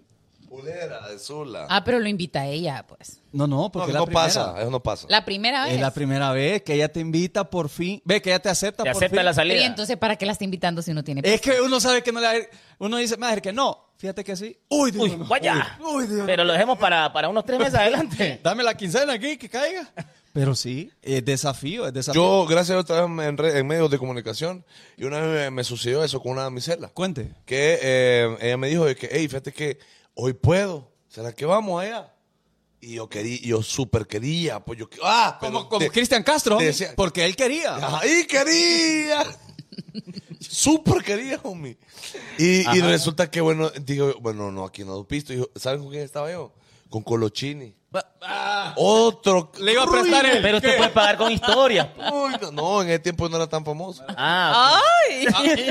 Speaker 5: Pulera, de Zula.
Speaker 9: Ah, pero lo invita a ella, pues.
Speaker 6: No, no,
Speaker 5: no,
Speaker 6: porque
Speaker 5: no
Speaker 6: la primera-
Speaker 5: pasa, eso no pasa.
Speaker 9: La primera vez.
Speaker 6: Es la primera vez que ella te invita por fin. Ve que ella te acepta
Speaker 4: Te
Speaker 6: por
Speaker 4: acepta
Speaker 6: fin.
Speaker 4: la
Speaker 9: Y
Speaker 4: salida.
Speaker 9: entonces, ¿para qué la está invitando si no tiene
Speaker 5: Eh,
Speaker 6: Es que uno sabe que no le va a ir- Uno dice, más que no. Fíjate que sí. Uy, Dios
Speaker 4: Uy,
Speaker 6: mío.
Speaker 4: vaya.
Speaker 6: Uy, uy, Dios
Speaker 4: Pero lo dejemos para, para unos tres meses adelante.
Speaker 6: Dame la quincena aquí, que caiga. Pero sí, es desafío, es desafío.
Speaker 5: Yo, gracias a otra vez me enredé en, medios de comunicación, y una vez me, me sucedió eso con una damisela.
Speaker 6: Cuente.
Speaker 5: Que eh, ella me dijo de que, hey, fíjate que hoy puedo. ¿Será que vamos allá? Y yo quería, yo súper quería, pues yo, ah,
Speaker 6: Como,
Speaker 5: pero
Speaker 6: como
Speaker 5: de-
Speaker 6: Cristian Castro, homie,
Speaker 5: decía-
Speaker 6: porque él quería.
Speaker 5: Ahí quería. Súper quería, homie. Y, y resulta que, bueno, digo, bueno, no, aquí no pisto. Y dijo, ¿Saben con quién estaba yo? Con Colochini. Otro.
Speaker 6: ah. Le iba a prestar él.
Speaker 4: Pero usted puede pagar con historias. po.
Speaker 5: Uy, no, no, en ese tiempo no era tan famoso.
Speaker 4: Ah,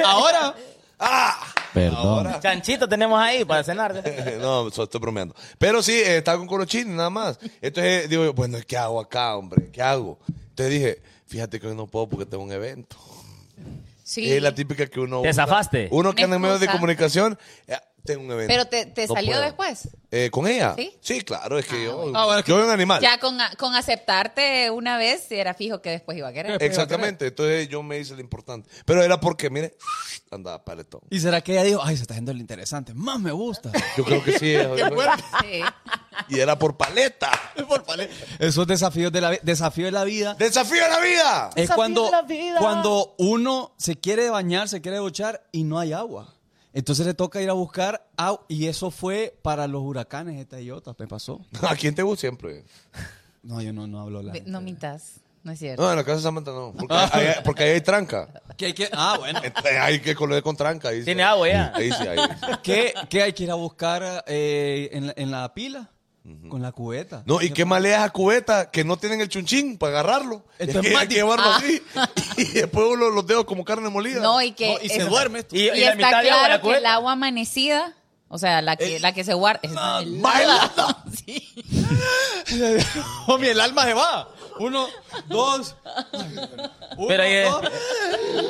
Speaker 6: Ahora,
Speaker 5: ¡Ah!
Speaker 1: Perdón.
Speaker 4: Ah.
Speaker 5: Ahora.
Speaker 4: chanchito tenemos ahí para cenar.
Speaker 5: no, so- estoy bromeando. Pero sí, eh, estaba con Colochini, nada más. Entonces eh, digo, yo, bueno, ¿qué hago acá, hombre? ¿Qué hago? Entonces dije, fíjate que hoy no puedo porque tengo un evento.
Speaker 9: Sí.
Speaker 5: Es eh, la típica que uno.
Speaker 4: Te zafaste.
Speaker 5: Uno que
Speaker 9: Me
Speaker 5: anda en medios de
Speaker 9: excusa.
Speaker 5: comunicación, eh, tengo un evento.
Speaker 9: Pero te, te
Speaker 5: No
Speaker 9: salió
Speaker 5: puedo.
Speaker 9: después.
Speaker 5: Eh, ¿Con ella?
Speaker 9: ¿Sí?
Speaker 5: claro, es que yo.
Speaker 6: Ah, bueno, es que-
Speaker 5: yo soy un animal.
Speaker 9: Ya con, a- con aceptarte una vez, era fijo que después iba a querer.
Speaker 5: Exactamente, entonces yo me hice lo importante. Pero era porque, mire, andaba paletón.
Speaker 6: ¿y será que ella dijo, ay, se está haciendo lo interesante? Más me gusta.
Speaker 5: Yo creo que sí.
Speaker 9: Sí.
Speaker 5: y era por paleta.
Speaker 6: Esos desafíos de la, vi- desafío de la vida.
Speaker 5: ¡Desafío a la vida!
Speaker 6: Es cuando, cuando uno se quiere bañar, se quiere duchar y no hay agua. Entonces le toca ir a buscar agua. Y eso fue para los huracanes, esta idiota, me pasó.
Speaker 5: ¿A quién te gusta siempre?
Speaker 6: No, yo no, no hablo la
Speaker 9: Ve-
Speaker 6: gente.
Speaker 9: No mintas, no es cierto.
Speaker 5: No, en la casa de Samantha no. Porque, ahí, porque ahí hay tranca.
Speaker 6: ¿Qué- qué? Ah, bueno.
Speaker 5: Entonces, hay que colorear con tranca. ahí sí.
Speaker 4: Tiene agua ya.
Speaker 5: Ahí sí, ahí sí.
Speaker 6: ¿Qué, qué hay que ir a buscar eh, en, la, en la pila? Con la cubeta.
Speaker 5: No, y qué mal es a cubeta que no tienen el chunchín para agarrarlo.
Speaker 6: Esto
Speaker 5: Hay
Speaker 6: es
Speaker 5: que,
Speaker 6: más
Speaker 5: hay que
Speaker 6: difícil.
Speaker 5: llevarlo así. Y después uno los dedos como carne molida.
Speaker 9: No, y que.
Speaker 6: No, y se
Speaker 9: es-
Speaker 6: duerme este. esto.
Speaker 9: Y,
Speaker 4: Y- y la mitad
Speaker 9: está
Speaker 4: de pues, agua en la
Speaker 9: claro que el
Speaker 4: cubeta.
Speaker 9: agua amanecida, o sea, la que, la que se guarda. Es
Speaker 5: helada.
Speaker 9: Sí.
Speaker 6: Homie, el alma se va. Uno, dos. uno,
Speaker 4: Pero ahí,
Speaker 6: dos.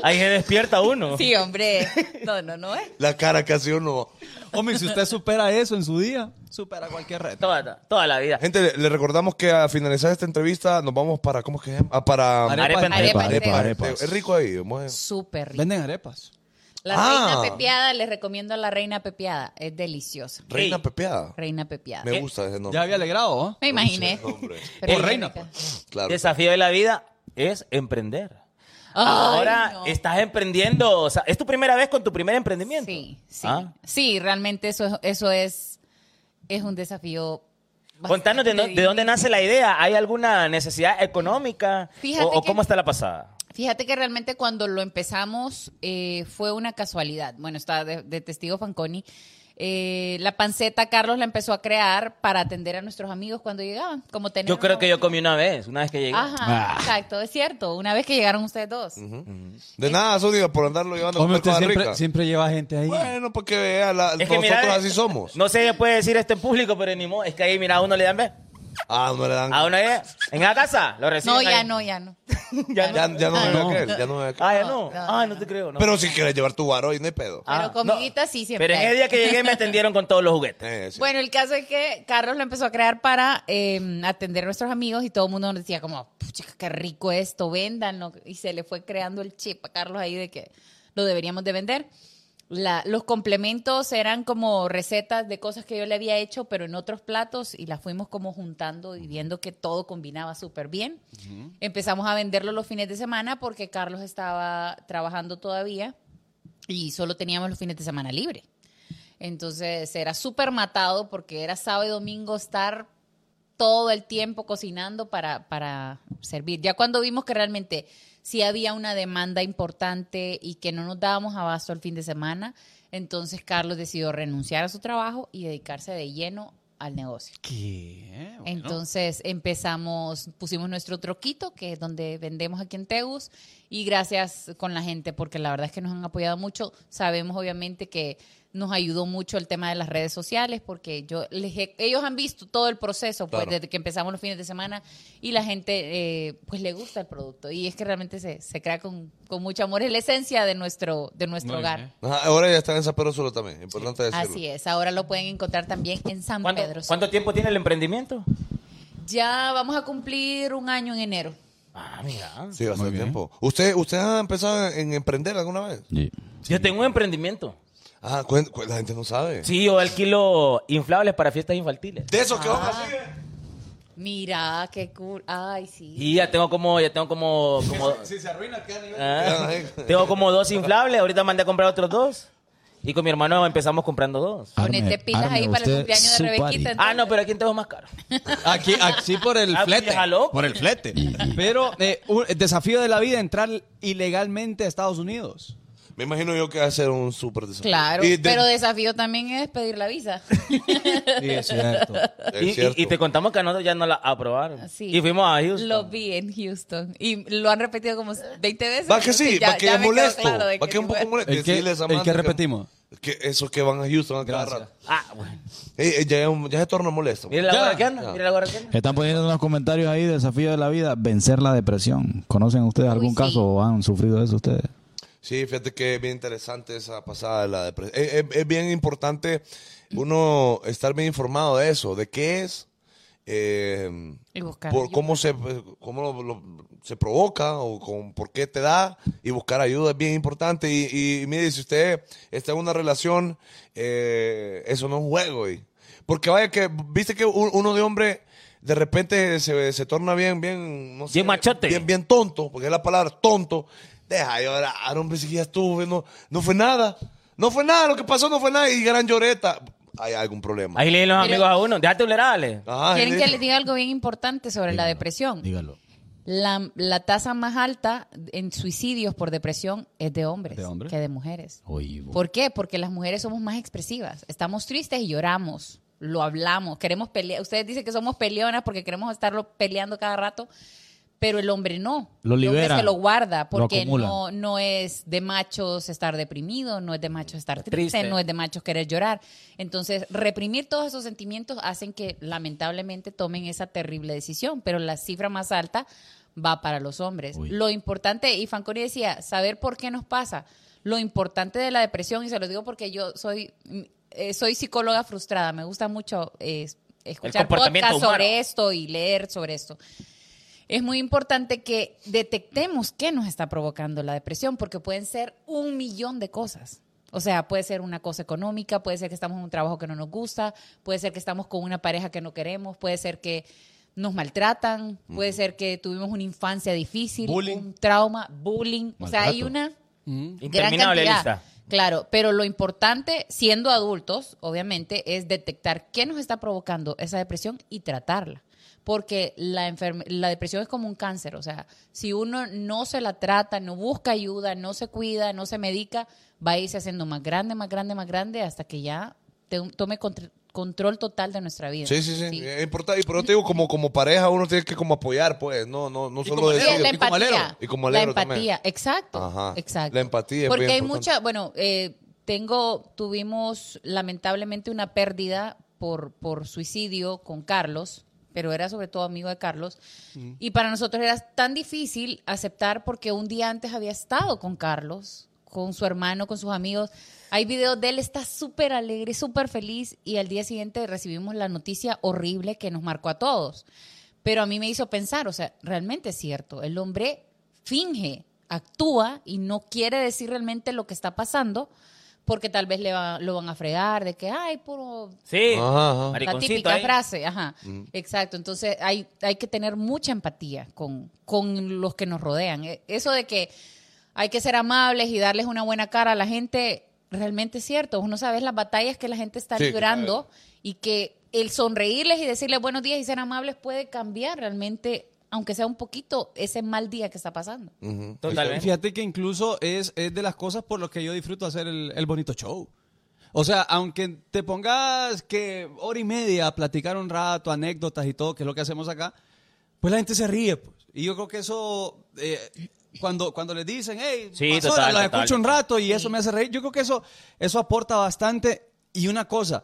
Speaker 4: ahí se despierta uno.
Speaker 9: Sí, hombre. No, no, no es.
Speaker 5: La cara que hace uno.
Speaker 6: Homie, si usted supera eso en su día, supera cualquier reto.
Speaker 4: Toda, toda la vida.
Speaker 5: Gente, le- le recordamos que a finalizar esta entrevista nos vamos para, ¿cómo es que se llama? Ah, para
Speaker 4: Arepa
Speaker 9: Arepa,
Speaker 4: entera.
Speaker 9: arepa.
Speaker 5: Es rico ahí. vamos a-
Speaker 9: Súper rico.
Speaker 6: Venden arepas.
Speaker 9: La
Speaker 5: Ah.
Speaker 9: reina pepeada, les recomiendo la reina pepeada. Es deliciosa.
Speaker 5: Reina
Speaker 4: Ey.
Speaker 5: Pepeada.
Speaker 9: Reina pepeada.
Speaker 5: Me gusta ese nombre.
Speaker 6: Ya había alegrado, ¿ah? ¿no?
Speaker 9: Me imaginé.
Speaker 5: Hombre,
Speaker 9: Pero
Speaker 4: Eh,
Speaker 9: es
Speaker 6: reina,
Speaker 9: rica.
Speaker 5: claro.
Speaker 4: Desafío de la vida es emprender.
Speaker 9: Ay,
Speaker 4: Ahora
Speaker 9: no.
Speaker 4: estás emprendiendo, o sea, es tu primera vez con tu primer emprendimiento.
Speaker 9: Sí, sí.
Speaker 4: Ah.
Speaker 9: Sí, realmente eso es, eso es, es un desafío. bastante
Speaker 4: Contanos de, no- de dónde
Speaker 9: difícil.
Speaker 4: nace la idea. ¿Hay alguna necesidad económica?
Speaker 9: Fíjate
Speaker 4: ¿O, o
Speaker 9: que-
Speaker 4: cómo está la pasada?
Speaker 9: Fíjate que realmente cuando lo empezamos eh, fue una casualidad. Bueno, está de, de testigo Fanconi. Eh, la panceta Carlos la empezó a crear para atender a nuestros amigos cuando llegaban. Como tener
Speaker 4: Yo
Speaker 9: una
Speaker 4: creo que yo
Speaker 9: bolsa.
Speaker 4: comí una vez, una vez que llegué.
Speaker 9: Ajá, exacto, es cierto. Una vez que llegaron ustedes dos.
Speaker 5: De nada, Zúñiga, por andarlo llevando
Speaker 6: Hombre,
Speaker 5: con
Speaker 6: usted siempre,
Speaker 5: rica.
Speaker 6: siempre lleva gente ahí.
Speaker 5: Bueno, para que vea, la-
Speaker 4: Es que
Speaker 5: Ah, nosotros
Speaker 4: mira,
Speaker 5: así
Speaker 4: eh,
Speaker 5: somos.
Speaker 4: No sé qué puede decir esto en público, pero ni modo. Es que ahí, mira, a uno le dan, ve,
Speaker 5: Ah, no le dan.
Speaker 4: a uno eh, en la casa, lo reciben.
Speaker 9: No, ya
Speaker 4: ahí.
Speaker 9: no, ya no.
Speaker 4: Ya
Speaker 5: ya, ya no me veo
Speaker 6: Ah, no.
Speaker 5: aquel, ya no me veo aquel.
Speaker 4: Ah, ya no.
Speaker 9: No, no,
Speaker 4: Ah, no te creo. No.
Speaker 5: Pero si quieres llevar tu varo, ahí no hay pedo.
Speaker 4: Ah,
Speaker 9: Pero comidita sí siempre
Speaker 4: Pero en
Speaker 9: hay.
Speaker 4: el día que llegué me atendieron con todos los juguetes.
Speaker 5: Eh, sí.
Speaker 9: Bueno, el caso es que Carlos lo empezó a crear para eh, atender a nuestros amigos y todo el mundo nos decía como, chica, qué rico esto, véndanlo. Y se le fue creando el chip a Carlos ahí de que lo deberíamos de vender. La- los complementos eran como recetas de cosas que yo le había hecho, pero en otros platos y las fuimos como juntando y viendo que todo combinaba súper bien. Empezamos a venderlo los fines de semana porque Carlos estaba trabajando todavía y solo teníamos los fines de semana libre. Entonces era súper matado porque era sábado y domingo estar todo el tiempo cocinando para, para servir. Ya cuando vimos que realmente sí había una demanda importante y que no nos dábamos abasto el fin de semana, entonces Carlos decidió renunciar a su trabajo y dedicarse de lleno al negocio.
Speaker 6: ¿Qué? Ah, Bueno.
Speaker 9: Entonces empezamos, pusimos nuestro troquito, que es donde vendemos aquí en Tegus, y gracias con la gente, porque la verdad es que nos han apoyado mucho. Sabemos obviamente que nos ayudó mucho el tema de las redes sociales, porque yo les he- ellos han visto todo el proceso, pues
Speaker 5: Claro.
Speaker 9: desde que empezamos los fines de semana, y la gente eh, pues le gusta el producto, y es que realmente se, se crea con, con mucho amor, es la esencia de nuestro, de nuestro
Speaker 6: Muy
Speaker 9: hogar.
Speaker 6: bien.
Speaker 5: Ajá, ahora ya están en San Pedro Sula también, importante decirlo.
Speaker 9: Así es, ahora lo pueden encontrar también en San
Speaker 4: ¿Cuánto,
Speaker 9: Pedro.
Speaker 4: cuánto tiempo tiene el emprendimiento?
Speaker 9: Ya vamos a cumplir un año en enero.
Speaker 4: Ah, mira.
Speaker 5: Sí, hace tiempo. ¿Usted, ¿Usted ha empezado en emprender alguna vez?
Speaker 4: Yo tengo un emprendimiento.
Speaker 5: Ah, cuen- cuen- la gente no sabe.
Speaker 4: Sí, yo alquilo inflables para fiestas infantiles.
Speaker 5: De esos que van
Speaker 9: Ah.
Speaker 5: así. eh.
Speaker 9: Mira, qué cool. Ay, sí.
Speaker 4: Y ya tengo como, ya tengo como, como
Speaker 6: Si se arruina, queda nivel.
Speaker 4: Ah,
Speaker 5: Ay.
Speaker 4: tengo como dos inflables. Ahorita mandé a comprar otros dos. Y con mi hermano empezamos comprando dos.
Speaker 9: Ponete pilas ahí para el cumpleaños de Rebequita.
Speaker 4: Ah, no, pero aquí en Tejo es más caro.
Speaker 6: Aquí, aquí por el
Speaker 4: Ah,
Speaker 6: flete.
Speaker 4: fija, loco.
Speaker 6: Por el flete. Pero eh, un el desafío de la vida, entrar ilegalmente a Estados Unidos.
Speaker 5: Me imagino yo que va a ser un súper desafío.
Speaker 9: Claro,
Speaker 5: Y de-
Speaker 9: pero desafío también es pedir la visa.
Speaker 6: Sí, es cierto.
Speaker 5: es
Speaker 4: Y, y-
Speaker 5: cierto.
Speaker 4: y te contamos que a nosotros ya no la aprobaron.
Speaker 9: Sí.
Speaker 4: Y fuimos a Houston.
Speaker 9: Lo vi en Houston y lo han repetido como 20 veces.
Speaker 5: Va que sí,
Speaker 9: Entonces, ya-
Speaker 5: va que
Speaker 9: ya
Speaker 5: es
Speaker 9: me quedó
Speaker 5: molesto.
Speaker 9: claro de
Speaker 5: va que es un poco molesto.
Speaker 6: ¿El qué-
Speaker 5: Decirle a
Speaker 6: el
Speaker 5: Samantha
Speaker 6: qué repetimos?
Speaker 5: Que esos que van a Houston a cada
Speaker 6: Gracias.
Speaker 5: rato.
Speaker 4: Ah, bueno.
Speaker 5: Ey, ey, ya, es un- ya se torna molesto.
Speaker 4: Mira la
Speaker 6: Ya.
Speaker 4: hora que anda. Mira la hora que anda.
Speaker 1: Están poniendo unos comentarios ahí, desafío de la vida, vencer la depresión. ¿Conocen ustedes
Speaker 9: Uy,
Speaker 1: algún
Speaker 9: sí.
Speaker 1: caso o han sufrido eso ustedes?
Speaker 5: Sí, fíjate que es bien interesante esa pasada de la depresión. Es, es- es bien importante uno estar bien informado de eso, de qué es, eh,
Speaker 9: Y buscar
Speaker 5: por
Speaker 9: ayuda.
Speaker 5: cómo se cómo lo- lo- se provoca o con por qué te da y buscar ayuda es bien importante. Y, y, mire, si usted está en una relación, eh, eso no es un juego. y- porque vaya que, viste que un- uno de hombre de repente se, se torna bien, bien, no sé,
Speaker 4: Bien machote.
Speaker 5: bien, bien tonto, porque es la palabra tonto. Deja de llorar, hombre, si ya estuve, no, no fue nada. No fue nada, lo que pasó no fue nada. Y gran lloreta. Hay algún problema.
Speaker 4: Ahí le dicen los
Speaker 9: Mira.
Speaker 4: amigos a uno. Déjate tolerar, Ale.
Speaker 5: Ajá,
Speaker 9: Quieren
Speaker 5: gente.
Speaker 9: que les diga algo bien importante sobre la depresión.
Speaker 1: Dígalo.
Speaker 9: La, la tasa más alta en suicidios por depresión es de hombres
Speaker 6: ¿De hombres?
Speaker 9: que de mujeres.
Speaker 1: Oye,
Speaker 9: ¿Por qué? Porque las mujeres somos más expresivas. Estamos tristes y lloramos. Lo hablamos. Queremos pelear. Ustedes dicen que somos peleonas porque queremos estarlo peleando cada rato. Pero el hombre no.
Speaker 1: Lo
Speaker 9: El hombre
Speaker 1: libera,
Speaker 9: se lo guarda
Speaker 1: lo
Speaker 9: porque
Speaker 1: acumula.
Speaker 9: no, no es de machos estar deprimido, no es de machos estar triste,
Speaker 4: Triste.
Speaker 9: no es de machos querer llorar. Entonces, reprimir todos esos sentimientos hacen que lamentablemente tomen esa terrible decisión, pero la cifra más alta va para los hombres.
Speaker 1: Uy.
Speaker 9: Lo importante, y Fanconi decía, saber por qué nos pasa. Lo importante de la depresión, y se lo digo porque yo soy, mm, eh, soy psicóloga frustrada, me gusta mucho eh, escuchar
Speaker 4: comportamiento
Speaker 9: podcasts sobre
Speaker 4: humano.
Speaker 9: esto y leer sobre esto. es muy importante que detectemos qué nos está provocando la depresión, porque pueden ser un millón de cosas. O sea, puede ser una cosa económica, puede ser que estamos en un trabajo que no nos gusta, puede ser que estamos con una pareja que no queremos, puede ser que nos maltratan, puede ser que tuvimos una infancia difícil,
Speaker 6: Bullying.
Speaker 9: un trauma, bullying. O sea, hay una gran
Speaker 4: Interminable
Speaker 9: cantidad.
Speaker 4: lista.
Speaker 9: Claro, pero lo importante, siendo adultos, obviamente, es detectar qué nos está provocando esa depresión y tratarla. Porque la, enferme- la depresión es como un cáncer, o sea, si uno no se la trata, no busca ayuda, no se cuida, no se medica, va a irse haciendo más grande, más grande, más grande, hasta que ya te- tome contr- control total de nuestra vida.
Speaker 5: Sí, sí, sí. Es importante. Y por eso te digo, como, como pareja, uno tiene que como apoyar, pues. No, no, no solo
Speaker 9: Sí,
Speaker 5: decir.
Speaker 9: la
Speaker 5: Y como alero.
Speaker 9: empatía.
Speaker 5: Y como
Speaker 9: la
Speaker 5: alero
Speaker 9: empatía,
Speaker 5: también.
Speaker 9: exacto,
Speaker 5: Ajá.
Speaker 9: exacto.
Speaker 5: La empatía es
Speaker 9: Porque
Speaker 5: bien
Speaker 9: hay
Speaker 5: importante.
Speaker 9: mucha, bueno, eh, tengo, tuvimos lamentablemente una pérdida por, por suicidio con Carlos, pero era sobre todo amigo de Carlos.
Speaker 5: Mm.
Speaker 9: Y para nosotros era tan difícil aceptar porque un día antes había estado con Carlos, con su hermano, con sus amigos. Hay videos de él, está súper alegre, súper feliz y al día siguiente recibimos la noticia horrible que nos marcó a todos. Pero a mí me hizo pensar, o sea, realmente es cierto, el hombre finge, actúa y no quiere decir realmente lo que está pasando porque tal vez le va- lo van a fregar de que, ay, puro
Speaker 4: Sí.
Speaker 5: Ajá, ajá.
Speaker 9: la
Speaker 4: Mariconcito
Speaker 9: típica
Speaker 4: ahí.
Speaker 9: frase, ajá. Exacto, entonces hay, hay que tener mucha empatía con, con los que nos rodean. Eh, Eso de que hay que ser amables y darles una buena cara a la gente, realmente es cierto. Uno sabe las batallas que la gente está
Speaker 5: Sí,
Speaker 9: librando y que el sonreírles y decirles buenos días y ser amables puede cambiar realmente, aunque sea un poquito, ese mal día que está pasando.
Speaker 5: Ujú.
Speaker 4: Totalmente.
Speaker 6: Fíjate que incluso es, es de las cosas por las que yo disfruto hacer el, el bonito show. O sea, aunque te pongas que hora y media a platicar un rato, anécdotas y todo, que es lo que hacemos acá, pues la gente se ríe. Pues. Y yo creo que eso, eh, cuando, cuando les dicen, hey,
Speaker 4: Sí,
Speaker 6: pasó,
Speaker 4: total,
Speaker 6: la
Speaker 4: total.
Speaker 6: escucho un rato y eso me hace reír, yo creo que eso, eso aporta bastante. Y una cosa,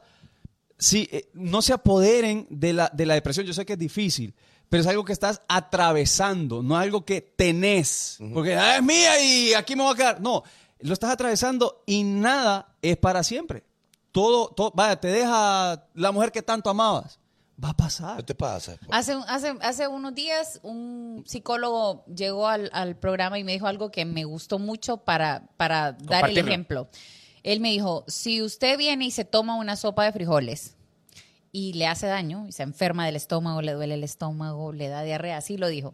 Speaker 6: si eh, no se apoderen de la, de la depresión, yo sé que es difícil, pero es algo que estás atravesando, no algo que tenés. Porque "Ah, es mía y aquí me voy a quedar. No, lo estás atravesando y nada es para siempre. Todo, todo, vaya, te deja la mujer que tanto amabas. Va a pasar.
Speaker 5: ¿Qué te pasa? po?
Speaker 9: Hace, hace, hace unos días un psicólogo llegó al, al programa y me dijo algo que me gustó mucho para, para dar el
Speaker 4: Compartirlo.
Speaker 9: ejemplo. Él me dijo, si usted viene y se toma una sopa de frijoles y le hace daño, y se enferma del estómago, le duele el estómago, le da diarrea, así lo dijo.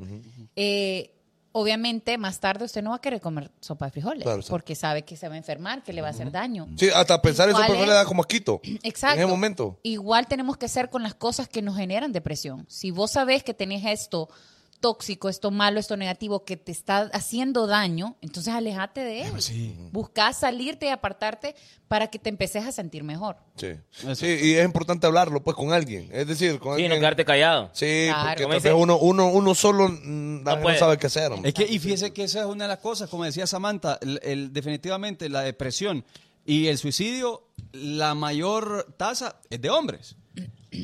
Speaker 9: Eh, obviamente, más tarde usted no va a querer comer sopa de frijoles
Speaker 5: Claro, sí.
Speaker 9: porque sabe que se va a enfermar, que le va a hacer daño.
Speaker 5: Sí, hasta pensar eso,
Speaker 9: ¿Cuál
Speaker 5: pero no
Speaker 9: es?
Speaker 5: le da como asquito.
Speaker 9: Exacto.
Speaker 5: En ese momento.
Speaker 9: Igual tenemos que hacer con las cosas que nos generan depresión. Si vos sabés que tenés esto tóxico, esto malo, esto negativo que te está haciendo daño, entonces alejate de él. Busca salirte y apartarte para que te empeces a sentir mejor.
Speaker 5: Sí. Sí, y es importante hablarlo, pues, con alguien. Es decir, con
Speaker 4: Sí, no
Speaker 5: alguien.
Speaker 4: quedarte callado.
Speaker 5: Sí,
Speaker 9: Claro.
Speaker 5: porque
Speaker 4: Como
Speaker 5: tal vez
Speaker 4: dice-
Speaker 5: uno, uno, uno solo mm, a veces no,
Speaker 4: puede.
Speaker 5: sabe qué hacer. hombre.
Speaker 6: Es que, y fíjese que esa es una de las cosas, como decía Samantha, el- el- definitivamente la depresión y el suicidio, la mayor tasa es de hombres.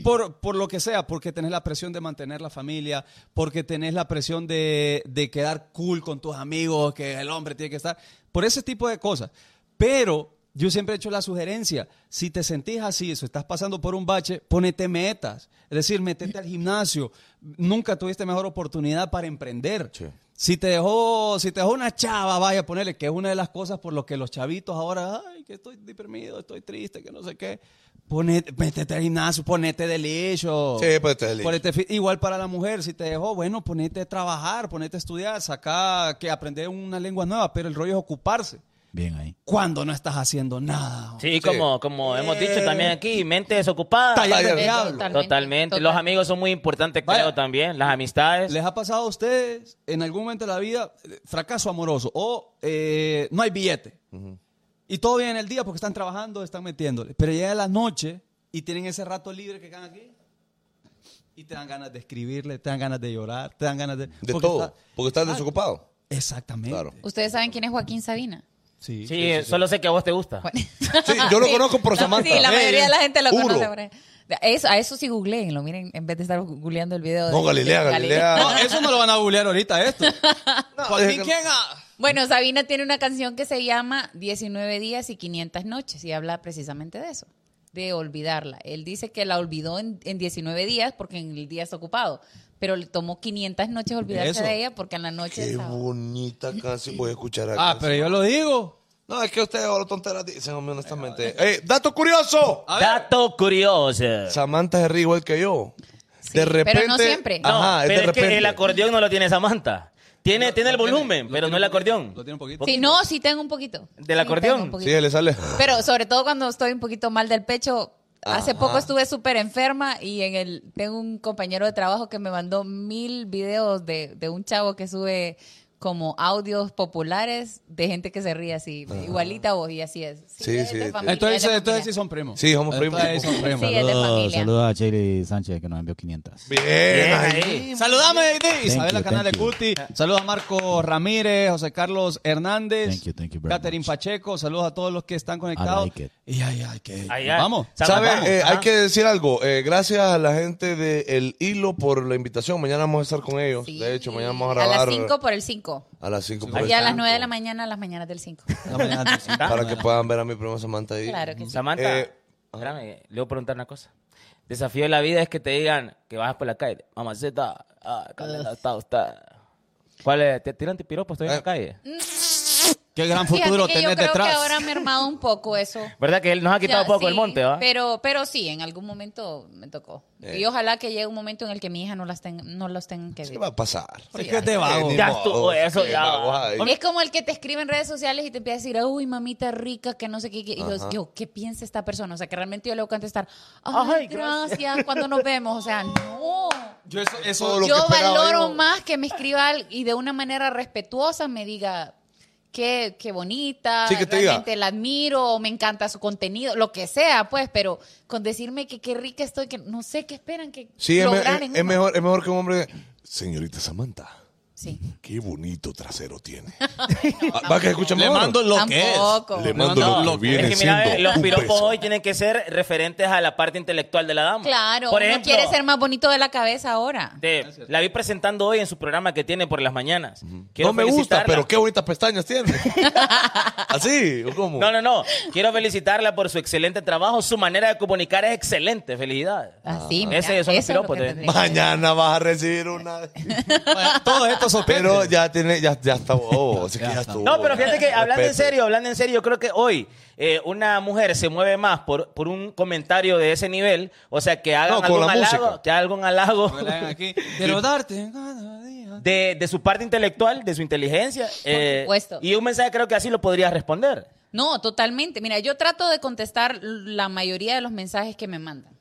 Speaker 6: Por, por lo que sea, porque tenés la presión de mantener la familia, porque tenés la presión de, de quedar cool con tus amigos, que el hombre tiene que estar, por ese tipo de cosas. Pero yo siempre he hecho la sugerencia, si te sentís así, si estás pasando por un bache, ponete metas. Es decir, metete al gimnasio. Nunca tuviste mejor oportunidad para emprender.
Speaker 5: Sí.
Speaker 6: Si te dejó, si te dejó una chava, vaya a ponerle, que es una de las cosas por lo que los chavitos ahora, ay, que estoy deprimido, estoy triste, que no sé qué. Ponete, métete al gimnasio, ponete delicioso.
Speaker 5: Sí, pues, ponete delicioso.
Speaker 6: Ponete fi- igual para la mujer, si te dejó, bueno, ponete a trabajar, ponete a estudiar, saca, que aprender una lengua nueva, pero el rollo es ocuparse
Speaker 1: Bien ahí.
Speaker 6: cuando no estás haciendo nada.
Speaker 4: Sí, como, como hemos dicho también aquí, mente desocupada.
Speaker 6: Talla
Speaker 5: Talla
Speaker 6: del
Speaker 5: del
Speaker 6: diablo.
Speaker 9: diablo.
Speaker 4: Totalmente.
Speaker 9: Eh. Totalmente.
Speaker 4: Los amigos son muy importantes, creo,
Speaker 6: Vaya.
Speaker 4: también. Las amistades.
Speaker 6: ¿Les ha pasado a ustedes en algún momento de la vida eh, fracaso amoroso o eh, no hay billete? Y todo bien en el día porque están trabajando, están metiéndole. Pero llega la noche y tienen ese rato libre que quedan aquí. Y te dan ganas de escribirle, te dan ganas de llorar, te dan ganas de...
Speaker 5: De
Speaker 6: porque
Speaker 5: todo.
Speaker 6: está-
Speaker 5: porque estás
Speaker 6: Ah,
Speaker 5: desocupado.
Speaker 6: Exactamente.
Speaker 5: Claro.
Speaker 9: ¿Ustedes saben quién es Joaquín Sabina?
Speaker 6: Sí.
Speaker 4: sí, solo sé que a vos te gusta.
Speaker 5: Sí, yo lo conozco por
Speaker 9: la-
Speaker 5: Samantha.
Speaker 9: Sí, la mayoría de la gente lo
Speaker 5: Puro.
Speaker 9: conoce. por ahí. Eso- a eso sí googleenlo, miren, en vez de estar googleando el video. de-
Speaker 5: No, Galilea,
Speaker 9: de
Speaker 5: Galilea.
Speaker 6: No, eso no lo van a googlear ahorita, esto. Joaquín,
Speaker 5: es que-
Speaker 6: ¿quién ha-
Speaker 9: Bueno, Sabina tiene una canción que se llama 19 días y 500 noches y habla precisamente de eso. de olvidarla. Él dice que la olvidó en, en 19 días porque en el día está ocupado, pero le tomó 500 noches olvidarse
Speaker 6: Eso.
Speaker 9: de ella porque en la noche
Speaker 5: Qué
Speaker 9: estaba-
Speaker 5: bonita canción. Voy a escuchar acá.
Speaker 6: Ah, pero yo lo digo.
Speaker 5: No, es que ustedes ahora tonteras dicen, hombre, honestamente. ¡Eh, dato curioso!
Speaker 6: A ver.
Speaker 4: Dato curioso.
Speaker 5: Samantha es ríe igual que yo.
Speaker 9: Sí,
Speaker 5: de repente.
Speaker 9: pero no siempre.
Speaker 4: No,
Speaker 5: Ajá, ah, es
Speaker 4: pero
Speaker 5: de
Speaker 4: es que
Speaker 5: repente.
Speaker 4: el acordeón no lo tiene Samantha. Tiene, tiene el volumen,
Speaker 6: lo tiene
Speaker 4: pero no el
Speaker 6: un poquito,
Speaker 4: acordeón.
Speaker 6: lo tiene un poquito.
Speaker 4: Porque-
Speaker 9: Sí, no, sí tengo un poquito.
Speaker 4: ¿Del
Speaker 9: Sí tengo
Speaker 4: acordeón?
Speaker 9: un poquito.
Speaker 5: Sí, le sale.
Speaker 9: Pero sobre todo cuando estoy un poquito mal del pecho. Hace poco estuve súper enferma y en el tengo un compañero de trabajo que me mandó mil videos de, de un chavo que sube como audios populares de gente que se ríe así, igualita a vos y así es.
Speaker 5: Sí,
Speaker 9: es
Speaker 5: sí,
Speaker 9: de
Speaker 5: sí.
Speaker 9: familia, es
Speaker 6: Entonces,
Speaker 9: de
Speaker 6: entonces sí
Speaker 9: familia.
Speaker 6: son primos.
Speaker 5: Sí, somos primos.
Speaker 6: Entonces sí son primos.
Speaker 9: Sí, es de
Speaker 1: Saludos,
Speaker 9: familia.
Speaker 1: Oh, saludos a Chely Sánchez que nos envió 500.
Speaker 5: Bien, ahí.
Speaker 6: Saludame a Isabela
Speaker 1: you,
Speaker 6: Canal de
Speaker 1: thank you.
Speaker 6: Cuti. Saludos a Marco Ramírez, José Carlos Hernández,
Speaker 1: Thank you, thank you very
Speaker 6: Catherine
Speaker 1: much.
Speaker 6: Pacheco. Saludos a todos los que están conectados.
Speaker 1: like it.
Speaker 6: Y ay, ay, que
Speaker 4: Ay,
Speaker 6: nos
Speaker 4: ay.
Speaker 6: vamos.
Speaker 4: Sabe,
Speaker 5: ¿Sabe?
Speaker 4: vamos,
Speaker 5: Eh,
Speaker 4: ajá.
Speaker 5: hay que decir algo. Eh, gracias a la gente de El Hilo por la invitación. Mañana vamos a estar con ellos.
Speaker 9: Sí.
Speaker 5: De hecho, mañana vamos a grabar.
Speaker 9: las 5 por el 5.
Speaker 5: A las pues, 5.
Speaker 9: Y a las 9 de la mañana, a las mañanas del 5.
Speaker 6: La mañana del cinco.
Speaker 5: Para que puedan ver a mi prima Samantha ahí.
Speaker 9: Claro que sí.
Speaker 4: Samantha,
Speaker 5: Eh,
Speaker 4: espérame, le voy a preguntar una cosa. Desafío de la vida es que te digan que bajas por la calle. Mamacita, ah, Carla, está usted. ¿Cuál es? ¿Te tiran piropos todavía en la
Speaker 5: Eh.
Speaker 4: calle?
Speaker 6: Qué gran
Speaker 9: Fíjate
Speaker 6: futuro
Speaker 9: que yo
Speaker 6: tenés
Speaker 9: creo que
Speaker 6: detrás.
Speaker 9: ahora ha mermado un poco eso.
Speaker 4: ¿Verdad que él nos ha quitado
Speaker 9: Ya,
Speaker 4: poco
Speaker 9: sí,
Speaker 4: el monte, va?
Speaker 9: Pero, pero sí, en algún momento me tocó. Y ojalá que llegue un momento en el que mi hija no las tenga, no los tenga que
Speaker 5: ¿Qué
Speaker 9: ver.
Speaker 5: va a pasar?
Speaker 6: Sí, que te vago.
Speaker 5: Ni
Speaker 4: Ya
Speaker 5: modo,
Speaker 4: estuvo, eso
Speaker 5: qué
Speaker 4: ya.
Speaker 5: vago, ay.
Speaker 9: Es como el que te escribe en redes sociales y te empieza a decir, uy, mamita rica, que no sé qué. qué". Y yo, yo, ¿qué piensa esta persona? O sea, que realmente yo le voy a contestar, ay,
Speaker 4: Ay,
Speaker 9: gracias,
Speaker 4: gracias.
Speaker 9: cuando nos vemos. O sea, no.
Speaker 6: Yo eso, eso-
Speaker 5: Todo lo que
Speaker 9: Yo
Speaker 5: esperaba,
Speaker 9: valoro
Speaker 5: yo-
Speaker 9: más que me escriba al- y de una manera respetuosa me diga, qué, qué bonita,
Speaker 5: Sí, que te diga.
Speaker 9: realmente la admiro, me encanta su contenido, lo que sea, pues, pero con decirme que qué rica estoy, que no sé qué esperan que
Speaker 5: Sí, es, me-
Speaker 9: lograr
Speaker 5: es-
Speaker 9: en
Speaker 5: es
Speaker 9: uno.
Speaker 5: mejor, es mejor que un hombre. Señorita Samantha,
Speaker 9: Sí.
Speaker 5: qué bonito trasero tiene. Ah, Va que escúchame.
Speaker 6: le
Speaker 5: ahora.
Speaker 6: mando lo que es.
Speaker 9: Tampoco.
Speaker 5: Le mando
Speaker 4: No,
Speaker 5: lo que viene
Speaker 4: es que mira,
Speaker 5: siendo
Speaker 4: eh, los
Speaker 5: un
Speaker 4: piropos
Speaker 5: beso.
Speaker 4: hoy tienen que ser referentes a la parte intelectual de la dama.
Speaker 9: Claro,
Speaker 4: Por
Speaker 9: uno
Speaker 4: ejemplo,
Speaker 9: quiere ser más bonito de la cabeza ahora.
Speaker 4: te- la vi presentando hoy en su programa que tiene por las mañanas. Quiero
Speaker 5: No me gusta,
Speaker 4: felicitarla.
Speaker 5: pero qué bonitas pestañas tiene. ¿Así? ¿O cómo?
Speaker 4: No, no, no. Quiero felicitarla por su excelente trabajo. Su manera de comunicar es excelente. Felicidades.
Speaker 9: Así, mira,
Speaker 4: Ese son los
Speaker 9: eso es lo
Speaker 4: piropos,
Speaker 9: que
Speaker 4: eh.
Speaker 9: tendría que hacer.
Speaker 5: Mañana vas a recibir una.
Speaker 6: Bueno, Todos estos son
Speaker 5: Pero ya tiene, ya, ya está bobo. Así que ya estuvo.
Speaker 4: No, pero fíjate que hablando en
Speaker 5: Respete.
Speaker 4: serio, hablando en serio, yo creo que hoy eh, una mujer se mueve más por, por un comentario de ese nivel, o sea, que hagan
Speaker 5: No, con
Speaker 4: algún
Speaker 5: la
Speaker 4: halago,
Speaker 5: música.
Speaker 4: que hagan algún halago
Speaker 6: Me la hagan aquí. Pero darte cada día.
Speaker 4: de, de su parte intelectual, de su inteligencia. eh,
Speaker 9: supuesto.
Speaker 4: Y un mensaje creo que así lo podrías responder.
Speaker 9: No, totalmente. Mira, yo trato de contestar la mayoría de los mensajes que me mandan.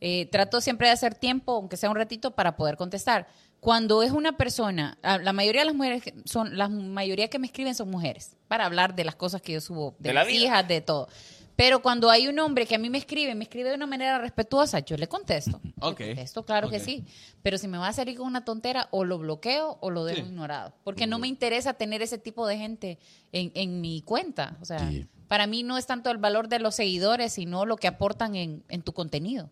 Speaker 9: Eh, trato siempre de hacer tiempo, aunque sea un ratito, para poder contestar. Cuando es una persona, a- la mayoría de las mujeres que- son, la mayoría que me escriben son mujeres, para hablar de las cosas que yo subo, de,
Speaker 4: De la
Speaker 9: las
Speaker 4: vida.
Speaker 9: hijas, de todo. Pero cuando hay un hombre que a mí me escribe, me escribe de una manera respetuosa, yo le contesto. Le
Speaker 6: Ok.
Speaker 9: contesto, claro
Speaker 6: Ok.
Speaker 9: que sí. Pero si me va a salir con una tontera, o lo bloqueo o lo dejo ignorado. Porque no me interesa tener ese tipo de gente en, en mi cuenta. O sea,
Speaker 1: Sí.
Speaker 9: para mí no es tanto el valor de los seguidores, sino lo que aportan en, en tu contenido.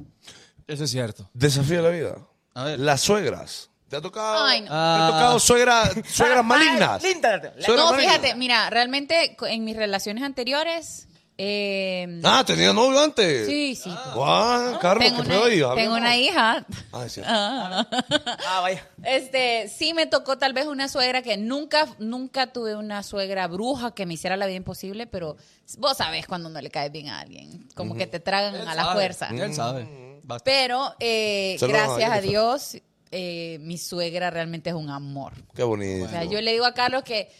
Speaker 6: Eso es cierto.
Speaker 5: Desafío de la vida.
Speaker 6: A ver.
Speaker 5: Las suegras. ¿Te ha tocado?
Speaker 9: Ay, no.
Speaker 5: ¿Te ha
Speaker 4: Ah.
Speaker 5: tocado suegra- suegras malignas?
Speaker 4: Linda.
Speaker 5: Suegras
Speaker 9: No,
Speaker 5: malignas.
Speaker 9: fíjate, mira, realmente co- en mis relaciones anteriores... eh,
Speaker 5: Ah, tenía novio antes.
Speaker 9: sí, sí.
Speaker 5: Guau, Carlos,
Speaker 9: tengo
Speaker 5: qué
Speaker 9: una,
Speaker 5: pedo ahí.
Speaker 9: tengo
Speaker 5: hablemos.
Speaker 9: una hija.
Speaker 5: Ah, es cierto.
Speaker 9: Ah.
Speaker 4: Ah, vaya.
Speaker 9: Este, sí me tocó tal vez una suegra que nunca, nunca tuve una suegra bruja que me hiciera la vida imposible, pero vos sabés cuando no le caes bien a alguien, como que te tragan a la
Speaker 6: Sabe,
Speaker 9: fuerza.
Speaker 4: Mm.
Speaker 6: Él sabe. Basta.
Speaker 9: Pero eh,
Speaker 5: Saludos a
Speaker 9: gracias a
Speaker 5: Jennifer.
Speaker 9: Dios, eh, mi suegra realmente es un amor.
Speaker 5: Qué bonito.
Speaker 9: O sea, yo le digo a Carlos que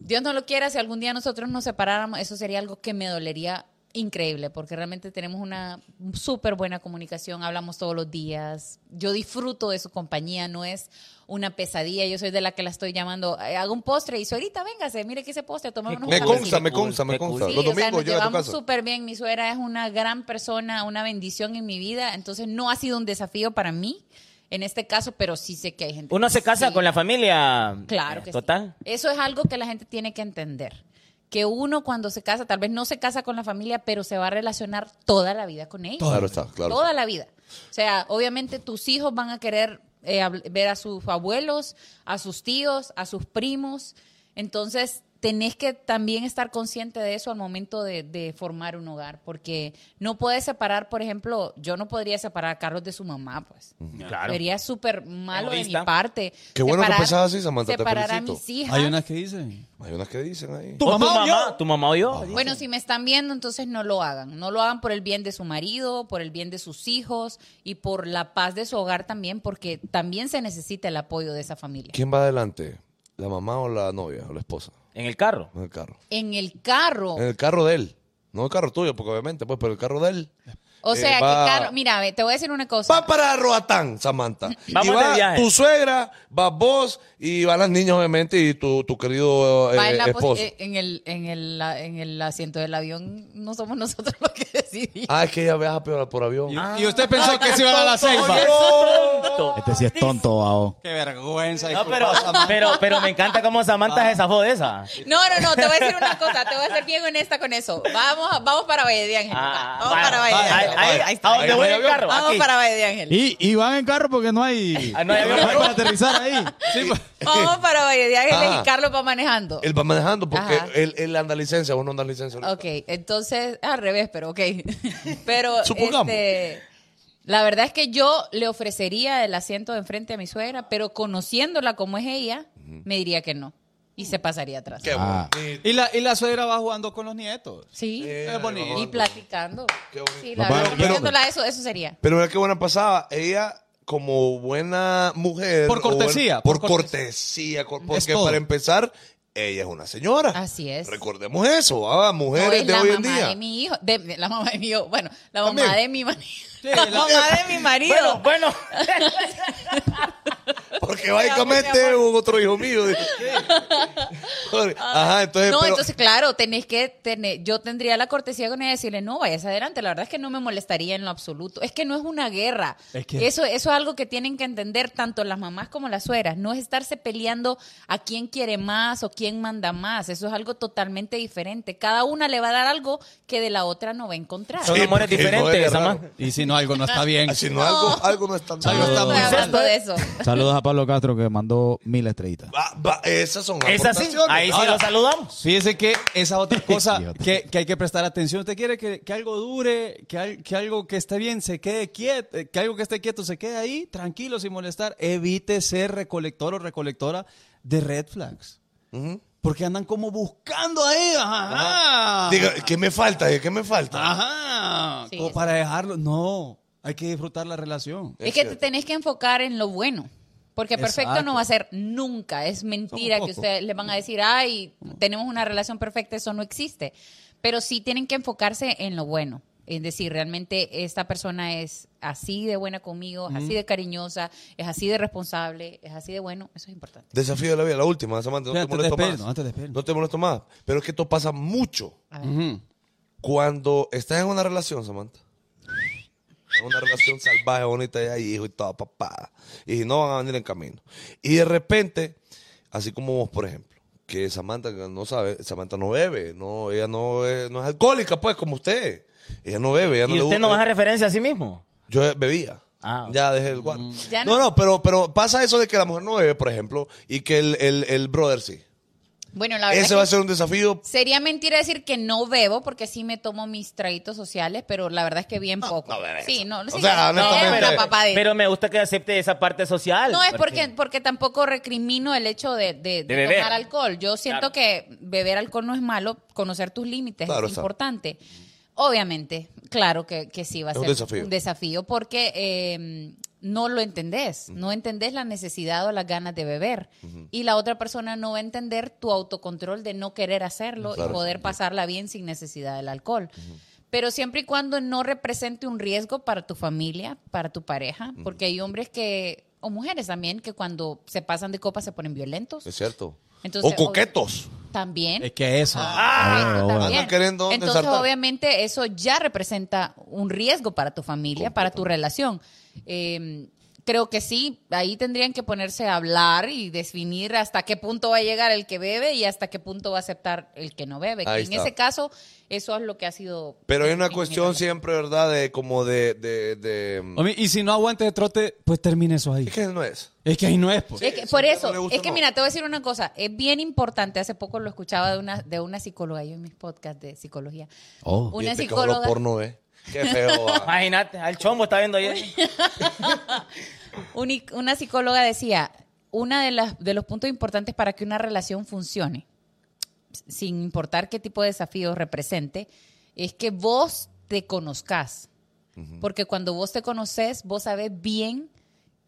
Speaker 9: Dios no lo quiera, si algún día nosotros nos separáramos, eso sería algo que me dolería increíble, porque realmente tenemos una súper buena comunicación, hablamos todos los días, yo disfruto de su compañía, no es una pesadilla, yo soy de la que la estoy llamando, "Eh, hago un postre y ahorita véngase, mire que ese postre, tomémonos
Speaker 5: Me
Speaker 9: un
Speaker 5: consta,
Speaker 9: cafecito".
Speaker 5: me consta, me
Speaker 4: Qué cool.
Speaker 5: consta.
Speaker 9: Sí,
Speaker 5: Los
Speaker 9: o sea,
Speaker 5: domingos
Speaker 9: nos
Speaker 5: llega a tu
Speaker 9: llevamos
Speaker 5: casa.
Speaker 9: súper bien. Mi suegra es una gran persona, una bendición en mi vida. Entonces, no ha sido un desafío para mí en este caso, pero sí sé que hay gente.
Speaker 4: Uno
Speaker 9: que
Speaker 4: se casa
Speaker 9: sí.
Speaker 4: con la familia.
Speaker 9: Claro
Speaker 4: eh,
Speaker 9: que sí.
Speaker 4: Total.
Speaker 9: Eso es algo que la gente tiene que entender. Que uno cuando se casa, tal vez no se casa con la familia, pero se va a relacionar toda la vida con ella.
Speaker 5: Claro está, claro.
Speaker 9: Toda la vida. O sea, obviamente tus hijos van a querer eh, habl- ver a sus abuelos, a sus tíos, a sus primos. Entonces, tenés que también estar consciente de eso al momento de, de formar un hogar, porque no puedes separar, por ejemplo, yo no podría separar a Carlos de su mamá, pues.
Speaker 4: Claro.
Speaker 9: Sería súper malo de mi
Speaker 4: Egoísta.
Speaker 9: parte.
Speaker 5: Qué bueno que
Speaker 9: separar-
Speaker 5: pensás así, Samantha, te
Speaker 9: Separar a
Speaker 5: felicito.
Speaker 9: mis hijas.
Speaker 6: Hay unas que dicen.
Speaker 5: Hay unas que dicen ahí.
Speaker 4: ¿Tu mamá, o yo? ¿Tu mamá o yo?
Speaker 9: Bueno, si me están viendo, entonces no lo hagan. No lo hagan por el bien de su marido, por el bien de sus hijos y por la paz de su hogar también, porque también se necesita el apoyo de esa familia.
Speaker 5: ¿Quién va adelante? ¿La mamá o la novia o la esposa?
Speaker 4: En el carro.
Speaker 5: En el carro.
Speaker 9: En el carro.
Speaker 5: En el carro de él. No el carro tuyo, porque obviamente, pues, pero el carro de él.
Speaker 9: O
Speaker 5: Eh,
Speaker 9: sea, que
Speaker 5: va-
Speaker 9: carro. Mira, ve, te voy a decir una cosa.
Speaker 5: Va para Roatán, Samantha.
Speaker 4: Vamos
Speaker 5: y va
Speaker 4: de viaje.
Speaker 5: tu suegra, vas vos y van las niñas, obviamente, y tu, tu querido eh,
Speaker 9: Va en, la posi-
Speaker 5: esposo.
Speaker 9: eh, en el, en, el, la- en el asiento del avión, no somos nosotros los que decidimos.
Speaker 5: Ah, es que ella viaja por, por avión.
Speaker 9: Ah.
Speaker 4: Ah.
Speaker 6: Y usted pensó que se iban a la ceiba.
Speaker 1: Este sí es tonto, babo.
Speaker 6: Qué vergüenza.
Speaker 4: No, pero, pero, pero me encanta cómo Samantha se zafó de esa.
Speaker 9: No, no, no, te voy a decir una cosa, te voy a ser bien honesta con eso. Vamos, a- vamos para Valle de Ángel. va, vamos
Speaker 4: vaya,
Speaker 9: para Valle de
Speaker 4: vaya,
Speaker 9: Ángel.
Speaker 4: Ah, ahí- ahí- ¿A dónde voy el carro?
Speaker 9: Vamos
Speaker 4: Aquí.
Speaker 9: para Valle de Ángel.
Speaker 1: Y, y van en carro porque no hay,
Speaker 4: Ah, no hay avión. pues.
Speaker 1: para aterrizar ahí.
Speaker 6: pues.
Speaker 9: Vamos para Valle de Ángeles
Speaker 5: Ajá.
Speaker 9: y Carlos va manejando.
Speaker 5: Él va manejando porque
Speaker 9: Ajá.
Speaker 5: él, él anda licencia, uno anda licencia.
Speaker 9: Ok, entonces, al revés, pero ok. pero,
Speaker 5: Supongamos.
Speaker 9: este, la verdad es que yo le ofrecería el asiento de enfrente a mi suegra, pero conociéndola como es ella, me diría que no. Y se pasaría atrás.
Speaker 5: Qué
Speaker 1: Ah.
Speaker 5: bonito.
Speaker 6: Y la, y la suegra va jugando con los nietos.
Speaker 9: Sí.
Speaker 5: Eh,
Speaker 6: Es bonito.
Speaker 9: Y platicando.
Speaker 5: Qué bonito.
Speaker 9: Sí, la
Speaker 1: Papá,
Speaker 9: verdad,
Speaker 1: pero-
Speaker 9: conociéndola, eso, eso sería.
Speaker 5: Pero mira qué buena pasada. Ella, como buena mujer.
Speaker 6: Por
Speaker 5: o buen-
Speaker 6: cortesía,
Speaker 5: por,
Speaker 6: por
Speaker 5: cortesía. cor- Porque
Speaker 6: todo.
Speaker 5: para empezar, ella es una señora.
Speaker 9: Así es.
Speaker 5: Recordemos eso, ah,
Speaker 9: No,
Speaker 5: mujeres
Speaker 9: es
Speaker 5: de
Speaker 9: la
Speaker 5: hoy en
Speaker 9: mamá
Speaker 5: día.
Speaker 9: de mi hijo, de, de la mamá de mi hijo, bueno, la
Speaker 5: También.
Speaker 9: mamá de mi marido.
Speaker 6: la-
Speaker 9: la mamá de mi marido.
Speaker 4: Bueno, bueno.
Speaker 5: Porque
Speaker 9: Mira, mi
Speaker 5: básicamente es
Speaker 9: amor.
Speaker 5: otro hijo mío. Ajá, entonces.
Speaker 9: no,
Speaker 5: pero-
Speaker 9: entonces, claro, tenés que tener. Yo tendría la cortesía con ella de decirle, no, vayas adelante. La verdad es que no me molestaría en lo absoluto. Es que no es una guerra.
Speaker 6: Es que-
Speaker 9: Eso, eso es algo que tienen que entender tanto las mamás como las suegras. No es estarse peleando a quién quiere más o quién manda más. Eso es algo totalmente diferente. Cada una le va a dar algo que de la otra no va a encontrar.
Speaker 4: Son
Speaker 5: Sí,
Speaker 4: amores
Speaker 5: porque no
Speaker 4: diferentes,
Speaker 5: es raro.
Speaker 4: Samantha.
Speaker 6: Y si no, algo no está bien.
Speaker 5: Ah, si no, algo, algo no es tan
Speaker 6: está
Speaker 9: No, no
Speaker 6: muy
Speaker 9: estoy hablando de eso.
Speaker 1: Saludos a Pablo Castro que mandó mil estrellitas.
Speaker 5: Va- va, esas son
Speaker 4: Es así.
Speaker 5: aportaciones.
Speaker 4: Ahí sí
Speaker 5: Ahora,
Speaker 4: lo saludamos.
Speaker 6: Fíjese que esa otra cosa
Speaker 1: Idiota.
Speaker 6: que, que hay que prestar atención. Usted quiere que, que algo dure, que, al- que algo que esté bien se quede quieto, eh, que algo que esté quieto se quede ahí, tranquilo, sin molestar. Evite ser recolector o recolectora de red flags. Porque andan como buscando ahí. Ajá.
Speaker 5: Diga, ¿qué me falta? ¿Qué me
Speaker 6: Ah,
Speaker 5: falta?
Speaker 6: Ajá.
Speaker 9: Sí,
Speaker 6: como
Speaker 9: es- ¿Eh?
Speaker 6: para dejarlo. No. Hay que disfrutar la relación.
Speaker 9: Es que te tenés que enfocar en lo bueno. Porque perfecto
Speaker 6: Exacto.
Speaker 9: no va a ser nunca. Es mentira
Speaker 6: Somos
Speaker 9: que
Speaker 6: pocos.
Speaker 9: ustedes les van
Speaker 5: Mm.
Speaker 9: a decir, ay, tenemos una relación perfecta, eso no existe. Pero sí tienen que enfocarse en lo bueno. Es decir, realmente esta persona es así de buena conmigo, es así de cariñosa, es así de responsable, es así de bueno. Eso es importante.
Speaker 5: Desafío de la vida, la última, Samantha. No
Speaker 6: Espera,
Speaker 5: te
Speaker 6: antes de
Speaker 5: molesto más.
Speaker 6: despedirnos, antes de despedirnos.
Speaker 5: No te molesto más. Pero es que esto pasa mucho.
Speaker 9: A ver.
Speaker 5: Cuando estás en una relación, Samantha. En Una relación salvaje, bonita, ya hay hijo y todo, papá. Y no van a venir en camino. Y de repente, así como vos, por ejemplo, que Samantha no sabe, Samantha no bebe, no, ella no es, no es alcohólica, pues, como usted. Ella no bebe, ella no
Speaker 4: ¿Y
Speaker 5: le
Speaker 4: usted no
Speaker 5: gusta-
Speaker 4: baja referencia a sí mismo?
Speaker 5: Yo bebía.
Speaker 4: Ah.
Speaker 5: Ya dejé el guante.
Speaker 9: Ya
Speaker 5: no,
Speaker 9: no.
Speaker 5: no, pero, pero pasa eso de que la mujer no bebe, por ejemplo, y que el, el, el brother sí.
Speaker 9: Bueno, la verdad.
Speaker 5: Ese
Speaker 9: es
Speaker 5: va a
Speaker 9: que
Speaker 5: ser un desafío.
Speaker 9: Sería mentira decir que no bebo porque sí me tomo mis traguitos sociales, pero la verdad es que bien poco. sí, no, sí,
Speaker 5: sea,
Speaker 9: no, no,
Speaker 5: honestamente-
Speaker 9: es una papá de
Speaker 4: pero me gusta que acepte esa parte social.
Speaker 9: No, es porque, porque tampoco recrimino el hecho de, de- de
Speaker 4: De beber.
Speaker 9: tomar alcohol. Yo siento que beber alcohol no es malo, conocer tus límites
Speaker 5: Claro
Speaker 9: es
Speaker 5: está.
Speaker 9: importante. Obviamente, claro que, que sí va a
Speaker 5: Es un
Speaker 9: ser
Speaker 5: desafío.
Speaker 9: un desafío porque eh, no lo entendés, no entendés la necesidad o las ganas de beber y la otra persona no va a entender tu autocontrol de no querer hacerlo
Speaker 5: Claro.
Speaker 9: y poder pasarla bien sin necesidad del alcohol. Pero siempre y cuando no represente un riesgo para tu familia, para tu pareja, porque hay hombres que, o mujeres también, que cuando se pasan de copa se ponen violentos.
Speaker 5: Es cierto.
Speaker 9: Entonces,
Speaker 5: o coquetos.
Speaker 9: También.
Speaker 6: Es que eso.
Speaker 1: Ah, bueno.
Speaker 9: También.
Speaker 5: Andan queriendo dónde
Speaker 9: Entonces,
Speaker 5: saltar.
Speaker 9: obviamente, eso ya representa un riesgo para tu familia, para tu relación. Eh, creo que sí, ahí tendrían que ponerse a hablar y definir hasta qué punto va a llegar el que bebe y hasta qué punto va a aceptar el que no bebe.
Speaker 5: Ahí
Speaker 9: Que en
Speaker 5: está.
Speaker 9: ese caso, eso es lo que ha sido.
Speaker 5: Pero hay
Speaker 9: en-
Speaker 5: una
Speaker 9: en
Speaker 5: cuestión
Speaker 9: general.
Speaker 5: siempre, ¿verdad? De como de... de, de-
Speaker 6: Homie, Y si no aguante de trote, pues termine eso ahí.
Speaker 5: Es que no es.
Speaker 6: Es que ahí no es, pues.
Speaker 9: Es que-
Speaker 5: si
Speaker 9: por
Speaker 5: a usted no
Speaker 9: eso,
Speaker 5: le gusta,
Speaker 9: es que
Speaker 5: no.
Speaker 9: mira, te voy a decir una cosa, es bien importante, hace poco lo escuchaba de una, de una psicóloga, yo en mis podcasts de psicología,
Speaker 1: Oh.
Speaker 9: una
Speaker 5: Fíjate que hablo
Speaker 9: psicóloga,
Speaker 5: porno, ¿eh? Qué feo. ah.
Speaker 4: Imagínate, al chombo está viendo ahí.
Speaker 9: Uni- una psicóloga decía, uno de, las- de los puntos importantes para que una relación funcione, s- sin importar qué tipo de desafío represente, es que vos te conozcas. Porque cuando vos te conoces, vos sabés bien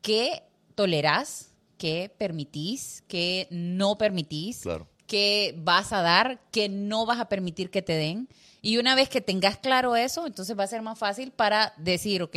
Speaker 9: qué tolerás, qué permitís, qué no permitís,
Speaker 5: Claro.
Speaker 9: qué vas a dar, qué no vas a permitir que te den. Y una vez que tengas claro eso, entonces va a ser más fácil para decir, ok,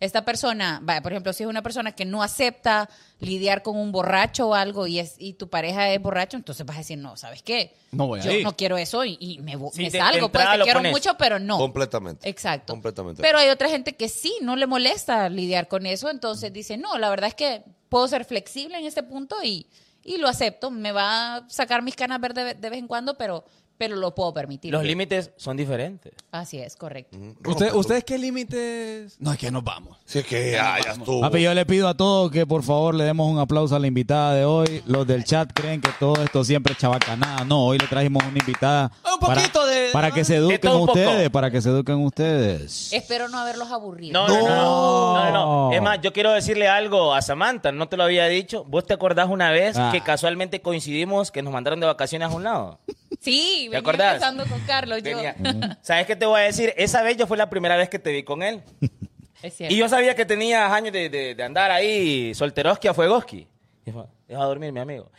Speaker 9: esta persona, va, por ejemplo, si es una persona que no acepta lidiar con un borracho o algo y, es, y tu pareja es borracho, entonces vas a decir, no, ¿sabes qué?
Speaker 6: No voy a
Speaker 9: Yo
Speaker 6: ir.
Speaker 9: no quiero eso y, y me, vo-
Speaker 4: Sí,
Speaker 9: me
Speaker 4: de- de
Speaker 9: salgo. Pues
Speaker 4: entrada
Speaker 9: te
Speaker 4: lo
Speaker 9: quiero
Speaker 4: pones.
Speaker 9: mucho, pero no.
Speaker 5: Completamente.
Speaker 9: Exacto.
Speaker 5: Completamente.
Speaker 9: Pero hay otra gente que sí, no le molesta lidiar con eso, entonces dice, no, la verdad es que puedo ser flexible en este punto y, y lo acepto, me va a sacar mis canas verdes de vez en cuando, pero, pero lo puedo permitir.
Speaker 4: Los límites son diferentes.
Speaker 9: Así es, correcto.
Speaker 5: Mm.
Speaker 6: ¿Usted- ¿Ustedes qué límites? No, es que nos vamos.
Speaker 5: Sí, es que ya, ya estuvo.
Speaker 1: Papi, yo le pido a todos que por favor le demos un aplauso a la invitada de hoy. Los del chat creen que todo esto siempre es chabacanada. No, hoy le trajimos una invitada.
Speaker 6: Un poquito
Speaker 1: para,
Speaker 6: de-
Speaker 1: Para que se
Speaker 4: De
Speaker 1: eduquen
Speaker 4: todo un poco.
Speaker 1: ustedes, para que se eduquen ustedes.
Speaker 9: Espero no haberlos aburrido.
Speaker 4: No, no, no, no, no, no. Es más, yo quiero decirle algo a Samantha, no te lo había dicho. ¿Vos te acordás una vez
Speaker 1: Ah.
Speaker 4: que casualmente coincidimos que nos mandaron de vacaciones a un lado?
Speaker 9: Sí, venía
Speaker 4: acordás?
Speaker 9: empezando con Carlos. Yo.
Speaker 4: Tenía- ¿Sabes qué te voy a decir? Esa vez yo fue la primera vez que te vi con él.
Speaker 9: Es cierto.
Speaker 4: Y yo sabía que tenías años de, de- de andar ahí, solteroski a fuegoski. Dijo, deja dormir, mi amigo.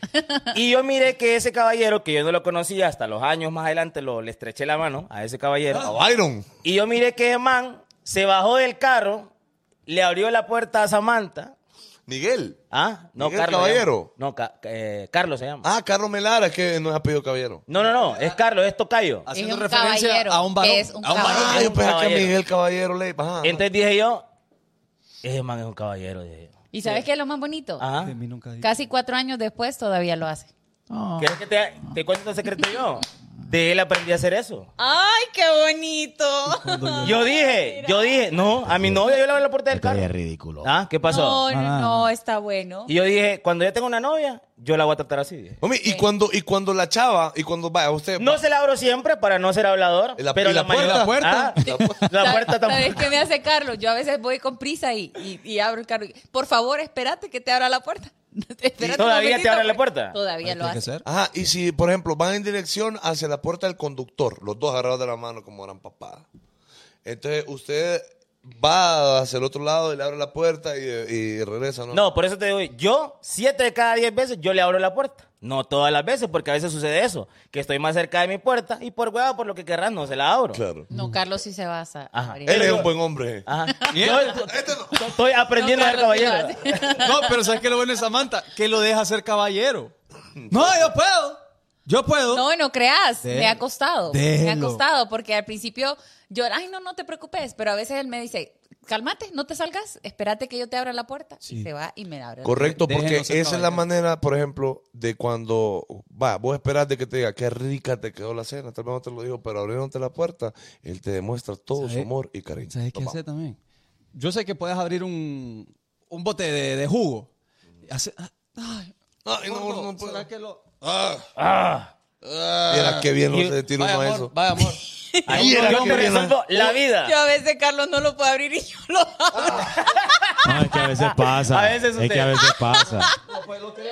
Speaker 4: Y yo miré que ese caballero, que yo no lo conocía hasta los años más adelante, lo, le estreché la mano a ese caballero.
Speaker 5: A Byron.
Speaker 4: Y yo miré que ese man se bajó del carro, le abrió la puerta a Samantha.
Speaker 5: Miguel.
Speaker 4: Ah, no,
Speaker 5: Miguel
Speaker 4: Carlos.
Speaker 5: Caballero.
Speaker 4: se llama. No, Ca- eh, Carlos se llama.
Speaker 5: Ah, Carlos Melara, es que no es apellido caballero.
Speaker 4: No, no, no, es Carlos, es Tocayo.
Speaker 9: Es
Speaker 6: Haciendo
Speaker 9: un
Speaker 6: referencia
Speaker 9: caballero,
Speaker 6: a un varón.
Speaker 9: que es un
Speaker 6: a un varón.
Speaker 9: caballero.
Speaker 5: Ah, yo pensaba que a
Speaker 4: caballero.
Speaker 5: Miguel Caballero le. Ajá.
Speaker 4: Entonces dije yo, ese man es un caballero, dije yo.
Speaker 9: ¿Y sabes qué es lo más bonito?
Speaker 5: Ah.
Speaker 4: Ajá.
Speaker 6: De mí nunca dije.
Speaker 9: Casi cuatro años después todavía lo hace.
Speaker 4: ¿Quieres que te, te cuente un secreto yo? De él aprendí a hacer eso.
Speaker 9: ¡Ay, qué bonito!
Speaker 4: Yo dije, yo dije, no, a mi novia yo le abrí la puerta del
Speaker 1: Esto es
Speaker 4: carro.
Speaker 1: ridículo.
Speaker 4: Ah, ¿qué pasó?
Speaker 9: No, no, no, está bueno.
Speaker 4: Y yo dije, cuando yo tenga una novia, yo la voy a tratar así. dije.
Speaker 5: Hombre, y cuando, y cuando la chava, y cuando vaya, usted.
Speaker 4: No se la abro siempre para no ser hablador,
Speaker 5: La-
Speaker 4: pero
Speaker 5: y la puerta,
Speaker 4: mayoría-
Speaker 5: la puerta.
Speaker 4: Ah, la puerta,
Speaker 9: ¿Sabes
Speaker 4: tampoco.
Speaker 9: qué me hace Carlos? Yo a veces voy con prisa y, y- y abro el carro. y, Por favor, espérate que te abra la puerta. Espérate un
Speaker 4: ¿Todavía te
Speaker 9: momentito,
Speaker 4: abre la
Speaker 9: porque-
Speaker 4: puerta?
Speaker 9: Todavía lo
Speaker 6: Tiene que
Speaker 9: hace.
Speaker 6: ser.
Speaker 5: Ajá, y si, por ejemplo, van en dirección hacia la puerta del conductor, los dos agarrados de la mano como eran papás. Entonces, usted va hacia el otro lado y le abre la puerta y, y regresa, ¿no?
Speaker 4: No, por eso te digo, yo, siete de cada diez veces, yo le abro la puerta. No todas las veces, porque a veces sucede eso, que estoy más cerca de mi puerta y por huevo, por lo que querrás, no se la abro.
Speaker 5: Claro.
Speaker 6: Mm.
Speaker 9: No, Carlos sí se basa.
Speaker 4: Ajá.
Speaker 5: Él es un buen hombre.
Speaker 6: Ah,
Speaker 4: Ajá. Yo yo estoy aprendiendo
Speaker 9: No,
Speaker 4: a ser
Speaker 9: Carlos,
Speaker 4: caballero.
Speaker 9: sí lo hace.
Speaker 6: No, pero ¿sabes qué es lo bueno de Samantha? Que lo deja ser caballero. No, yo puedo. Yo puedo.
Speaker 9: No, no creas, me ha costado. Me ha
Speaker 6: déjelo.
Speaker 9: costado porque al principio yo, ay, no, no te preocupes, pero a veces él me dice, cálmate, no te salgas, espérate que yo te abra la puerta. Y se va y me la abre. la
Speaker 5: Correcto,
Speaker 6: Déjenos
Speaker 5: porque
Speaker 6: ser
Speaker 5: esa es la
Speaker 6: caballeros.
Speaker 5: manera, por ejemplo, de cuando, va, vos esperás de que te diga, qué rica te quedó la cena, tal vez no te lo dijo, pero abriéndote la puerta, él te demuestra todo su
Speaker 6: ¿Sabe-
Speaker 5: amor y cariño.
Speaker 6: ¿Sabes qué
Speaker 5: Papá.
Speaker 6: hacer también? Yo sé que puedes abrir un, un bote de, de jugo. Hace- ah, ay,
Speaker 5: Ay, no,
Speaker 6: gordo,
Speaker 5: no puedo.
Speaker 6: ¿será que lo-
Speaker 5: Mira qué bien lo se tira
Speaker 6: Vaya
Speaker 5: uno a
Speaker 6: amor,
Speaker 5: eso.
Speaker 6: vaya amor.
Speaker 4: Ahí
Speaker 5: Mira
Speaker 4: yo
Speaker 5: qué
Speaker 4: te
Speaker 5: bien,
Speaker 4: resuelvo la vida.
Speaker 9: Yo a veces Carlos no lo puedo abrir y yo lo abro.
Speaker 1: No, es que a veces pasa.
Speaker 4: A veces
Speaker 1: es que a
Speaker 4: usted-
Speaker 1: veces pasa.
Speaker 6: pues,
Speaker 9: No,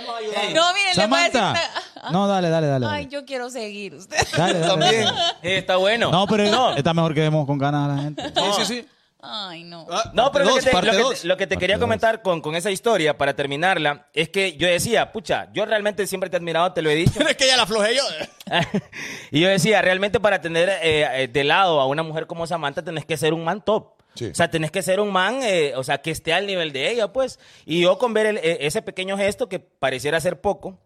Speaker 9: miren, le voy a decir
Speaker 1: Samantha.
Speaker 9: una-
Speaker 1: No, dale, dale, dale.
Speaker 9: Ay,
Speaker 1: Dale,
Speaker 9: yo quiero seguir. Usted.
Speaker 1: dale, dale,
Speaker 5: También.
Speaker 1: dale.
Speaker 4: Eh, está bueno.
Speaker 1: No, pero eh,
Speaker 4: no.
Speaker 1: está mejor que demos con ganas a la gente.
Speaker 6: Sí, sí, sí.
Speaker 9: Ay, no.
Speaker 6: Ah,
Speaker 4: No,
Speaker 6: parte
Speaker 4: pero lo que
Speaker 6: dos,
Speaker 4: te,
Speaker 6: parte
Speaker 4: lo que te-
Speaker 6: dos.
Speaker 4: lo que te quería
Speaker 1: dos.
Speaker 4: comentar con, con esa historia, para terminarla, es que yo decía, pucha, yo realmente siempre te he admirado, te lo he dicho.
Speaker 6: Es que ya la aflojé yo.
Speaker 4: y yo decía, realmente para tener eh, eh, de lado a una mujer como Samantha tenés que ser un man top.
Speaker 5: Sí.
Speaker 4: O sea, tenés que ser un man, eh, o sea, que esté al nivel de ella, pues. Y yo con ver el- eh, ese pequeño gesto que pareciera ser poco,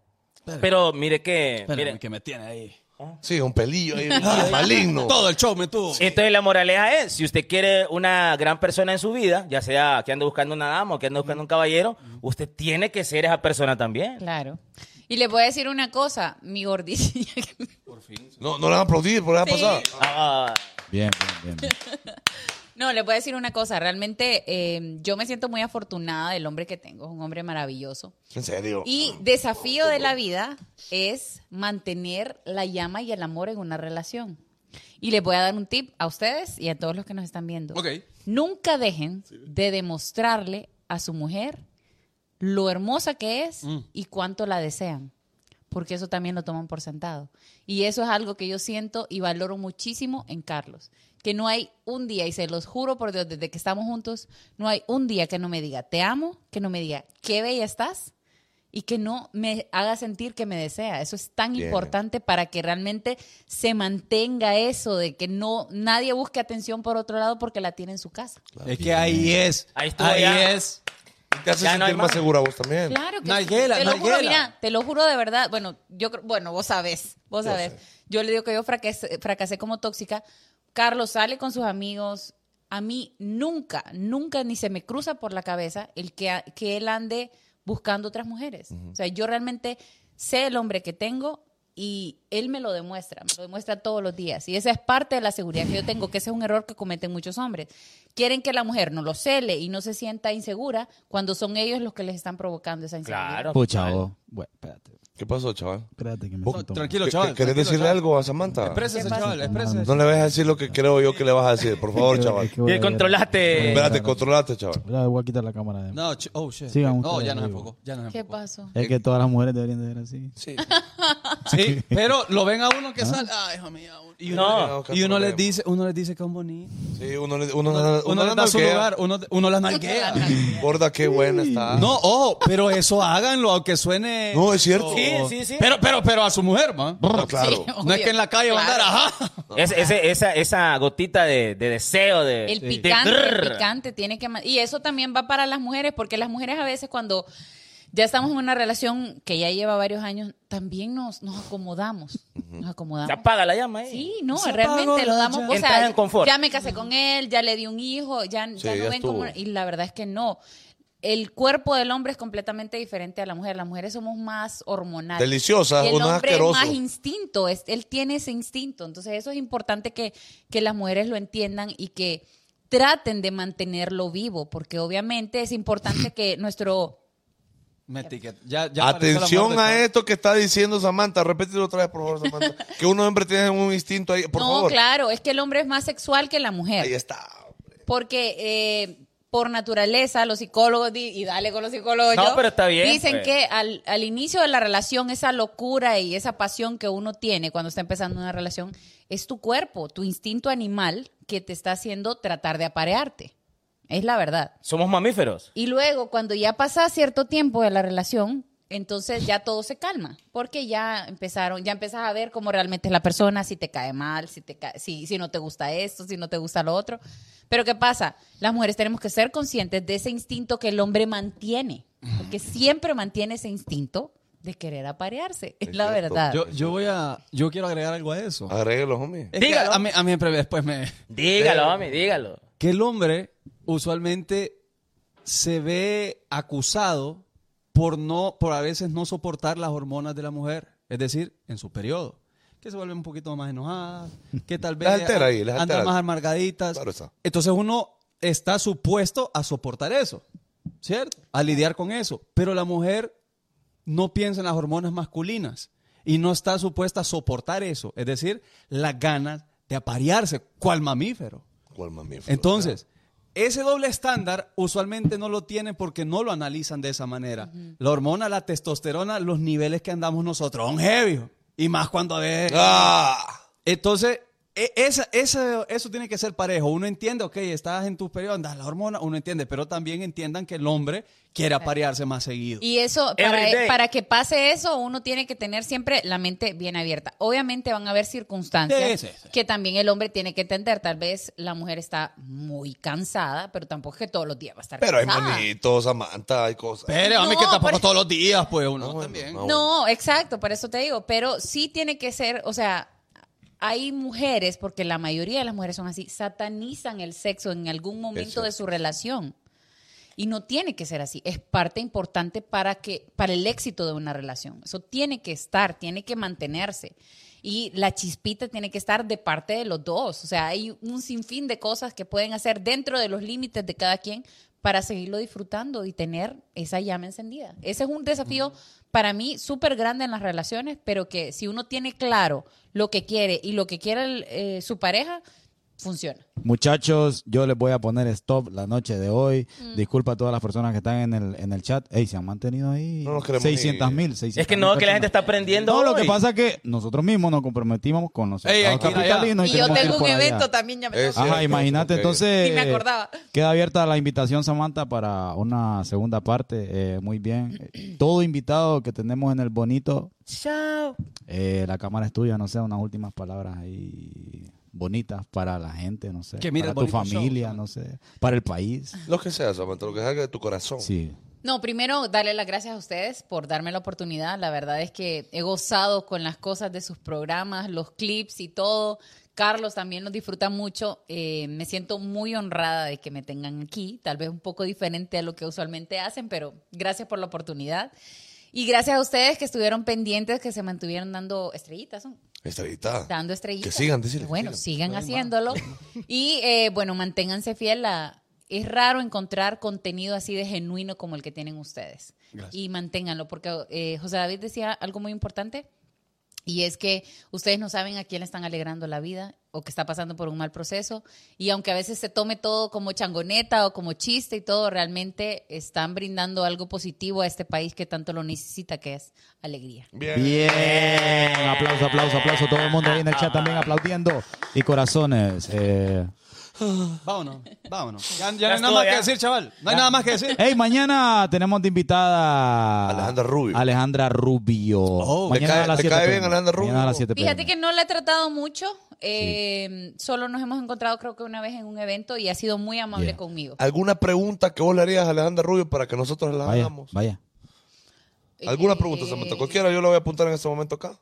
Speaker 4: pero mire que...
Speaker 6: Espérame,
Speaker 4: mire,
Speaker 6: que me tiene ahí.
Speaker 5: Sí, un pelillo ahí, Ah, maligno.
Speaker 6: Todo el show me tuvo.
Speaker 3: Entonces la moraleja es, si usted quiere una gran persona en su vida, ya sea que ande buscando una dama o que ande buscando un caballero, usted tiene que ser esa persona también.
Speaker 9: Claro. Y le voy a decir una cosa, mi gordicilla. que-
Speaker 5: No, no le van a aplaudir por la vez
Speaker 9: Sí.
Speaker 5: pasada.
Speaker 3: Ah,
Speaker 1: Bien, bien, bien.
Speaker 9: No, le voy a decir una cosa. Realmente eh, yo me siento muy afortunada del hombre que tengo. Es un hombre maravilloso.
Speaker 5: En serio.
Speaker 9: Y desafío de la vida es mantener la llama y el amor en una relación. Y les voy a dar un tip a ustedes y a todos los que nos están viendo.
Speaker 6: Ok.
Speaker 9: Nunca dejen de demostrarle a su mujer lo hermosa que es
Speaker 6: Mm.
Speaker 9: y cuánto la desean, porque eso también lo toman por sentado. Y eso es algo que yo siento y valoro muchísimo en Carlos, que no hay un día, y se los juro por Dios, desde que estamos juntos, no hay un día que no me diga, te amo, que no me diga, qué bella estás, y que no me haga sentir que me desea. Eso es tan
Speaker 5: Bien.
Speaker 9: importante para que realmente se mantenga eso de que no nadie busque atención por otro lado porque la tiene en su casa.
Speaker 6: Es que ahí es.
Speaker 3: Ahí estuvo
Speaker 6: ahí
Speaker 3: ya.
Speaker 6: es.
Speaker 5: Y te hace
Speaker 3: Ya no hay
Speaker 5: sentir más
Speaker 3: más.
Speaker 5: segura vos también.
Speaker 9: Claro que
Speaker 6: Nayela,
Speaker 9: sí. Te lo juro,
Speaker 6: Nayela.
Speaker 9: mira, te lo juro de verdad. Bueno, yo creo- bueno, vos sabés, vos
Speaker 5: Yo
Speaker 9: sabés.
Speaker 5: sé.
Speaker 9: Yo le digo que yo fracasé, fracasé como tóxica. Carlos sale con sus amigos. A mí nunca, nunca ni se me cruza por la cabeza el que, a- que él ande buscando otras mujeres. O sea, yo realmente sé el hombre que tengo y él me lo demuestra, me lo demuestra todos los días. Y esa es parte de la seguridad que yo tengo, que ese es un error que cometen muchos hombres. Quieren que la mujer no lo cele y no se sienta insegura cuando son ellos los que les están provocando esa inseguridad.
Speaker 3: claro.
Speaker 1: Pucha, vos. Bueno, espérate.
Speaker 5: ¿Qué pasó, chaval?
Speaker 1: Espérate que me
Speaker 6: No,
Speaker 1: siento mal.
Speaker 6: tranquilo,
Speaker 5: ¿Qué-
Speaker 6: chaval.
Speaker 5: qué- ¿Querés
Speaker 6: tranquilo,
Speaker 5: decirle
Speaker 6: chaval.
Speaker 5: algo a Samantha?
Speaker 6: Exprésese, chaval, exprésese.
Speaker 5: No le vayas a decir lo que creo yo que le vas a decir, por favor,
Speaker 1: Es que-
Speaker 5: chaval.
Speaker 1: es que voy a-
Speaker 3: controlate.
Speaker 5: Espérate, controlate, chaval.
Speaker 1: Espérate, Voy a quitar la cámara de...
Speaker 6: No, ch- oh shit.
Speaker 1: Sigan
Speaker 6: no,
Speaker 1: ustedes,
Speaker 6: ya nos
Speaker 1: digo.
Speaker 6: enfocó. Ya nos
Speaker 9: ¿Qué
Speaker 6: enfocó.
Speaker 9: pasó?
Speaker 1: Es que todas las mujeres deberían de ser así.
Speaker 6: Sí. Sí, pero lo ven a uno que
Speaker 5: ¿Ah?
Speaker 6: sale. Ay, hijo mío. Y uno,
Speaker 5: No.
Speaker 6: Ah, y uno les dice, uno les dice que es bonito.
Speaker 5: Sí, uno le, uno,
Speaker 6: Uno,
Speaker 5: uno
Speaker 6: les
Speaker 5: le
Speaker 6: da su
Speaker 5: nalguea.
Speaker 6: lugar, uno, uno las nalguea.
Speaker 5: Gorda, qué buena está.
Speaker 6: No, ojo, pero eso háganlo, aunque suene.
Speaker 5: No, es cierto.
Speaker 3: Sí, sí, sí.
Speaker 6: Pero, pero, pero a su mujer, man.
Speaker 5: No, claro.
Speaker 9: Sí.
Speaker 6: No es que en la calle va a andar,
Speaker 9: Claro.
Speaker 6: ajá.
Speaker 3: Es- ese- esa, esa gotita de, de deseo, de...
Speaker 9: El
Speaker 3: de-
Speaker 9: picante, el
Speaker 3: grrr.
Speaker 9: picante tiene que... ma- Y eso también va para las mujeres, porque las mujeres a veces cuando ya estamos en una relación que ya lleva varios años, también nos, nos acomodamos. Nos
Speaker 3: Se
Speaker 9: acomodamos.
Speaker 3: apaga la llama ahí.
Speaker 9: Sí, no,
Speaker 6: Se apagó
Speaker 9: realmente lo
Speaker 6: la
Speaker 9: damos...
Speaker 6: llama.
Speaker 9: O
Speaker 3: Entras
Speaker 9: sea,
Speaker 3: en confort.
Speaker 9: ya me casé con él, ya le di un hijo, ya, ya
Speaker 5: Sí,
Speaker 9: no
Speaker 5: ya
Speaker 9: ven como...
Speaker 5: estuvo.
Speaker 9: Y la verdad es que no. El cuerpo del hombre es completamente diferente a la mujer. Las mujeres somos más hormonales.
Speaker 5: Deliciosas,
Speaker 9: Y el
Speaker 5: uno es
Speaker 9: hombre
Speaker 5: asqueroso.
Speaker 9: más instinto, es, él tiene ese instinto. Entonces eso es importante que, que las mujeres lo entiendan y que traten de mantenerlo vivo, porque obviamente es importante que nuestro...
Speaker 6: Me etiquet- ya- ya apareció la
Speaker 5: Atención
Speaker 6: muerte,
Speaker 5: a
Speaker 6: chaval.
Speaker 5: esto que está diciendo Samantha. Repítelo otra vez, por favor, Samantha. que uno siempre tiene un instinto ahí. Por
Speaker 9: no,
Speaker 5: favor.
Speaker 9: claro, es que el hombre es más sexual que la mujer.
Speaker 5: Ahí está.
Speaker 9: Porque eh, por naturaleza los psicólogos, di- y dale con los psicólogos,
Speaker 3: No,
Speaker 9: yo,
Speaker 3: pero está bien,
Speaker 9: dicen
Speaker 3: pues.
Speaker 9: que al, al inicio de la relación esa locura y esa pasión que uno tiene cuando está empezando una relación es tu cuerpo, tu instinto animal que te está haciendo tratar de aparearte. Es la verdad.
Speaker 3: Somos mamíferos.
Speaker 9: Y luego, cuando ya pasa cierto tiempo de la relación, entonces ya todo se calma, porque ya empezaron, ya empezás a ver cómo realmente es la persona, si te cae mal, si, te cae- si, si no te gusta esto, si no te gusta lo otro. Pero ¿qué pasa? Las mujeres tenemos que ser conscientes de ese instinto que el hombre mantiene, porque siempre mantiene ese instinto de querer aparearse, es la
Speaker 5: cierto.
Speaker 9: verdad.
Speaker 6: Yo, yo voy a. Yo quiero agregar algo a eso.
Speaker 5: Agréguelo, homie.
Speaker 6: Es que
Speaker 3: Dígalo.
Speaker 6: a mí, a mí siempre después me.
Speaker 3: Dígalo, mami, dígalo.
Speaker 6: que el hombre usualmente se ve acusado por no, por a veces no soportar las hormonas de la mujer, es decir, en su periodo, que se vuelven un poquito más enojadas, que tal vez
Speaker 5: Las altera ahí, las
Speaker 6: andan
Speaker 5: altera.
Speaker 6: más amargaditas.
Speaker 5: Claro está.
Speaker 6: Entonces uno está supuesto a soportar eso, ¿cierto? A lidiar con eso, pero la mujer no piensa en las hormonas masculinas y no está supuesta a soportar eso, es decir, las ganas de aparearse, cual mamífero.
Speaker 5: ¿Cuál mamífero?
Speaker 6: Entonces, ese doble estándar usualmente no lo tienen porque no lo analizan de esa manera. La hormona, la testosterona, los niveles que andamos nosotros, son heavy. Y más cuando a veces-
Speaker 5: ¡Ah!
Speaker 6: Entonces, e- esa- esa- eso tiene que ser parejo. Uno entiende, ok, estás en tu periodo, andas la hormona, uno entiende, pero también entiendan que el hombre quiere aparearse más seguido.
Speaker 9: Y eso, para, eh, para que pase eso, uno tiene que tener siempre la mente bien abierta. Obviamente van a haber circunstancias
Speaker 6: Sí, sí, sí.
Speaker 9: que también el hombre tiene que entender. Tal vez la mujer está muy cansada, pero tampoco es que todos los días va a estar
Speaker 5: Pero hay
Speaker 9: cansada.
Speaker 5: monitos, Samantha, hay cosas.
Speaker 6: Pero a mí
Speaker 9: No,
Speaker 6: que tampoco
Speaker 9: ah. pero-
Speaker 6: todos los días, pues uno
Speaker 5: Ah, bueno,
Speaker 6: también.
Speaker 5: ah, bueno.
Speaker 9: No, exacto, por eso te digo, pero sí tiene que ser, o sea, hay mujeres, porque la mayoría de las mujeres son así, satanizan el sexo en algún momento de su relación. Y no tiene que ser así, es parte importante para que para el éxito de una relación. Eso tiene que estar, tiene que mantenerse. Y la chispita tiene que estar de parte de los dos. O sea, hay un sinfín de cosas que pueden hacer dentro de los límites de cada quien para seguirlo disfrutando y tener esa llama encendida. Ese es un desafío para mí súper grande en las relaciones, pero que si uno tiene claro lo que quiere y lo que quiere el, eh, su pareja, funciona.
Speaker 1: Muchachos, yo les voy a poner stop la noche de hoy.
Speaker 9: Mm.
Speaker 1: Disculpa a todas las personas que están en el, en el chat. Ey, se han mantenido ahí.
Speaker 5: No nos queremos ni-
Speaker 1: 600 mil.
Speaker 4: Es que no, que la gente está aprendiendo.
Speaker 1: No, lo que
Speaker 4: hoy.
Speaker 1: pasa es que nosotros mismos nos comprometimos con los
Speaker 6: Ey, hay que ir allá.
Speaker 1: capitalinos.
Speaker 9: y yo
Speaker 1: queremos ir
Speaker 9: tengo un
Speaker 1: por allá.
Speaker 9: evento también, ya me
Speaker 5: Es
Speaker 9: toca.
Speaker 5: cierto,
Speaker 1: Ajá, imagínate,
Speaker 5: ok.
Speaker 1: entonces
Speaker 9: Ni me acordaba.
Speaker 1: queda abierta la invitación, Samantha, para una segunda parte. Eh, muy bien. Eh, Todo invitado que tenemos en el bonito. Eh, la cámara es tuya, no sé, unas últimas palabras ahí bonitas para la gente, no sé.
Speaker 6: Que mire el
Speaker 1: para tu
Speaker 6: bonito show,
Speaker 1: familia, no sé. Para el país.
Speaker 5: Lo que sea, Samantha, lo que salga de tu
Speaker 6: Oh.
Speaker 5: corazón.
Speaker 1: Sí.
Speaker 9: No, primero darle las gracias a ustedes por darme la oportunidad. La verdad es que he gozado con las cosas de sus programas, los clips y todo. Carlos también los disfruta mucho. Eh, me siento muy honrada de que me tengan aquí. Tal vez un poco diferente a lo que usualmente hacen, pero gracias por la oportunidad. Y gracias a ustedes que estuvieron pendientes, que se mantuvieron dando estrellitas. ¿no?
Speaker 5: Estrellita.
Speaker 9: dando estrellitas.
Speaker 5: Que sigan, decirle,
Speaker 9: Bueno,
Speaker 5: que
Speaker 9: sigan haciéndolo. Y eh, bueno, manténganse fiel a... Es raro encontrar contenido así de genuino como el que tienen ustedes. Y manténganlo, porque eh, José David decía algo muy importante, y es que ustedes no saben a quién le están alegrando la vida o que está pasando por un mal proceso. Y aunque a veces se tome todo como changoneta o como chiste y todo, realmente están brindando algo positivo a este país que tanto lo necesita, que es alegría.
Speaker 5: Bien.
Speaker 1: Bien. Aplauso, aplauso, aplauso. Todo el mundo ahí en el chat también aplaudiendo. Y corazones. Eh,
Speaker 6: Vámonos, vámonos. Ya, ya no hay nada
Speaker 4: estuvo,
Speaker 6: más
Speaker 4: ya.
Speaker 6: que decir, chaval. No hay nada más que decir.
Speaker 1: Hey, mañana tenemos de invitada
Speaker 5: Alejandra Rubio.
Speaker 1: Alejandra Rubio. mañana
Speaker 5: Oh, ¿te cae-
Speaker 1: a las
Speaker 5: te
Speaker 1: 7
Speaker 5: cae
Speaker 1: PM.
Speaker 5: bien Alejandra Rubio?
Speaker 1: Mañana a las 7 PM.
Speaker 9: Fíjate que no la he tratado mucho. eh, Solo nos hemos encontrado, creo que una vez en un evento y ha sido muy amable
Speaker 1: Yeah.
Speaker 9: conmigo.
Speaker 5: ¿Alguna pregunta que vos le harías a Alejandra Rubio para que nosotros la
Speaker 1: Vaya,
Speaker 5: hagamos?
Speaker 1: vaya.
Speaker 5: Ah, ¿Alguna
Speaker 9: Eh,
Speaker 5: pregunta, Samantha? Cualquiera, yo la voy a apuntar en este momento acá.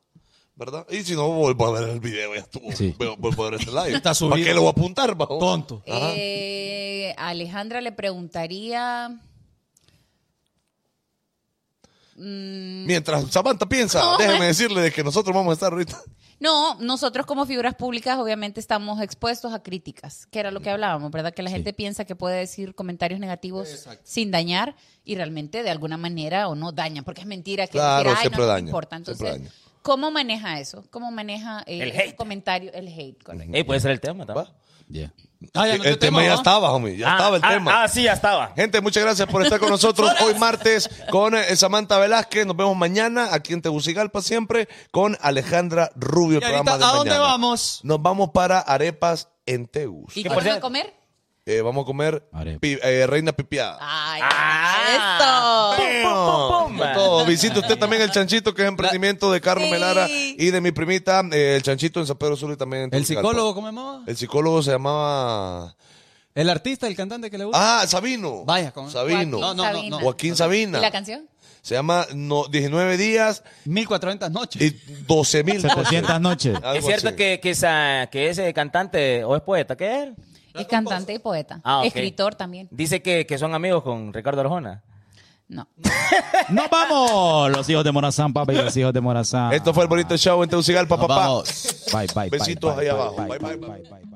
Speaker 5: ¿Verdad? Y si no, vuelvo a ver el video, ya estuvo.
Speaker 1: Sí.
Speaker 5: Veo- Vuelvo a ver este live.
Speaker 6: Está subido.
Speaker 5: ¿Para qué lo voy a apuntar, bajo?
Speaker 6: Tonto.
Speaker 5: Ajá.
Speaker 9: eh, a Alejandra le preguntaría.
Speaker 5: Mientras Samantha piensa, déjeme decirle de que nosotros vamos a estar ahorita.
Speaker 9: No, nosotros como figuras públicas obviamente estamos expuestos a críticas, que era lo que hablábamos, ¿verdad? Que la gente piensa que puede decir comentarios negativos sin dañar y realmente de alguna manera o no daña, porque es mentira que
Speaker 5: Claro,
Speaker 9: decir, "Ay,
Speaker 5: siempre
Speaker 9: no, no me
Speaker 5: daña,
Speaker 9: importa.
Speaker 5: siempre
Speaker 9: Entonces, ¿cómo maneja eso? ¿Cómo maneja eh,
Speaker 4: El
Speaker 9: ese
Speaker 4: hate.
Speaker 9: comentario, el hate? Correcto.
Speaker 4: Ey, puede ser el tema. ¿no?
Speaker 5: Va.
Speaker 1: Yeah.
Speaker 6: Ah, ya no
Speaker 5: el
Speaker 6: te tema,
Speaker 5: tema ya
Speaker 6: ¿no?
Speaker 5: estaba, homie. Ya
Speaker 4: Ah,
Speaker 5: estaba el
Speaker 4: ah,
Speaker 5: tema.
Speaker 4: Ah, sí, ya estaba.
Speaker 5: Gente, muchas gracias por estar con nosotros hoy martes con eh, Samantha Velázquez. Nos vemos mañana aquí en Tegucigalpa siempre con Alejandra Rubio. el
Speaker 6: Y ahorita,
Speaker 5: programa de
Speaker 6: ¿a dónde
Speaker 5: mañana.
Speaker 6: vamos?
Speaker 5: Nos vamos para Arepas en Tegus.
Speaker 4: Que
Speaker 9: ¿Y qué
Speaker 4: por
Speaker 9: van a
Speaker 4: cierto-
Speaker 9: comer?
Speaker 5: Eh, vamos a comer
Speaker 1: Arepas.
Speaker 5: pi- eh, Reina Pipiada.
Speaker 9: ¡Ay!
Speaker 4: Ah.
Speaker 9: ¡Esto!
Speaker 4: Pum, pum, pum.
Speaker 5: Con todo. Visite usted también el Chanchito, que es emprendimiento de Carmen
Speaker 9: Sí.
Speaker 5: Melara y de mi primita, eh, el Chanchito en San Pedro Sula y también en
Speaker 6: El
Speaker 5: Tegucigalpa.
Speaker 6: psicólogo, ¿cómo se llamaba?
Speaker 5: El psicólogo se llamaba.
Speaker 6: El artista, el cantante que le gusta.
Speaker 5: Ah, Sabino.
Speaker 6: Vaya, ¿cómo?
Speaker 5: Sabino.
Speaker 6: No, no, no, no.
Speaker 5: Joaquín Sabina.
Speaker 9: ¿Y la canción?
Speaker 5: Se llama no, 19 días
Speaker 6: 1400 noches.
Speaker 5: y 12 mil.
Speaker 1: 700 noches.
Speaker 4: Es cierto que, que, esa- que ese cantante o es poeta, ¿qué es?
Speaker 9: Es cantante y poeta.
Speaker 4: Ah, ok.
Speaker 9: Escritor también.
Speaker 4: Dice que, que son amigos con Ricardo Arjona.
Speaker 9: No.
Speaker 1: ¡Nos vamos! Los hijos de Morazán, papá y los hijos de Morazán.
Speaker 5: Esto fue el bonito show en Tegucigalpa, papá.
Speaker 1: Bye, bye, bye.
Speaker 5: Besitos
Speaker 1: bye,
Speaker 5: ahí
Speaker 1: bye,
Speaker 5: abajo. Bye,
Speaker 1: bye, bye,
Speaker 5: bye,
Speaker 1: bye, bye.